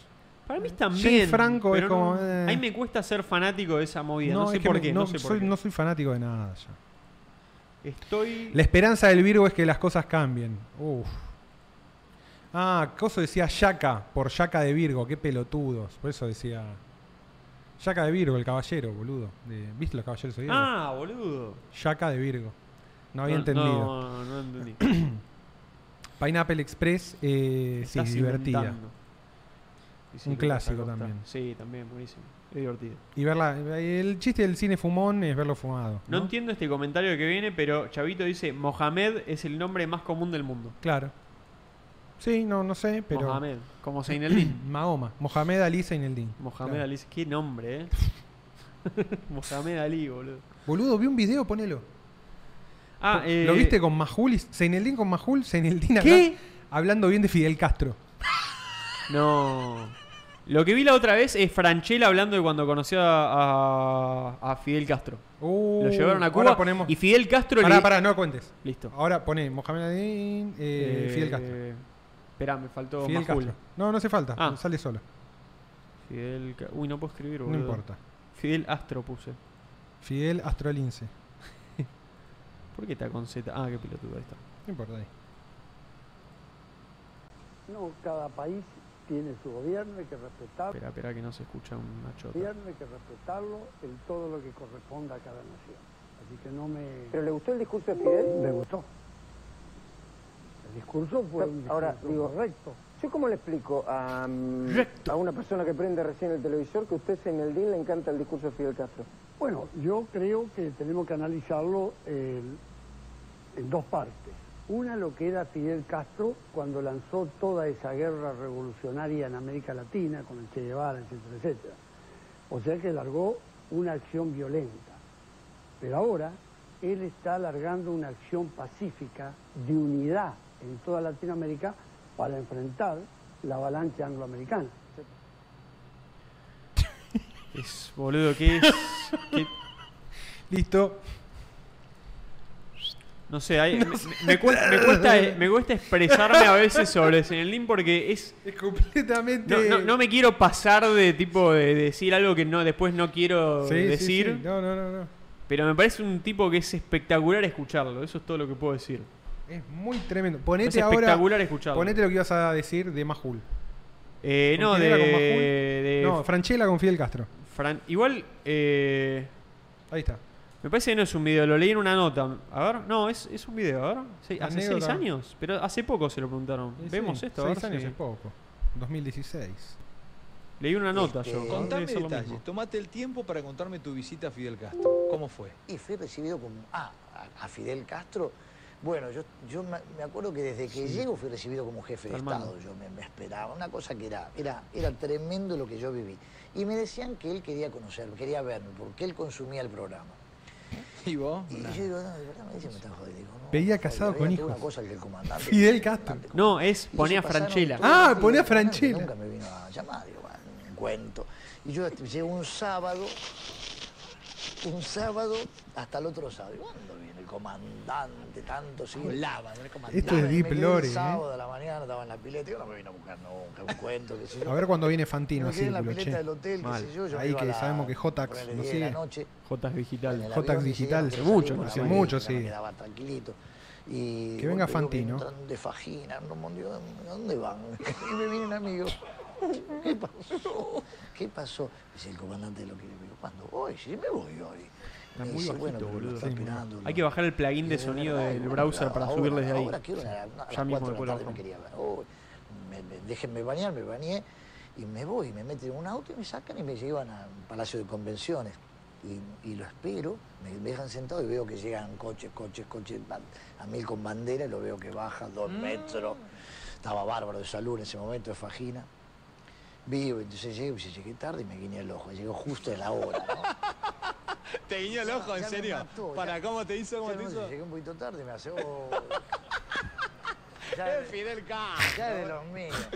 A: Para mí también.
B: James Franco es
A: pero
B: como,
A: no-
B: eh.
A: A mí me cuesta ser fanático de esa movida. No, sé
B: es que
A: por
B: me-
A: qué. No,
B: No,
A: sé por
B: soy,
A: qué.
B: no soy fanático de nada ya.
A: Estoy.
B: La esperanza del Virgo es que las cosas cambien. Uf. Ah, Coso decía Yaka, por Yaka de Virgo, qué pelotudos. Por eso decía. Yaka de Virgo, el caballero, boludo. De- ¿Viste los caballeros de
A: Ah, boludo.
B: Yaka de Virgo. No había
A: No,
B: entendido.
A: No, no entendí.
B: Pineapple Express, eh, sí,
A: Estás
B: divertida.
A: inventando. Y sí,
B: Un
A: lo
B: clásico
A: saco, está.
B: también.
A: Sí, también, buenísimo. Es divertido.
B: Y verla, el chiste del cine fumón es verlo fumado.
A: No,
B: ¿no?
A: entiendo este comentario que viene, pero Chavito dice: Mohamed es el nombre más común del mundo.
B: Claro. Sí, no, no sé, pero.
A: Mohamed, como Seineldin.
B: Mahoma. Mohamed Ali Zaineldin.
A: Mohamed
B: Claro.
A: Ali, qué nombre, eh. Mohamed Ali, boludo.
B: Boludo, vi un video, ponelo.
A: Ah, eh,
B: ¿Lo viste con Majul? y- Zaineldin con Majul, Zaineldin
A: ¿Qué?
B: habla- hablando bien de Fidel Castro.
A: No. Lo que vi la otra vez es Franchella hablando de cuando conoció a, a- a Fidel Castro.
B: Uh,
A: Lo llevaron a
B: Ahora
A: Cuba
B: ponemos.
A: y Fidel Castro
B: Pará,
A: le-
B: pará, no cuentes.
A: Listo.
B: Ahora pone Mohamed Ali, eh,
A: Eh,
B: Fidel Castro.
A: Esperá, me faltó
B: Fidel
A: Majul.
B: Castro. No, no hace falta,
A: Ah.
B: sale solo.
A: Fidel Ca- Uy, no puedo escribir,
B: No
A: boludo.
B: importa.
A: Fidel Astro puse.
B: Fidel Astrolince.
A: ¿Por qué está con Z? Ah, qué pelotudo, ahí está.
B: No importa ahí.
J: No, cada país tiene su gobierno, hay que respetarlo,
A: Espera, espera que no se escucha una chota.
J: gobierno hay que respetarlo en todo lo que corresponda a cada nación. Así que no me...
L: ¿Pero le gustó el discurso de Fidel?
J: Me gustó. El discurso fue un discurso
L: Ahora, digo,
J: correcto.
L: ¿Yo cómo le explico a, mm, a una persona que prende recién el televisor que a usted en el DIN le encanta el discurso de Fidel Castro?
J: Bueno, yo creo que tenemos que analizarlo eh, en dos partes. Una, lo que era Fidel Castro cuando lanzó toda esa guerra revolucionaria en América Latina con el Che Guevara, etcétera, etcétera. O sea que largó una acción violenta. Pero ahora él está alargando una acción pacífica de unidad en toda Latinoamérica para enfrentar la avalancha angloamericana.
A: Es, boludo, ¿qué es? ¿Qué-
B: Listo.
A: No sé, hay- me, me cu- me cuesta, me cuesta expresarme a veces sobre Senelín porque es.
B: Es completamente.
A: No, no- no me quiero pasar de tipo de decir algo que no después no quiero
B: Sí, sí,
A: decir,
B: sí. No, no, no, no.
A: pero me parece un tipo que es espectacular escucharlo. Eso es todo lo que puedo decir.
B: Es muy tremendo. Ponete
A: Es
B: ahora.
A: espectacular escucharlo.
B: Ponete lo que ibas a decir de Majul.
A: Eh, no,
B: ¿Con
A: de,
B: quién era con Majul?
A: de
B: No, Franchella con Fidel Castro.
A: Fran- igual. eh,
B: Ahí está.
A: me parece que no es un video, lo leí en una nota. A ver, no, es, es un video, a ver. Sí, hace
B: Anécdota.
A: seis años, pero hace poco se lo preguntaron.
B: Sí,
A: Vemos
B: sí,
A: esto,
B: seis
A: a ver
B: años
A: si-
B: es poco. 2016.
A: Leí una nota yo. debe
M: Contame
A: ser lo
M: detalles.
A: mismo.
M: Tomate el tiempo para contarme tu visita a Fidel Castro. ¿Cómo fue?
N: Y fui recibido como, ah, a, a Fidel Castro. Bueno, yo, yo me me acuerdo que desde que llego fui recibido como jefe de
A: Armando.
N: Estado. Yo me, me esperaba, una cosa que era, era, era tremendo lo que yo viví. Y me decían que él quería conocerme, quería verme, porque él consumía el programa.
M: ¿Y vos?
N: Y yo digo, no, de verdad me dice, me estás jodiendo. Digo, no,
B: Veía
N: joder,
B: casado
N: había
B: con
N: tenido
B: hijos.
N: Una cosa que el comandante...
B: Fidel Castro.
A: No, es ponía
N: Y se pasaron
A: Franchella.
N: todo el
B: Ah,
N: día
B: ponía
N: con Fernández,
B: Franchella.
N: Nunca me vino a llamar, digo, bueno, un cuento. Y yo llego un sábado un sábado hasta el otro sábado. ¿Y cuándo viene el comandante? Tanto sigo lava del comandante.
B: Esto es
N: Me
B: Deep
N: quedé
B: Lore,
N: El
B: ¿eh?
N: sábado a la mañana estaba en la pileta. Yo no me vine a buscar nunca, un cuento, qué sé yo.
B: A ver cuando viene Fantino
N: Me
B: así.
N: quedé en la pileta del hotel, qué sé yo. yo me
B: Ahí
N: iba a
B: que
N: la-
B: sabemos que Jotax
N: ponele
B: no
N: 10 de la
B: sigue.
N: noche.
A: Jotax Digital.
B: Jotax Digital.
N: Hace
B: mucho, hace mucho,
N: Me
B: sí.
N: quedaba tranquilito. Y
B: Que venga
N: golpe, veo
B: Fantino.
N: entran de fajina, no mondio, ¿a dónde van? Y me vienen amigos. ¿Qué pasó? ¿Qué pasó? Dice el comandante de lo que le digo, ¿cuándo voy? Sí, me voy hoy.
A: Está
N: Me
A: muy
N: dice,
A: bajito,
N: bueno, pero lo
A: boludo.
N: está
A: Sí,
N: esperando,
A: Hay que bajar el plugin de
N: Es
A: sonido
N: verdad,
A: del
N: bueno,
A: browser
N: pero
A: para
N: ahora-
A: subirles de ahí.
N: Ahora quiero, a la- a las
A: Ya mismo
N: cuatro
A: después
N: de la
A: lo
N: tarde me
A: bajamos.
N: quería ver. Oh, me- me- déjenme bañar, me bañé y me voy, me meten en un auto y me sacan y me llevan al Palacio de Convenciones. Y, y lo espero, me dejan sentado y veo que llegan coches, coches, coches, van- a mil con bandera y lo veo que baja dos metros. Estaba bárbaro de salud en ese momento, de Fajina. Vivo, entonces llego, y llegué tarde y me guiñé el ojo, llegó justo en la hora.
M: Te guiñó el ojo, en serio. Para cómo te hizo, cómo te hizo.
N: Llegué un poquito tarde, me hace. oh. Ya,
M: Fidel
N: ya es de los míos.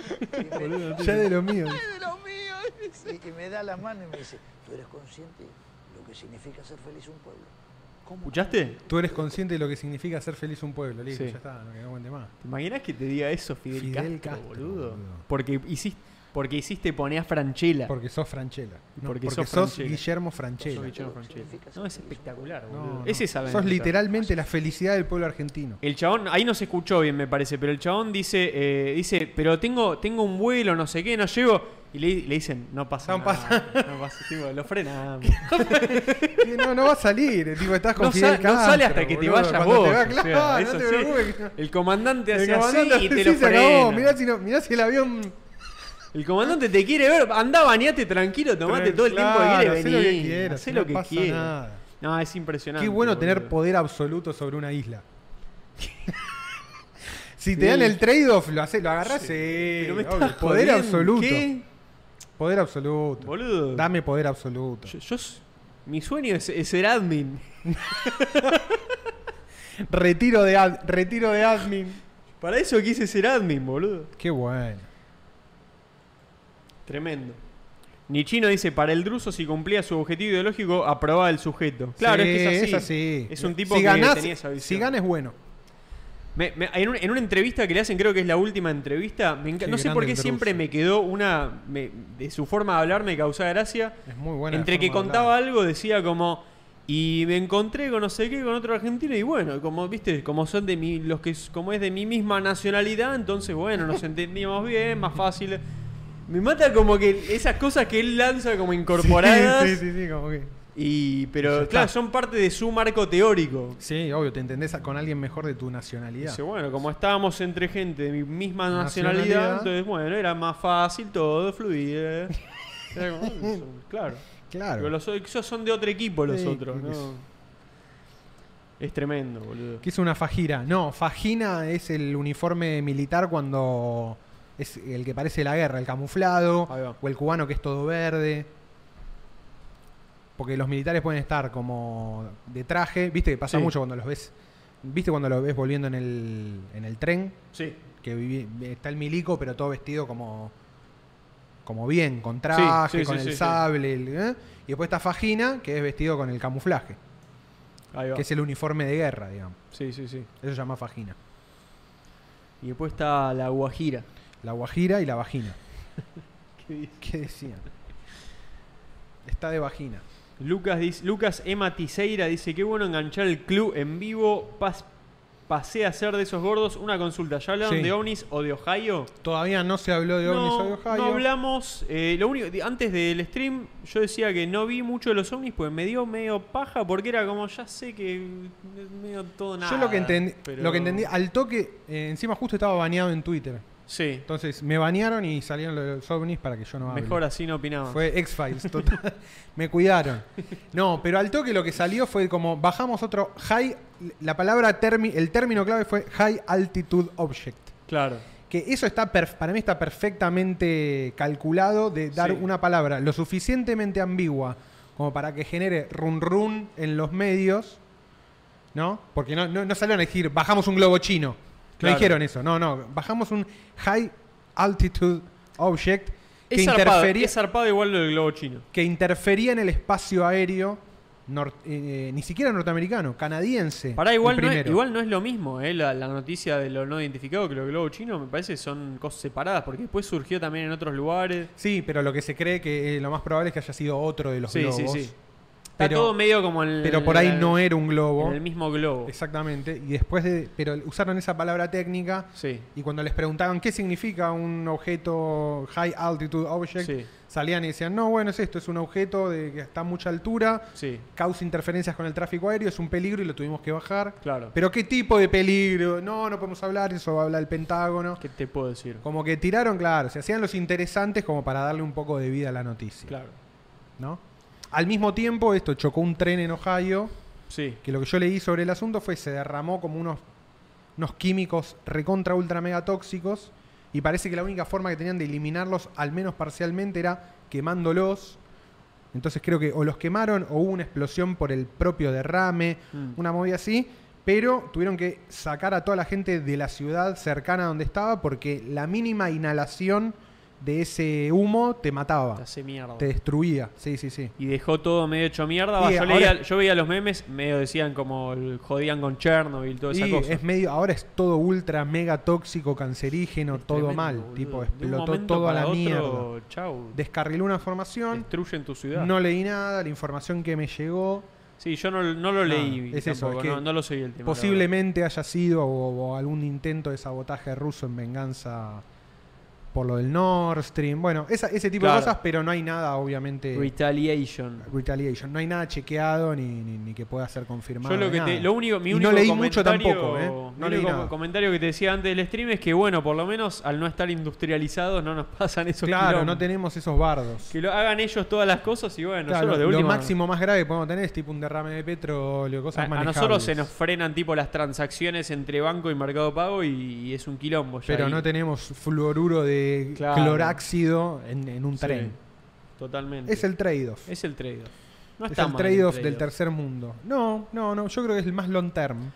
B: Ya de lo mío.
N: de los míos. Y, y me da la mano y me dice, ¿tú eres consciente lo que significa ser feliz un pueblo?
A: ¿Escuchaste?
B: Tú eres consciente de lo que significa ser feliz un pueblo, listo,
A: Sí.
B: ya está, no que no aguante más.
A: ¿Te imaginas que te diga eso Fidel,
B: Fidel
A: Castro,
B: Castro,
A: boludo? Porque hiciste, porque hiciste poner a Franchella.
B: Porque sos Franchella. No,
A: porque
B: porque,
A: sos
B: sos,
A: Franchella.
B: Guillermo
A: Sos
B: Franchella.
A: Guillermo Francella. No, es espectacular,
B: No,
A: boludo.
B: no.
A: Ese sabe
B: Sos
A: interpretar.
B: literalmente la felicidad del pueblo argentino.
A: El chabón, ahí no se escuchó bien, me parece, pero el chabón dice, eh, dice, pero tengo, tengo un vuelo, no sé qué, no llego. Y le, le dicen, no pasa nada. No pasa. tipo, lo frenan.
B: Que no, no va a salir, el tipo, estás con
A: No,
B: Fidel
A: sa- no sale hasta
B: Castro,
A: que te
B: boludo,
A: vayas
B: cuando
A: vos.
B: te va-
A: o sea,
B: claro, no
A: eso
B: te
A: sí.
B: preocupes.
A: El comandante
B: El
A: hace
B: comandante
A: así y te
B: sí,
A: lo
B: se acabó,
A: frena.
B: mirá si, no- mirá si el avión...
A: El comandante te quiere ver, anda, bañate tranquilo, tomate
B: Pero,
A: todo el
B: claro,
A: tiempo que
B: hacé
A: quiere
B: lo que
A: venir.
B: quieras,
A: hacé
B: no
A: lo que
B: pasa
A: quieras.
B: nada.
A: No, es impresionante.
B: Qué bueno tener
A: boludo.
B: poder absoluto sobre una isla. si te
A: Sí.
B: dan el trade-off, lo, haces, lo agarrás.
A: Sí.
B: sí,
A: Pero me
B: obvio.
A: estás
B: poder
A: jodiendo,
B: absoluto.
A: ¿qué?
B: Poder absoluto.
A: Boludo.
B: Dame poder absoluto.
A: Yo, yo s- mi sueño es, es ser admin.
B: Retiro de, ad- retiro de admin.
A: Para eso quise ser admin, boludo.
B: Qué bueno.
A: Tremendo. Nichino dice, para el druso si cumplía su objetivo ideológico, aprobaba el sujeto. Claro,
B: Sí,
A: es que es así.
B: así.
A: Es un tipo
B: Si
A: que
B: ganás-
A: tenía esa visión.
B: Si gana es bueno.
A: Me- me- en, un- en una entrevista que le hacen, creo que es la última entrevista, me enca-
B: Qué
A: no sé
B: grande
A: por qué
B: el Druso.
A: siempre me quedó una... me- de su forma de hablar me causaba gracia.
B: Es muy buena.
A: Entre
B: la
A: que
B: forma de
A: contaba algo decía como y me encontré con no sé qué con otro argentino y bueno, como viste, como son de mi los que s- como es de mi misma nacionalidad, entonces bueno, nos entendíamos bien, más fácil. Me mata como que esas cosas que él lanza como incorporadas
B: hablar. Sí, sí, sí, como que-
A: y pero
B: Ya
A: claro,
B: está.
A: son parte de su marco teórico.
B: Sí, obvio, te entendés con alguien mejor de tu nacionalidad.
A: Dice, bueno, como estábamos entre gente de mi misma nacionalidad,
B: Nacionalidad.
A: entonces bueno, era más fácil todo, fluir. ¿eh? Era como, bueno, son- claro.
B: Claro.
A: Pero los, esos son de otro equipo los
B: Sí,
A: otros,
B: creo que
A: ¿no? Es tremendo, boludo.
B: ¿Qué es una fajira? No, fajina es el uniforme militar cuando es el que parece la guerra, el camuflado, o el cubano que es todo verde. Porque los militares pueden estar como de traje, viste que pasa
A: Sí.
B: mucho cuando los ves, viste cuando los ves volviendo en el, en el tren,
A: Sí.
B: que vivi- eh, está el milico pero todo vestido como como bien, con traje,
A: sí,
B: con
A: sí,
B: el
A: sí, sí.
B: sable, el- ¿eh? y después está fajina que es vestido con el camuflaje,
A: Ahí va.
B: que es el uniforme de guerra, digamos.
A: Sí, sí, sí.
B: Eso se llama fajina.
A: Y después está la Guajira.
B: La guajira y la vagina.
A: ¿Qué dice?
B: ¿Qué decían? Está de vagina.
A: Lucas, dice- Lucas Emma Tiseira dice, qué bueno enganchar el club en vivo. Pas- pasé a ser de esos gordos. Una consulta, ¿ya hablaron
B: Sí.
A: de ovnis o de Ohio?
B: Todavía no se habló de ovnis
A: no,
B: o de Ohio.
A: no hablamos. eh, lo único, di- antes del stream, yo decía que no vi mucho de los ovnis, pues me dio medio paja, porque era como, ya sé que es medio todo nada.
B: Yo lo que entendí,
A: pero-
B: lo que entendí al toque, eh, encima justo estaba baneado en Twitter.
A: Sí.
B: Entonces me banearon y salieron los ovnis para que yo no hable.
A: Mejor así no opinaba.
B: Fue X-Files, total. me cuidaron. No, pero al toque lo que salió fue como bajamos otro high. La palabra termi, el término clave fue high altitude object.
A: Claro.
B: Que eso está perf- para mí está perfectamente calculado de dar
A: Sí.
B: una palabra lo suficientemente ambigua como para que genere run run en los medios, ¿no? Porque no, no, no salieron a decir bajamos un globo chino.
A: Claro.
B: No dijeron eso, no, no. Bajamos un high altitude object que
A: Es zarpado,
B: interfería
A: es zarpado igual lo del globo chino.
B: que interfería en el espacio aéreo nor- eh, ni siquiera norteamericano, canadiense.
A: Pará, igual
B: el
A: no, es,
B: primero.
A: igual no es lo mismo, eh, la, la noticia de lo no identificado que lo globo chino, me parece son cosas separadas, porque después surgió también en otros lugares.
B: Sí, pero lo que se cree que eh, lo más probable es que haya sido otro de los
A: Sí,
B: globos.
A: sí, sí. Está todo medio como en-
B: Pero por ahí
A: en-
B: no era un globo.
A: en el mismo globo.
B: Exactamente. Y después de. Pero usaron esa palabra técnica. Y cuando les preguntaban qué significa un objeto High Altitude Object,
A: Sí.
B: salían y decían: No, bueno, es esto, es un objeto de que está a mucha altura,
A: Sí.
B: causa interferencias con el tráfico aéreo, es un peligro y lo tuvimos que bajar.
A: Claro.
B: Pero qué tipo de peligro, no, no podemos hablar, eso va a hablar el Pentágono.
A: ¿Qué te puedo decir?
B: Como que tiraron, claro, se hacían los interesantes como para darle un poco de vida a la noticia.
A: Claro.
B: ¿No? Al mismo tiempo, esto chocó un tren en Ohio.
A: Sí.
B: Que lo que yo leí sobre el asunto fue se derramó como unos, unos químicos recontra ultra mega tóxicos. Y parece que la única forma que tenían de eliminarlos, al menos parcialmente, era quemándolos. Entonces creo que o los quemaron o hubo una explosión por el propio derrame,
A: Mm.
B: una movida así. Pero tuvieron que sacar a toda la gente de la ciudad cercana donde estaba porque la mínima inhalación de ese humo te mataba.
A: Te hace mierda.
B: Te destruía. Sí, sí, sí.
A: Y dejó todo medio hecho mierda. Va,
B: Y
A: yo,
B: ahora-
A: leía- yo veía los memes, medio decían como el- jodían con Chernobyl, toda esa
B: Y
A: cosa.
B: es medio, ahora es todo ultra, mega tóxico, cancerígeno, todo
A: Tremendo,
B: mal.
A: boludo.
B: Tipo,
A: De un
B: explotó
A: momento
B: todo a la
A: para
B: mierda.
A: otro, Chau.
B: Descarriló una formación.
A: Destruyen tu ciudad.
B: No leí nada, la información que me llegó.
A: Sí, yo no, no lo
B: nada.
A: leí.
B: Es eso,
A: tampoco,
B: es que
A: no, no lo seguí el tema. la
B: Posiblemente haya sido o, o algún intento de sabotaje ruso en venganza por lo del Nord Stream. Bueno, esa- ese tipo de
A: Claro.
B: cosas, pero no hay nada, obviamente.
A: Retaliation.
B: Retaliation. No hay nada chequeado ni, ni- ni que pueda ser confirmado.
A: Yo lo
B: ni
A: que te-
B: nada.
A: lo único, mi
B: Y
A: único
B: no leí mucho
A: comentario,
B: tampoco, ¿eh?
A: mi
B: No leí
A: único
B: nada.
A: comentario que te decía antes del stream es que bueno, por lo menos al no estar industrializados no nos pasan esos
B: Claro, no
A: quilombos.
B: tenemos esos bardos.
A: que lo hagan ellos todas las cosas y bueno,
B: Claro,
A: nosotros de
B: lo
A: última
B: máximo más grave que podemos tener es tipo un derrame de petróleo,
A: a,
B: cosas
A: a
B: manejables.
A: nosotros se nos frenan tipo las transacciones entre banco y mercado pago y, y es un quilombo ya
B: Pero
A: ahí.
B: no tenemos fluoruro de
A: Claro.
B: cloráxido en, en un
A: Sí,
B: tren.
A: Totalmente.
B: Es el trade-off.
A: Es el trade-off. No
B: es
A: está
B: el
A: mal el
B: trade-off
A: trade-off.
B: del tercer mundo. No, no, no. Yo creo que es el más long term.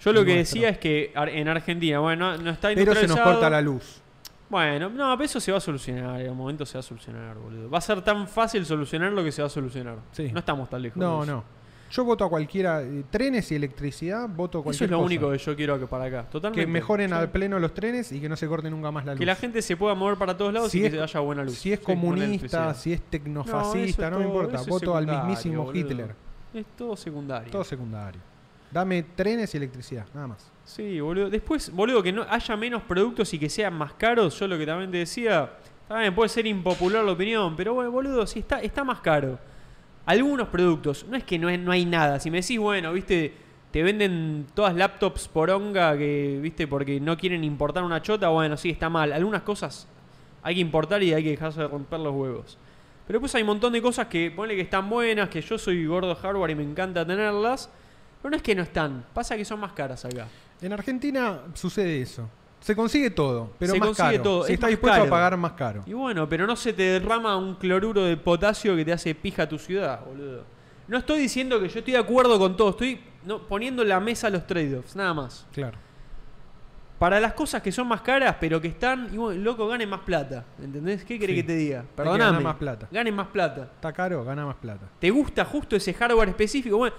A: Yo lo
B: El
A: que
B: nuestro.
A: decía es que ar- en Argentina, bueno, no, no está
B: Pero se nos
A: industrializado.
B: corta la luz.
A: Bueno, no, pero eso se va a solucionar. En algún momento se va a solucionar, boludo. Va a ser tan fácil solucionar lo que se va a solucionar.
B: Sí.
A: No estamos tan lejos.
B: No,
A: de eso.
B: no. Yo voto a cualquiera. eh, trenes y electricidad, voto a
A: Eso
B: cualquier
A: es lo
B: cosa.
A: único que yo quiero que para acá. Totalmente.
B: Que mejoren
A: Sí.
B: al pleno los trenes y que no se corte nunca más la luz.
A: Que la gente se pueda mover para todos lados
B: Si
A: y
B: es-
A: que haya buena luz.
B: Si es
A: Sí, buena
B: comunista,
A: electricidad.
B: si es
A: No, eso
B: tecnofascista,
A: es
B: no,
A: todo-
B: me importa.
A: eso es
B: Voto al
A: secundario,
B: mismísimo
A: boludo.
B: Hitler.
A: Es todo secundario.
B: Todo secundario. Dame trenes y electricidad, nada más.
A: Sí, boludo. Después, boludo, que no haya menos productos y que sean más caros. Yo lo que también te decía, también puede ser impopular la opinión, pero bueno, boludo, si está, está más caro. Algunos productos, no es que no, es- no hay nada. Si me decís, bueno, viste, te venden todas laptops por onga que, viste, porque no quieren importar una chota, bueno, sí, está mal. Algunas cosas hay que importar y hay que dejarse de romper los huevos. Pero después hay un montón de cosas que ponle que están buenas, que yo soy gordo hardware y me encanta tenerlas. Pero no es que no están, pasa que son más caras acá.
B: En Argentina sucede eso. Se consigue todo, pero
A: Se
B: más
A: consigue
B: caro.
A: todo,
B: Si
A: es
B: está
A: más
B: dispuesto
A: caro.
B: a pagar más caro.
A: Y bueno, pero no se te derrama un cloruro de potasio que te hace pija tu ciudad, boludo. No estoy diciendo que yo estoy de acuerdo con todo, estoy no, poniendo en la mesa los trade-offs, nada más.
B: Claro.
A: Para las cosas que son más caras, pero que están, y bueno, loco, gane más plata. ¿Entendés? ¿Qué querés
B: Sí.
A: que te diga?
B: Hay que ganar
A: Perdóname.
B: más plata.
A: Gane más plata.
B: Está caro, gana más plata.
A: ¿Te gusta justo ese hardware específico? Bueno,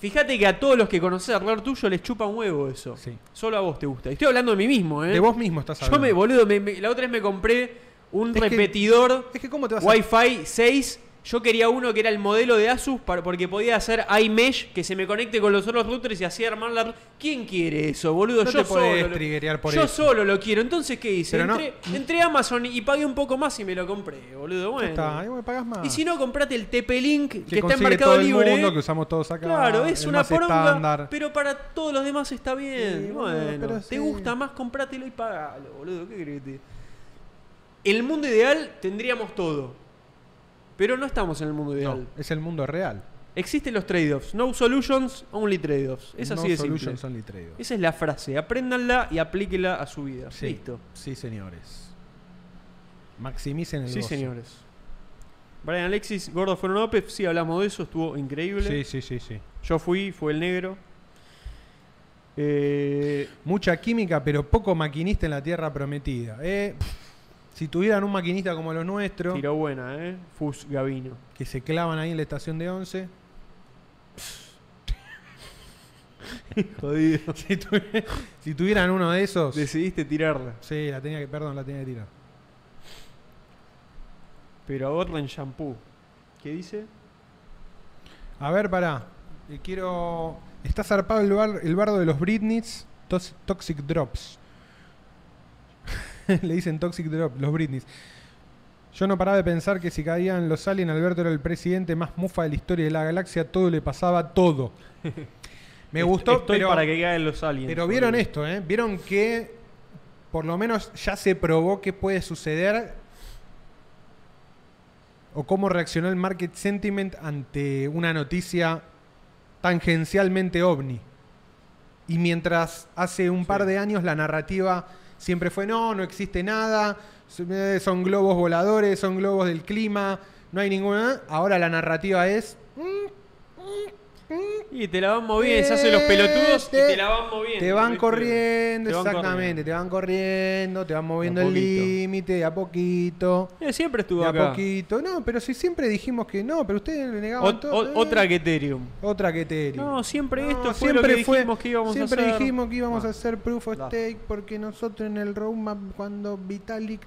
A: fíjate que a todos los que conoces alrededor tuyo les chupa un huevo eso. Solo a vos te gusta. Y Estoy hablando de mí mismo, ¿eh?
B: De vos mismo estás hablando.
A: Yo me, boludo, me- me- la otra vez me compré un
B: Es que-
A: repetidor
B: es que ¿cómo te vas a-
A: Wi-Fi 6. Yo quería uno que era el modelo de Asus para- porque podía hacer iMesh que se me conecte con los otros routers y así armar la... ¿Quién quiere eso, boludo?
B: No
A: yo
B: te podés
A: solo lo-
B: triggerear por
A: Yo
B: eso.
A: solo lo quiero. Entonces, ¿qué hice?
B: Pero no-
A: Entré, entré a Amazon y pagué un poco más y me lo compré, boludo.
B: Ya
A: Bueno.
B: está, ahí, bueno, pagás más.
A: Y si no, comprate el TP-Link que,
B: Que
A: está en
B: consigue
A: Mercado
B: todo el
A: Libre.
B: mundo, que usamos todos acá,
A: Claro, es
B: el
A: una
B: más
A: poronga,
B: estándar.
A: pero para todos los demás está bien.
B: Sí,
A: bueno,
B: boludo, pero
A: te
B: sí.
A: gusta más, comprátelo y pagalo, boludo. ¿Qué crees que te- El mundo ideal tendríamos todo. Pero no estamos en el mundo ideal.
B: Es el mundo real.
A: Existen los trade-offs. No solutions, only trade-offs. Es
B: No
A: así de
B: solutions,
A: simple.
B: only trade-offs.
A: Esa es la frase. Apréndanla y aplíquela a su vida.
B: Sí.
A: Listo.
B: Sí, señores. Maximicen el
A: Sí,
B: gozo.
A: señores. Brian Alexis, Gordo Fueron López, sí, hablamos de eso, estuvo increíble.
B: Sí, sí, sí, sí.
A: Yo fui, fue el negro. Eh,
B: Mucha química, pero poco maquinista en la tierra prometida. Eh, pff, si tuvieran un maquinista como los nuestros,
A: Tiró buena, ¿eh? Fus Gavino.
B: que se clavan ahí en la estación de 11,
A: Jodido.
B: Si, tuvi- si tuvieran uno de esos.
A: Decidiste tirarla.
B: Sí, la tenía que. Perdón, la tenía que tirar.
A: Pero ahorren shampoo. ¿Qué dice?
B: A ver, pará. Eh, Quiero. Está zarpado el, bar- el bardo de los Britneys. Tos- Toxic Drops. Le dicen Toxic Drop, los Britneys. Yo no paraba de pensar que si caían los aliens, Alberto era el presidente más mufa de la historia de la galaxia. Todo le pasaba todo. Me
A: Est-
B: gustó,
A: Estoy
B: pero-
A: para que caigan los aliens.
B: Pero vieron
A: boludo.
B: esto, ¿eh? Vieron que por lo menos ya se probó que puede suceder o cómo reaccionó el market sentiment ante una noticia tangencialmente ovni. Y mientras hace un par de años la narrativa siempre fue no, no existe nada, eh, son globos voladores, son globos del clima, no hay ninguna. Ahora la narrativa es "Mm,
A: Y te la van moviendo, se hacen los pelotudos y
B: Eh, te-
A: te la van moviendo.
B: Te van
A: ¿viste?
B: corriendo,
A: Te van
B: exactamente. Te van corriendo, te van moviendo
A: De a
B: el
A: poquito.
B: límite de a poquito.
A: Eh, siempre estuvo
B: de
A: acá.
B: a poquito. No, pero si siempre dijimos que no, pero ustedes le negaban
A: Ot-
B: todo.
A: o-
B: eh,
A: otra que Ethereum.
B: Otra que Ethereum.
A: No, siempre
B: No,
A: esto fue lo que dijimos que íbamos a
B: siempre
A: hacer.
B: dijimos que íbamos
A: Ah.
B: a hacer proof of
A: Da.
B: stake porque nosotros en el roadmap cuando Vitalik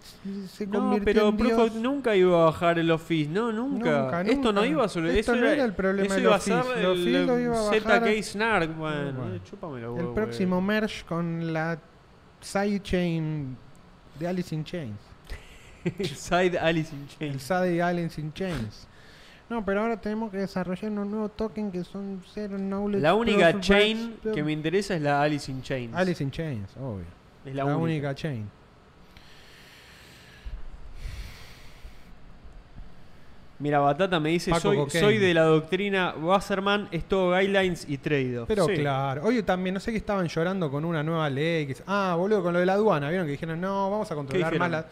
B: se
A: No,
B: convirtió
A: pero
B: en
A: Proof
B: Dios,
A: of- nunca iba a bajar el office, no, nunca.
B: Nunca,
A: Esto no
B: nunca.
A: iba a solo
B: Esto
A: eso
B: no era el problema
A: Eso
B: del
A: iba a
B: Office.
A: ser
B: El Office lo iba a bajar
A: ZK
B: a-
A: Snark. Bueno,
B: Bueno.
A: eh, chúpamelo,
B: el
A: huevo,
B: próximo merge con la sidechain de Alice in Chains.
A: eh. Side Alice in Chains.
B: El Sade Aliens in Chains. No, pero ahora tenemos que desarrollar unos nuevos tokens que son Zero Knowledge.
A: La única
B: Proof of
A: chain
B: Works,
A: que me interesa es la Alice in Chains.
B: Alice in Chains, obvio.
A: Es la
B: única.
A: única
B: chain.
A: Mira, Batata me dice,
B: Paco
A: soy,
B: Cocaine.
A: soy de la doctrina Wasserman, es todo guidelines y trade-off.
B: Pero
A: Sí.
B: claro, oye también, no sé qué estaban llorando con una nueva ley. Que, ah, boludo, con lo de la aduana. Vieron que dijeron, no, vamos a controlar más
A: dijeron?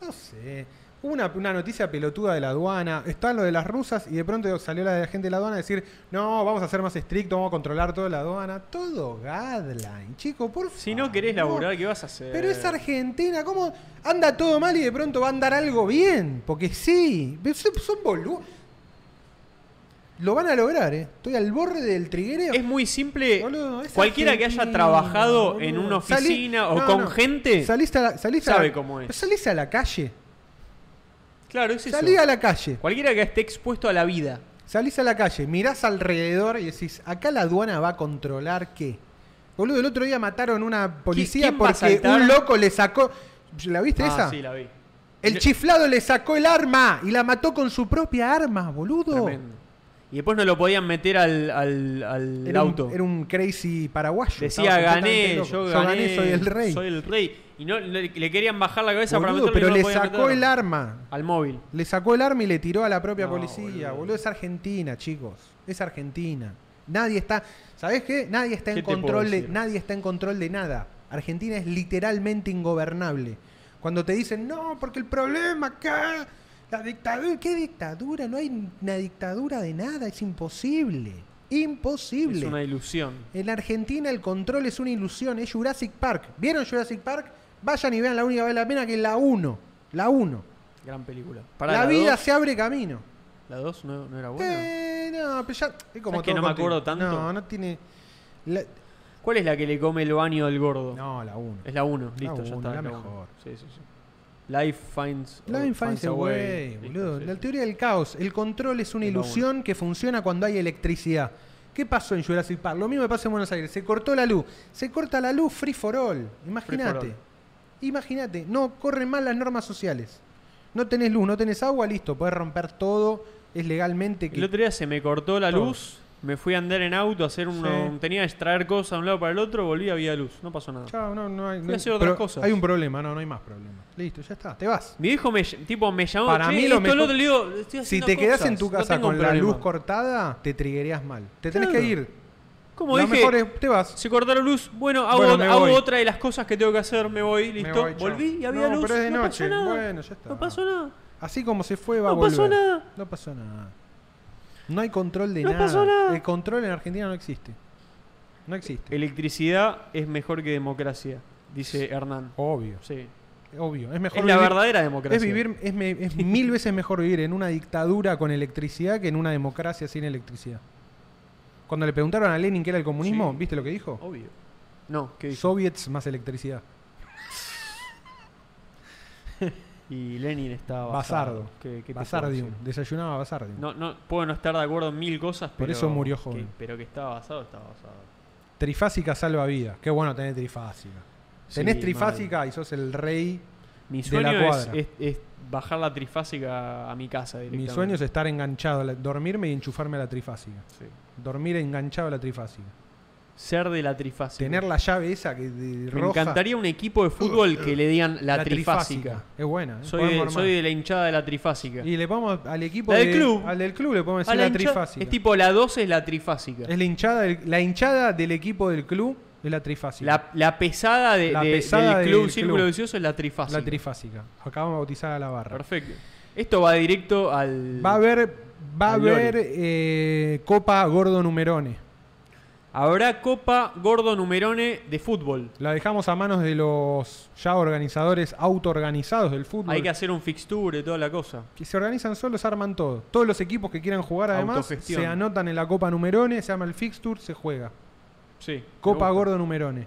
B: la. No sé. Hubo una, una noticia pelotuda de la aduana. Está lo de las rusas y de pronto salió la de la gente de la aduana a decir, no, vamos a ser más estricto, vamos a controlar toda la aduana. Todo guideline, chico, por favor.
A: Si no querés laburar, eh. ¿qué vas a hacer?
B: Pero es Argentina, ¿cómo anda todo mal y de pronto va a andar algo bien? Porque sí, pero son son boludos. Lo van a lograr, ¿eh? Estoy al borde del triguero.
A: Es muy simple.
B: es
A: Eh, Cualquiera que haya
B: Argentina,
A: trabajado
B: boludo.
A: en una
B: Salí-
A: oficina o
B: no,
A: con
B: no.
A: gente,
B: Salís a la, salís a
A: sabe
B: la-
A: cómo es.
B: pero Salís a la calle.
A: claro, es eso.
B: Salí a la calle.
A: Cualquiera que esté expuesto a la vida.
B: Salís a la calle, mirás alrededor y decís, acá la aduana va a controlar qué. Boludo, el otro día mataron una policía
A: quién va a
B: porque
A: saltar?
B: un loco le sacó. ¿La viste
A: Ah,
B: esa?
A: sí, la vi.
B: El chiflado le sacó el arma y la mató con su propia arma, boludo.
A: Tremendo. Y después no lo podían meter al, al- al
B: Era un,
A: auto.
B: era un crazy paraguayo.
A: Decía,
B: estaba
A: gané,
B: completamente
A: yo
B: loco.
A: gané,
B: soy el rey.
A: Soy el rey. Y no, le, le querían bajar la cabeza
B: Boludo,
A: para meterlo y
B: pero
A: no
B: le
A: podían
B: sacó
A: meterlo.
B: el arma.
A: Al móvil.
B: Le sacó el arma y le tiró a la propia
A: No,
B: policía. Boludo.
A: boludo.
B: es Argentina, chicos. Es Argentina. Nadie está. ¿Sabés qué? Nadie está
A: ¿Qué te
B: en
A: puedo
B: control de.
A: decir?
B: Nadie está en control de nada. Argentina es literalmente ingobernable. Cuando te dicen, no, porque el problema acá. La dictadura. ¿Qué dictadura? No hay una dictadura de nada. Es imposible. Imposible.
A: Es una ilusión.
B: En Argentina el control es una ilusión, es Jurassic Park. ¿Vieron Jurassic Park? Vayan y vean la única vez la pena que es la 1. La 1.
A: Gran película. Pará,
B: La vida
A: dos-
B: se abre camino.
A: ¿La 2 no, no era buena?
B: Eh, no, pero ya.
A: ¿Sabes que
B: Es como todo
A: no me
B: contigo.
A: acuerdo tanto?
B: No, no tiene. la-
A: ¿Cuál es la que le come el baño del gordo?
B: No, la 1.
A: Es la 1,
B: La
A: listo, ya
B: uno,
A: está.
B: la
A: uno.
B: mejor.
A: Sí, sí, sí. Life finds,
B: Life finds a way,
A: Listo,
B: boludo.
A: sí,
B: La
A: sí.
B: teoría del caos. El control es una
A: Es la
B: ilusión que funciona cuando hay electricidad. ¿Qué pasó en Jurassic Park? Lo mismo que pasa en Buenos Aires. Se cortó la luz. Se corta la luz, free for all.
A: Free
B: Imagínate.
A: for
B: Imagínate. No corren mal las normas sociales. No tenés luz, no tenés agua, listo. Podés romper todo. Es legalmente
A: El
B: que.
A: otro día se me cortó la
B: Todo.
A: luz, me fui a andar en auto, a hacer uno, tenía que extraer cosas de un lado para el otro, volví, había luz, no pasó nada.
B: Chao, no, no hay.
A: Fui
B: no
A: a
B: hay-
A: hacer otras
B: pero
A: cosas.
B: Hay un problema, no, no hay más problema. Listo, ya está. Te vas.
A: Mi hijo me, ll- tipo, me llamó,
B: Para
A: "Che,
B: mí lo
A: esto,
B: mejor-
A: otro", le digo, "Estoy
B: Si
A: haciendo
B: te quedás en
A: cosas,
B: tu
A: no
B: casa
A: tengo
B: con
A: un
B: la
A: problema".
B: luz cortada, te triguerías mal. Te tenés
A: Claro.
B: que ir.
A: Como
B: Lo
A: dije,
B: mejor es- te vas.
A: se cortó la luz, bueno, hago,
B: Bueno, me
A: hago
B: voy.
A: otra de las cosas que tengo que hacer, me voy, listo.
B: voy, chao.
A: Volví y había
B: No,
A: luz.
B: pero es de
A: no
B: noche.
A: Pasó nada.
B: Bueno, ya está.
A: No pasó nada.
B: Así como se fue, va a
A: No pasó
B: volver.
A: nada.
B: No pasó nada. No hay control de
A: No
B: nada.
A: pasó nada.
B: El control en Argentina no existe. No existe.
A: Electricidad es mejor que democracia, dice Hernán.
B: Obvio.
A: Sí.
B: Obvio. Es mejor
A: Es la
B: vivir-
A: verdadera democracia.
B: Es, vivir, es, me- es mil veces mejor vivir en una dictadura con electricidad que en una democracia sin electricidad. Cuando le preguntaron a Lenin qué era el comunismo, ¿viste lo que dijo?
A: Obvio. No, ¿qué dijo?
B: Soviets más electricidad.
A: Y Lenin estaba.
B: Basardo.
A: ¿Qué- qué te puedo
B: Basardium.
A: decir?
B: Desayunaba Basardium.
A: No, no, puedo no estar de acuerdo en mil cosas, pero.
B: Por eso murió
A: que-
B: joven.
A: pero que estaba basado, estaba basado.
B: Trifásica salva vidas. Qué bueno tener trifásica. Tenés
A: Sí,
B: trifásica y sos el rey
A: Mi
B: de
A: sueño
B: la
A: es,
B: cuadra.
A: es- es bajar la trifásica a mi casa
B: Mi
A: directamente.
B: sueño es estar enganchado, a la- dormirme y enchufarme a la trifásica. Dormir enganchado a la trifásica.
A: Ser de la trifásica.
B: Tener la llave esa que de,
A: Me
B: roja. Uh,
A: encantaría un equipo de fútbol que le digan la,
B: La
A: trifásica.
B: trifásica. Es buena, ¿eh?
A: Soy
B: Podemos
A: de,
B: armar.
A: soy de la hinchada de la trifásica.
B: Y le vamos al equipo
A: La del
B: de-
A: club.
B: Al del club le podemos
A: A
B: decir la,
A: hincha-
B: trifásica.
A: Es tipo la 12 es la trifásica.
B: Es la hinchada, del- la hinchada del equipo del club es la trifásica.
A: La, la pesada, de,
B: La
A: de-
B: pesada
A: del club
B: del
A: Círculo
B: club.
A: Vicioso es la trifásica.
B: La trifásica. Acabamos de bautizar a la barra.
A: Perfecto. Esto va directo al.
B: Va a haber, va a
A: Al Lori.
B: haber eh, Copa Gordo Numerone.
A: Habrá Copa Gordo Numerone de fútbol.
B: La dejamos a manos de los ya organizadores autoorganizados del fútbol.
A: Hay que hacer un fixture, toda la cosa.
B: que se organizan solos, arman todo. Todos los equipos que quieran jugar además
A: Autogestión.
B: se anotan en la Copa Numerone, se llama el Fixture, se juega.
A: Sí.
B: Copa
A: me gusta.
B: Gordo Numerone.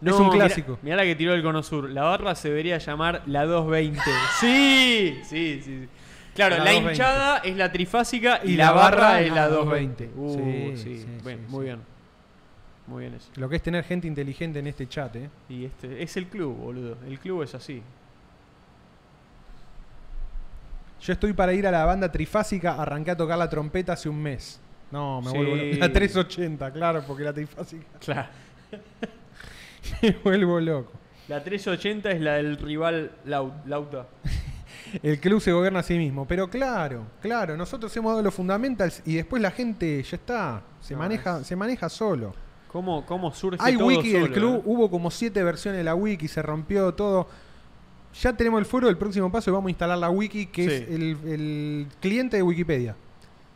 A: No,
B: es un
A: mirá-
B: clásico.
A: Mirá, la que tiró el Cono Sur. La barra se debería llamar la 220. sí, sí, sí. sí. Claro,
B: La
A: la,
B: 220.
A: hinchada es la trifásica y,
B: Y
A: la,
B: la
A: barra,
B: barra
A: es la 220. Uh,
B: Sí,
A: sí,
B: sí,
A: Bien,
B: sí,
A: muy bien. Muy bien eso.
B: Lo que es tener gente inteligente en este chat, ¿eh?
A: Y este es el club, boludo. El club es así.
B: Yo estoy para ir a la banda trifásica, arranqué a tocar la trompeta hace un mes. No, me
A: Sí.
B: vuelvo loco. La 380, claro, porque la trifásica.
A: Claro.
B: me vuelvo loco.
A: La 380 es la del rival Lau- Lauta.
B: El club se gobierna a sí mismo. Pero claro, claro, nosotros hemos dado los fundamentals y después la gente ya está. Se,
A: No,
B: maneja, se maneja solo.
A: ¿Cómo, cómo surge
B: Hay
A: todo
B: wiki del
A: solo,
B: club,
A: eh?
B: hubo como siete versiones de la wiki, se rompió todo. Ya tenemos el foro, el próximo paso vamos a instalar la wiki, que es
A: Sí.
B: el, el cliente de Wikipedia.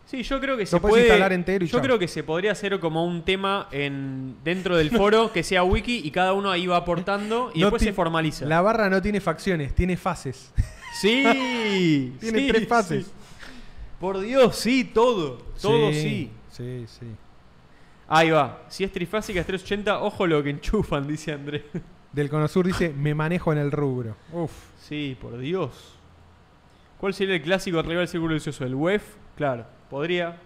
A: Sí, yo creo que
B: Lo
A: se
B: puedes
A: puede
B: instalar entero y
A: Yo
B: chao.
A: creo que se podría hacer como un tema en dentro del foro que sea wiki y cada uno ahí va aportando y
B: No
A: después
B: ti-
A: se formaliza.
B: La barra no tiene facciones, tiene fases.
A: Sí,
B: Tiene
A: sí,
B: tres fases.
A: sí. Por Dios, sí, todo, todo sí.
B: Sí, sí.
A: Ahí va. Si es trifásica es 380, ojo lo que enchufan, dice Andrés.
B: Del Conosur dice, me manejo en el rubro. Uf.
A: Sí, por Dios. ¿Cuál sería el clásico rival del círculo vicioso? ¿El WEF? Claro, podría.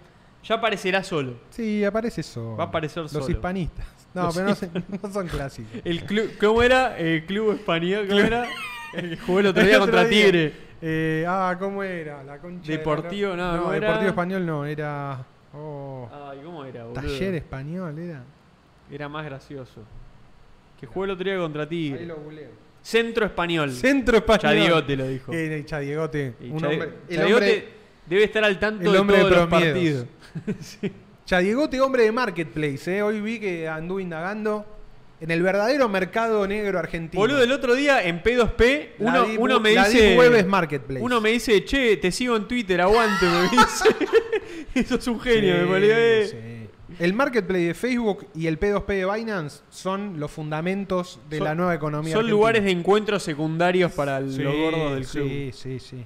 A: Ya aparecerá solo.
B: Sí, aparece eso.
A: Va a aparecer
B: Los
A: solo.
B: hispanistas. No,
A: Los
B: pero no,
A: hi-
B: se- no son clásicos.
A: El club, ¿Cómo era? El club español, ¿cómo era? El- Jugó el otro
B: El
A: día
B: otro
A: contra
B: día.
A: Tigre.
B: Eh, ah, ¿cómo era? La concha de la
A: Deportivo,
B: lora.
A: no,
B: no.
A: ¿cómo era?
B: Deportivo Español no, era. oh,
A: Ay, ¿cómo era, Ah, boludo?
B: taller Español era.
A: Era más gracioso. Que jugó el otro día contra Tigre.
B: Ahí lo googleo.
A: Centro Español.
B: Centro Español.
A: Chadiote lo dijo.
B: Era el Chadiegote.
A: Y
B: un
A: Chadi-
B: hombre- el
A: Chadiote
B: hombre-
A: debe estar al tanto
B: el
A: de
B: hombre de
A: todos los
B: promedios.
A: partidos.
B: Chadiegote, hombre de Marketplace. eh. Hoy vi que anduve indagando en el verdadero mercado negro argentino.
A: Boludo, el otro día en P2P,
B: La
A: uno,
B: Deep-
A: uno me
B: la
A: dice.
B: Deep Web es Marketplace.
A: Uno me dice, che, te sigo en Twitter, aguante, me dice. Eso es un genio,
B: Sí,
A: me parece.
B: sí. El marketplace de Facebook y el P2P de Binance son los fundamentos de
A: Son-
B: la nueva economía.
A: Son
B: argentina.
A: lugares de encuentro secundarios para el-
B: Sí,
A: los gordos del
B: sí,
A: club.
B: Sí, sí,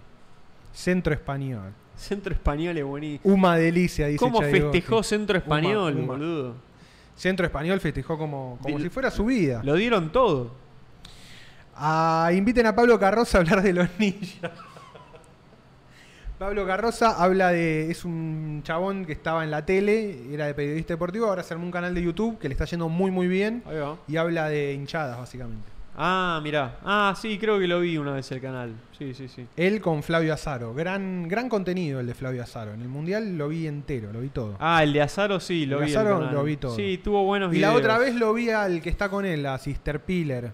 B: Centro Español.
A: Centro Español es buenísimo.
B: Uma delicia, dice
A: ¿Cómo
B: Chay
A: festejó
B: Gotti.
A: Centro Español,
B: Uma, Uma.
A: boludo?
B: Centro Español festejó como, como
A: Del-
B: si fuera su vida.
A: Lo dieron todo.
B: Ah, inviten a Pablo Carroza a hablar de los ninjas. Pablo Carroza habla de. Es un chabón que estaba en la tele, era de periodista deportivo, ahora se armó un canal de YouTube que le está yendo muy, muy bien.
A: Ahí va.
B: Y habla de hinchadas, básicamente.
A: Ah, mirá. Ah, sí, creo que lo vi una vez el canal. Sí, sí, sí.
B: Él con Flavio Azaro. Gran, gran contenido el de Flavio Azaro. En el Mundial lo vi entero, lo vi todo.
A: Ah, el de Azaro sí, lo
B: El de
A: vi.
B: Azaro
A: el canal.
B: lo vi todo.
A: Sí, tuvo buenos
B: y la
A: videos.
B: otra vez lo vi al que está con él, a Sister Piller.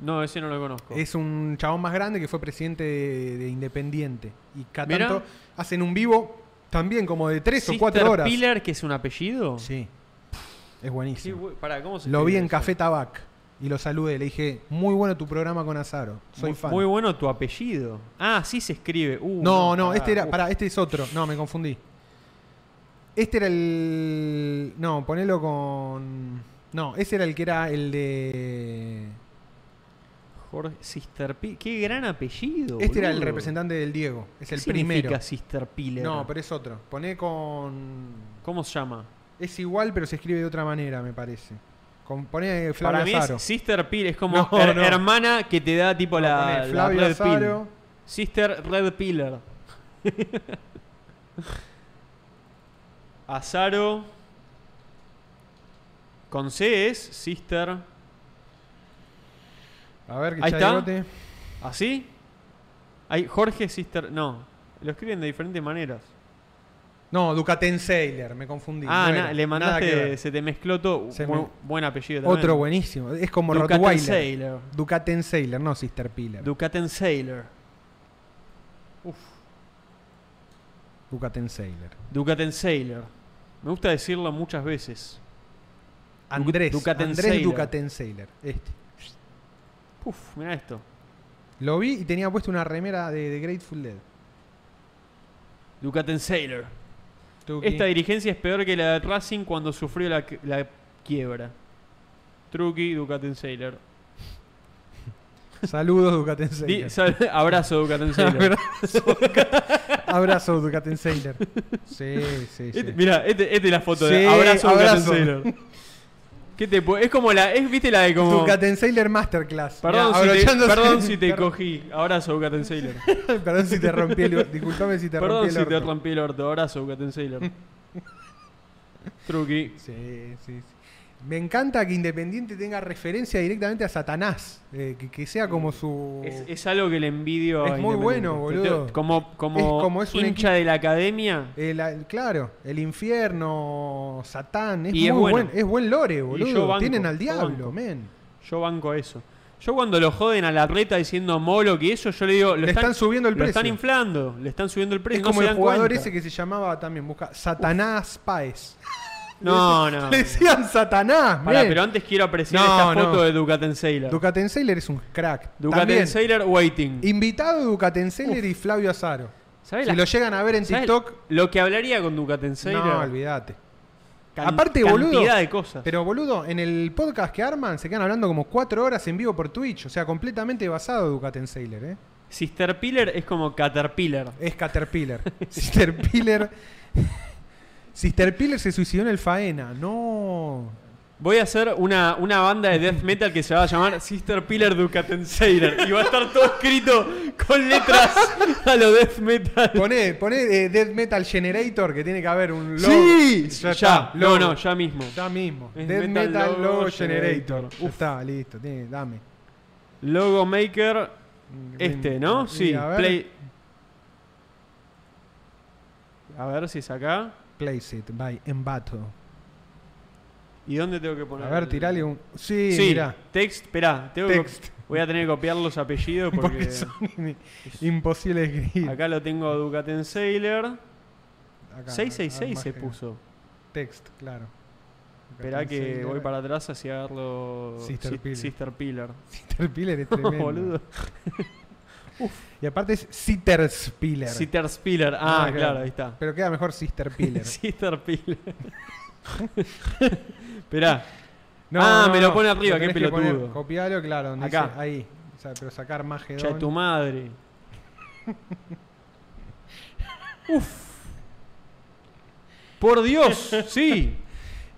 A: No, ese no lo conozco.
B: Es un chabón más grande que fue presidente de, de Independiente. Y cada
A: Mirá.
B: tanto hacen un vivo también como de tres
A: Sister
B: o cuatro horas.
A: Pilar, que es un apellido?
B: Sí. Es buenísimo.
A: bu- pará, ¿cómo se
B: Lo vi
A: escribe
B: en
A: eso?
B: Café Tabac y lo saludé. Le dije, muy bueno tu programa con Azaro. Soy
A: muy,
B: fan.
A: muy bueno tu apellido. Ah, sí se escribe. Uh,
B: No, no, este era.
A: uf.
B: Pará, este es otro. No, me confundí. Este era el. No, ponelo con. No, ese era el que era el de.
A: Uh, Jorge Sisterpi. Qué gran apellido.
B: Este era el
A: boludo.
B: representante del Diego. Es
A: ¿Qué
B: el
A: significa
B: primero.
A: Sisterpiller?
B: No, pero es otro. Pone con.
A: ¿Cómo se llama?
B: Es igual, pero se escribe de otra manera, me parece. Con, pone Flavio
A: Para mí
B: Azaro.
A: es Sister Pill, es como
B: No,
A: her-
B: no.
A: hermana que te da tipo la,
B: poné
A: la
B: Flavio
A: Red
B: Azaro.
A: Pill. Sister Red Pillar. Azaro. Con C es Sister.
B: A ver, que
A: Ahí está.
B: chayote.
A: ¿Así? Hay Jorge Sister. No, lo escriben de diferentes maneras.
B: No, Ducaten Sailor, me confundí.
A: ah,
B: no
A: na-
B: era.
A: le
B: Nada que ver.
A: mandaste, se te mezcló todo.
B: Se
A: buen,
B: me-
A: buen apellido también.
B: Otro buenísimo. Es como
A: Ducaten
B: Rottweiler.
A: Sailor.
B: Ducaten Sailor, no Sister Piller.
A: Ducaten Sailor. Uf.
B: Ducaten Sailor.
A: Ducaten Sailor. Me gusta decirlo muchas veces.
B: Andrés.
A: Ducaten
B: Andrés
A: Sailor.
B: Ducaten Sailor. Este.
A: Uf, mira esto.
B: Lo vi y tenía puesto una remera de, de Grateful Dead.
A: Ducaten Sailor.
B: Tuki.
A: Esta dirigencia es peor que la de Racing cuando sufrió la, qui- la quiebra. Truqui, Ducaten Sailor.
B: Saludos, Ducaten
A: Di-
B: Sailor.
A: sal- abrazo, Ducaten Sailor.
B: Abrazo, Ducaten- Abrazo, Ducaten Sailor. Sí, sí, sí.
A: Este- mirá, este- esta es la foto de
B: Sí,
A: abrazo,
B: abrazo.
A: Ducaten Sailor. ¿Qué te pu- es como la. Es, ¿Viste la de como.
B: Ducaten Sailor Masterclass.
A: Perdón,
B: Mirá,
A: si te,
B: abrochándose-
A: perdón si te cogí. Abrazo, Ducaten Sailor.
B: Perdón si te rompí el. Disculpame si te
A: Perdón
B: rompí el.
A: si te
B: orto.
A: rompí el orto. Abrazo, Bucaten Sailor. Truqui.
B: Sí, sí, sí. Me encanta que Independiente tenga referencia directamente a Satanás. eh, que, que sea como su.
A: Es, es algo que le envidio a
B: Uh. Es muy
A: Independiente.
B: bueno, boludo.
A: Como, como,
B: Es como es un
A: hincha
B: equipo-
A: de la academia.
B: el- el- claro, el infierno, Satán. Es
A: Y es
B: muy
A: bueno.
B: buen, es buen lore, boludo.
A: yo banco,
B: Tienen al
A: yo
B: diablo,
A: banco.
B: men.
A: Yo banco eso. Yo cuando lo joden a la reta diciendo molo que eso, yo le digo, lo
B: Le están subiendo el
A: Lo están
B: precio.
A: inflando, le están subiendo el precio.
B: Es
A: no
B: como
A: se
B: el
A: dan
B: jugador
A: cuenta.
B: ese que se llamaba también, busca Satanás Páez.
A: No, no.
B: Le decían Satanás,
A: Ah, Pará,
B: men.
A: pero antes quiero apreciar
B: No,
A: esta foto
B: no.
A: de Ducaten Sailor.
B: Ducaten Sailor es un crack.
A: Ducaten
B: También,
A: Sailor Waiting.
B: Invitado Ducaten Sailor y Flavio Azaro.
A: ¿Sabés
B: si
A: la-
B: lo llegan a ver en
A: ¿Sabés
B: TikTok,
A: Lo que hablaría con Ducaten Sailor.
B: no, olvídate.
A: Can-
B: Aparte,
A: cantidad
B: boludo.
A: de cosas.
B: Pero, boludo, en el podcast que arman se quedan hablando como cuatro horas en vivo por Twitch. O sea, completamente basado Ducaten Sailor, ¿eh?
A: Sister Pillar es como Caterpillar.
B: Es Caterpillar. Sister Piller. Sister Piller se suicidó en el faena. No.
A: Voy a hacer una, una banda de death metal que se va a llamar Sister Pillar Ducaten Sailor. Y va a estar todo escrito con letras a lo death metal.
B: Poné, poné eh, Death Metal Generator que tiene que haber un logo.
A: ¡Sí! Ya,
B: Ya, está,
A: no,
B: logo.
A: no, ya mismo.
B: Ya mismo.
A: Es
B: Death
A: Metal
B: Metal,
A: Logo
B: Logo
A: Generator.
B: Generator. Ya está, listo. tiene- dame.
A: Logo Maker, este, ¿no?
B: Sí,
A: Sí,
B: a ver.
A: Play. A ver si es acá.
B: Place it by Embato.
A: ¿Y dónde tengo que poner?
B: A ver,
A: el-
B: tirale un. Sí,
A: Sí,
B: mirá.
A: text, esperá. tengo que-
B: Text.
A: voy a tener que copiar los apellidos porque,
B: Porque son imposible de escribir.
A: acá lo tengo a Ducaten Sailor.
B: Acá,
A: 666
B: más
A: se
B: que-
A: puso.
B: Text, claro.
A: Esperá que
B: Sailor.
A: voy para atrás hacia verlo.
B: Sister
A: Sis-
B: Pillar.
A: Sister Pillar.
B: Sister Piller es
A: No,
B: tremendo.
A: boludo.
B: Y aparte es Sister Spiller.
A: Sister Spiller. Ah, claro, ahí está.
B: Pero queda mejor Sister Piller.
A: Sister Pillar. Esperá.
B: No,
A: ah,
B: no,
A: me lo
B: no,
A: pone arriba, qué
B: tenés que poner,
A: pelotudo.
B: copialo, claro. donde
A: Acá.
B: dice- ahí. O sea, pero sacar más
A: Che, tu madre. Uf. Por Dios, sí.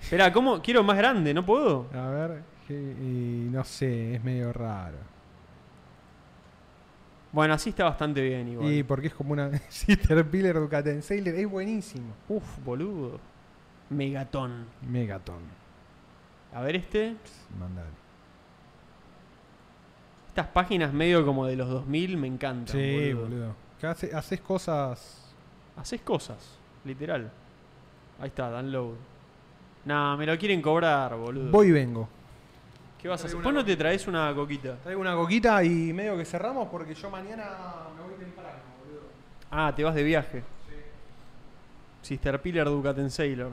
A: Espera, ¿cómo? Quiero más grande, ¿no puedo?
B: A ver, que- y no sé, es medio raro.
A: Bueno, así está bastante bien igual.
B: Y porque es como una Sister Piller Ducaten Sailor. Es buenísimo.
A: Uf, boludo. Megatón.
B: Megaton.
A: A ver este.
B: Mandale.
A: Estas páginas medio como de los 2000 me encantan.
B: Sí,
A: boludo.
B: boludo. Que hace- haces cosas.
A: Haces cosas, literal. Ahí está, download. Nah, me lo quieren cobrar, boludo.
B: Voy y vengo.
A: ¿Qué vas a hacer? ¿Vos no te traes una coquita?
B: Traigo una coquita y medio que cerramos porque yo mañana me voy temprano, boludo.
A: Ah, te vas de viaje. Sister Pillar Ducaten Sailor.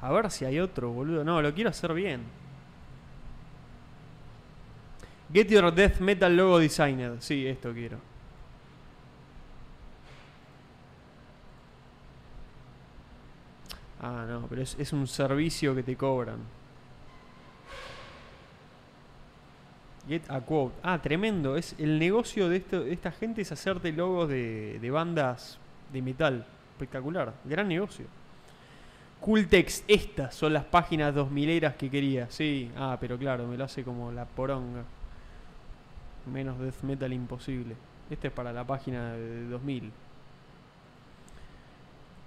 A: A ver si hay otro, boludo. No, lo quiero hacer bien. Get Your Death Metal Logo Designer. Sí, esto quiero. Ah, no, pero es, es un servicio que te cobran. Get a quote. Ah, tremendo. Es el negocio de, esto- de esta gente es hacerte logos de, de bandas de metal. Espectacular. Gran negocio. Cooltext. Estas son las páginas 2000eras que quería. Sí. Ah, pero claro, me lo hace como la poronga. Menos death metal imposible. Este es para la página de 2000.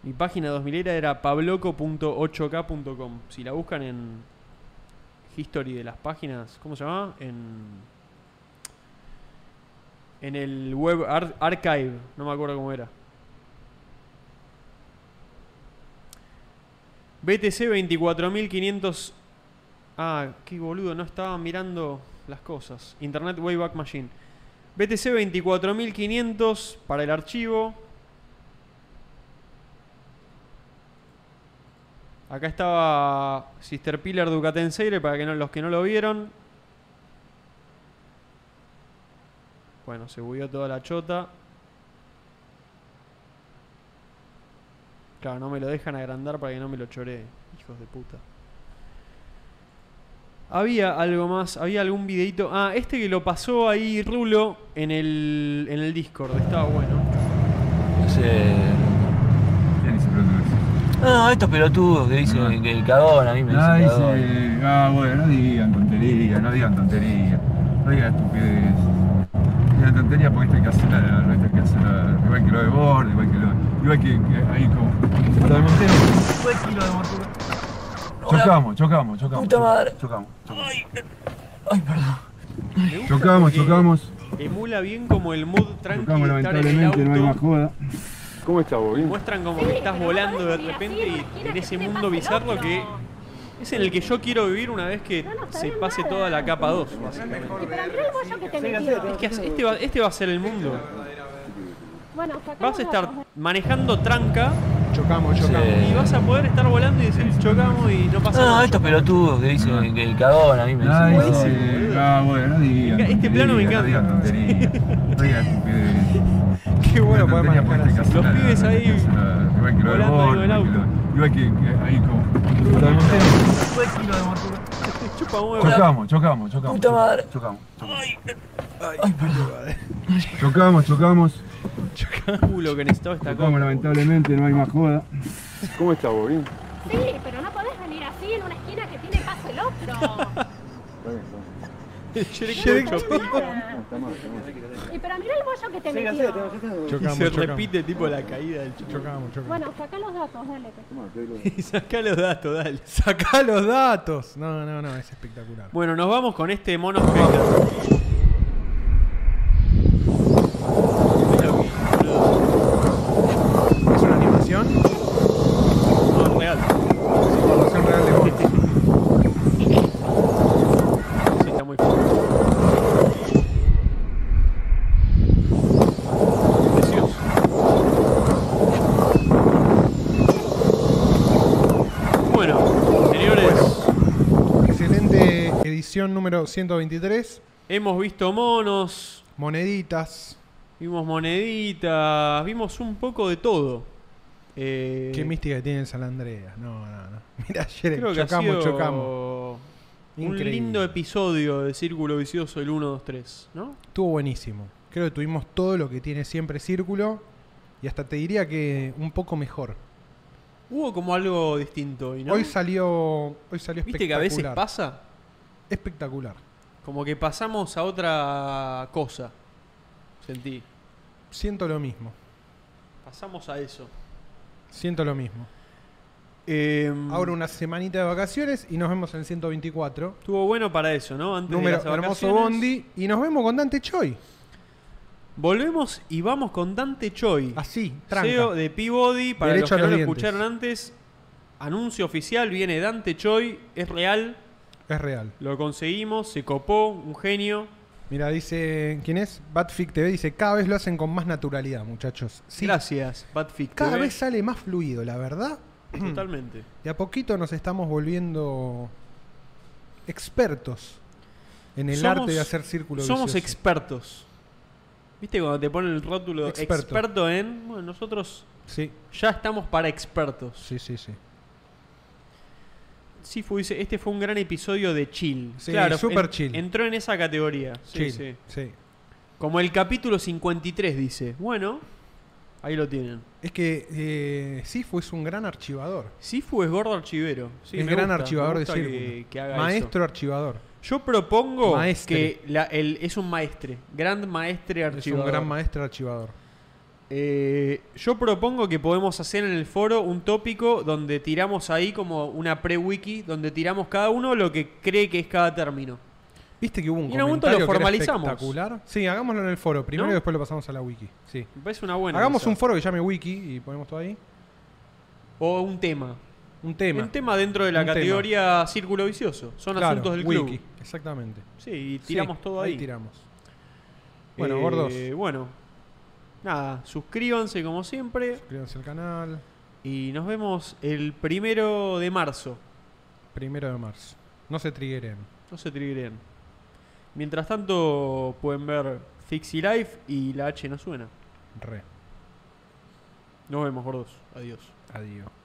A: Mi página 2000era era pabloco.8k.com. Si la buscan en History de las páginas, ¿cómo se llama? En en el web ar- archive, no me acuerdo cómo era. BTC 24500 Ah, qué boludo, no estaba mirando las cosas. Internet Wayback Machine. BTC 24500 para el archivo. Acá estaba Sister Pilar Ducatenseire para que no, los que no lo vieron. Bueno, se bugueó toda la chota. Claro, no me lo dejan agrandar para que no me lo choree. Hijos de puta. Había algo más, había algún videito. Ah, este que lo pasó ahí Rulo en el, en el Discord. Estaba bueno.
O: No, estos pelotudos que
P: Ah.
O: dicen que el cagón a mí me
P: No,
O: dicen cagón.
P: dice, ah, bueno, no digan tontería, no digan tontería, no digan estupidez. Digan tontería porque esto hay que hacerla, de verdad, esto hay que hacerla, igual que lo de Borde, igual que lo, igual que, que ahí como, lo de Montero. Chocamos, chocamos, chocamos.
O: Puta madre.
P: Chocamos,
A: Me gusta
P: chocamos,
A: porque
P: chocamos.
A: Emula bien como el mood tranqui
P: Chocamos,
A: de estar en el auto.
P: lamentablemente, no hay más joda. ¿Cómo estás vos? Bien.
A: Muestran como que estás volando de repente y en ese mundo bizarro que es en el que yo quiero vivir una vez que se pase toda la capa 2, básicamente. Es que hace- este va, este va a ser el mundo. Vas a estar manejando tranca.
B: Chocamos, chocamos.
A: Y vas a poder estar volando y decir chocamos y no pasa
O: No,
A: nada.
O: estos pelotudos que dicen que el cagón a mí me
P: No,
O: dicen
P: dice, ah, bueno, no digan
A: Este plano me
P: tontería,
A: encanta.
P: No digan tontería, no digan estupidez.
A: Qué bueno poder manejar así. Los pibes ahí
P: Igual que lo de
A: volando
P: Borde,
A: en el
P: igual que lo- igual que que ahí como, lo de Montero.
A: Chupa huevo.
P: Chocamos, chocamos, chocamos.
A: Puta madre.
P: Chocamos. Chocamos, chocamos.
A: Culo que necesitaba esta
P: Chocamos,
A: cosa.
P: lamentablemente, no hay más joda. ¿Cómo estás vos? Bien.
Q: Sí, pero no podés venir así en una esquina que tiene paso el otro.
A: Shrek
Q: no
A: chocó.
Q: y pero mirá el bollo que te
A: Sí,
Q: metió.
A: Y se repite tipo la caída del chico. Chocamos,
Q: Bueno, saca los datos, dale.
A: Y saca los datos, dale.
B: Sacá los datos. No, no, no, es espectacular.
A: Bueno, nos vamos con este mono espectacular.
B: ¿Es una animación?
A: No, real.
B: Información real de
A: Sí, está muy fuerte. Precioso. Bueno, señores,
B: Excelente edición número 123.
A: hemos visto monos,
B: Moneditas.
A: vimos moneditas, vimos un poco de todo. Eh,
B: Qué mística que tiene el San Andreas. No, no, no. Mira, ayer
A: Creo que ha
B: chocamos,
A: sido
B: chocamos.
A: Un
B: Increíble.
A: lindo episodio de Círculo Vicioso el 1, 2, 3, ¿no?
B: Estuvo buenísimo. Creo que tuvimos todo lo que tiene siempre Círculo. Y hasta te diría que un poco mejor.
A: Hubo como algo distinto hoy, ¿no?
B: Hoy salió, hoy salió espectacular.
A: ¿Viste que a veces pasa?
B: Espectacular.
A: Como que pasamos a otra cosa. Sentí.
B: Siento lo mismo.
A: Pasamos a eso.
B: Siento lo mismo.
A: Mm.
B: Ahora una semanita de vacaciones y nos vemos en 124.
A: Estuvo bueno para eso, ¿no? Antes de
B: Número
A: las
B: hermoso
A: vacaciones.
B: Bondi. Y nos vemos con Dante Choi.
A: Volvemos y vamos con Dante Choi.
B: Así, tranca.
A: CEO de Peabody. Para los
B: Derecho a
A: que
B: los
A: no lo
B: dientes.
A: escucharon antes, anuncio oficial, viene Dante Choi, es real,
B: Es real.
A: lo conseguimos, se copó, un genio.
B: Mira, dice, ¿quién es? Batfic TV dice, cada vez lo hacen con más naturalidad, muchachos. Sí,
A: Gracias, Badfic
B: cada
A: TV.
B: vez sale más fluido, la verdad.
A: Totalmente.
B: De a poquito nos estamos volviendo expertos en el
A: Somos-
B: arte de hacer círculos.
A: Somos expertos. ¿Viste cuando te ponen el rótulo
B: Experto.
A: experto en? Bueno, nosotros
B: Sí,
A: ya estamos para expertos.
B: sí, sí, sí.
A: Sifu dice, este fue un gran episodio de chill.
B: Sí, super chill.
A: Entró en esa categoría. Sí,
B: Chill,
A: sí.
B: sí.
A: Como el capítulo 53 dice. Bueno, ahí lo tienen.
B: Es que eh, Sifu es un gran archivador.
A: Sifu es gordo archivero. Sí,
B: es
A: me
B: gran
A: gusta,
B: archivador
A: me
B: de
A: gusta
B: círculo.
A: que- que haga
B: Maestro archivador.
A: Yo propongo
B: Maestre.
A: que la- el- es un maestre, gran maestre
B: Es un
A: archivador.
B: gran maestro archivador.
A: Eh, yo propongo que podemos hacer en el foro un tópico donde tiramos ahí como una pre-wiki, donde tiramos cada uno lo que cree que es cada término.
B: ¿Viste que hubo un
A: Y en algún momento
B: comentario
A: lo
B: que era
A: formalizamos.
B: espectacular? Sí, hagámoslo en el foro. Primero
A: ¿No?
B: y después lo pasamos a la wiki. Sí.
A: Me parece una buena.
B: Hagamos
A: esa.
B: un foro que llame wiki y ponemos todo ahí.
A: O un tema.
B: Un tema.
A: Un tema dentro de la
B: Un tema.
A: categoría círculo vicioso. Son
B: Claro,
A: asuntos del
B: wiki.
A: club.
B: Exactamente.
A: Sí, y tiramos
B: Sí,
A: todo ahí.
B: tiramos. Bueno,
A: Eh,
B: gordos.
A: Bueno. Nada, suscríbanse como siempre.
B: Suscríbanse al canal.
A: Y nos vemos el primero de marzo.
B: Primero de marzo. No se trigueren.
A: No se triggereen. Mientras tanto, pueden ver Fixie Life y la H no suena.
B: Re.
A: Nos vemos, gordos. Adiós.
B: Adiós.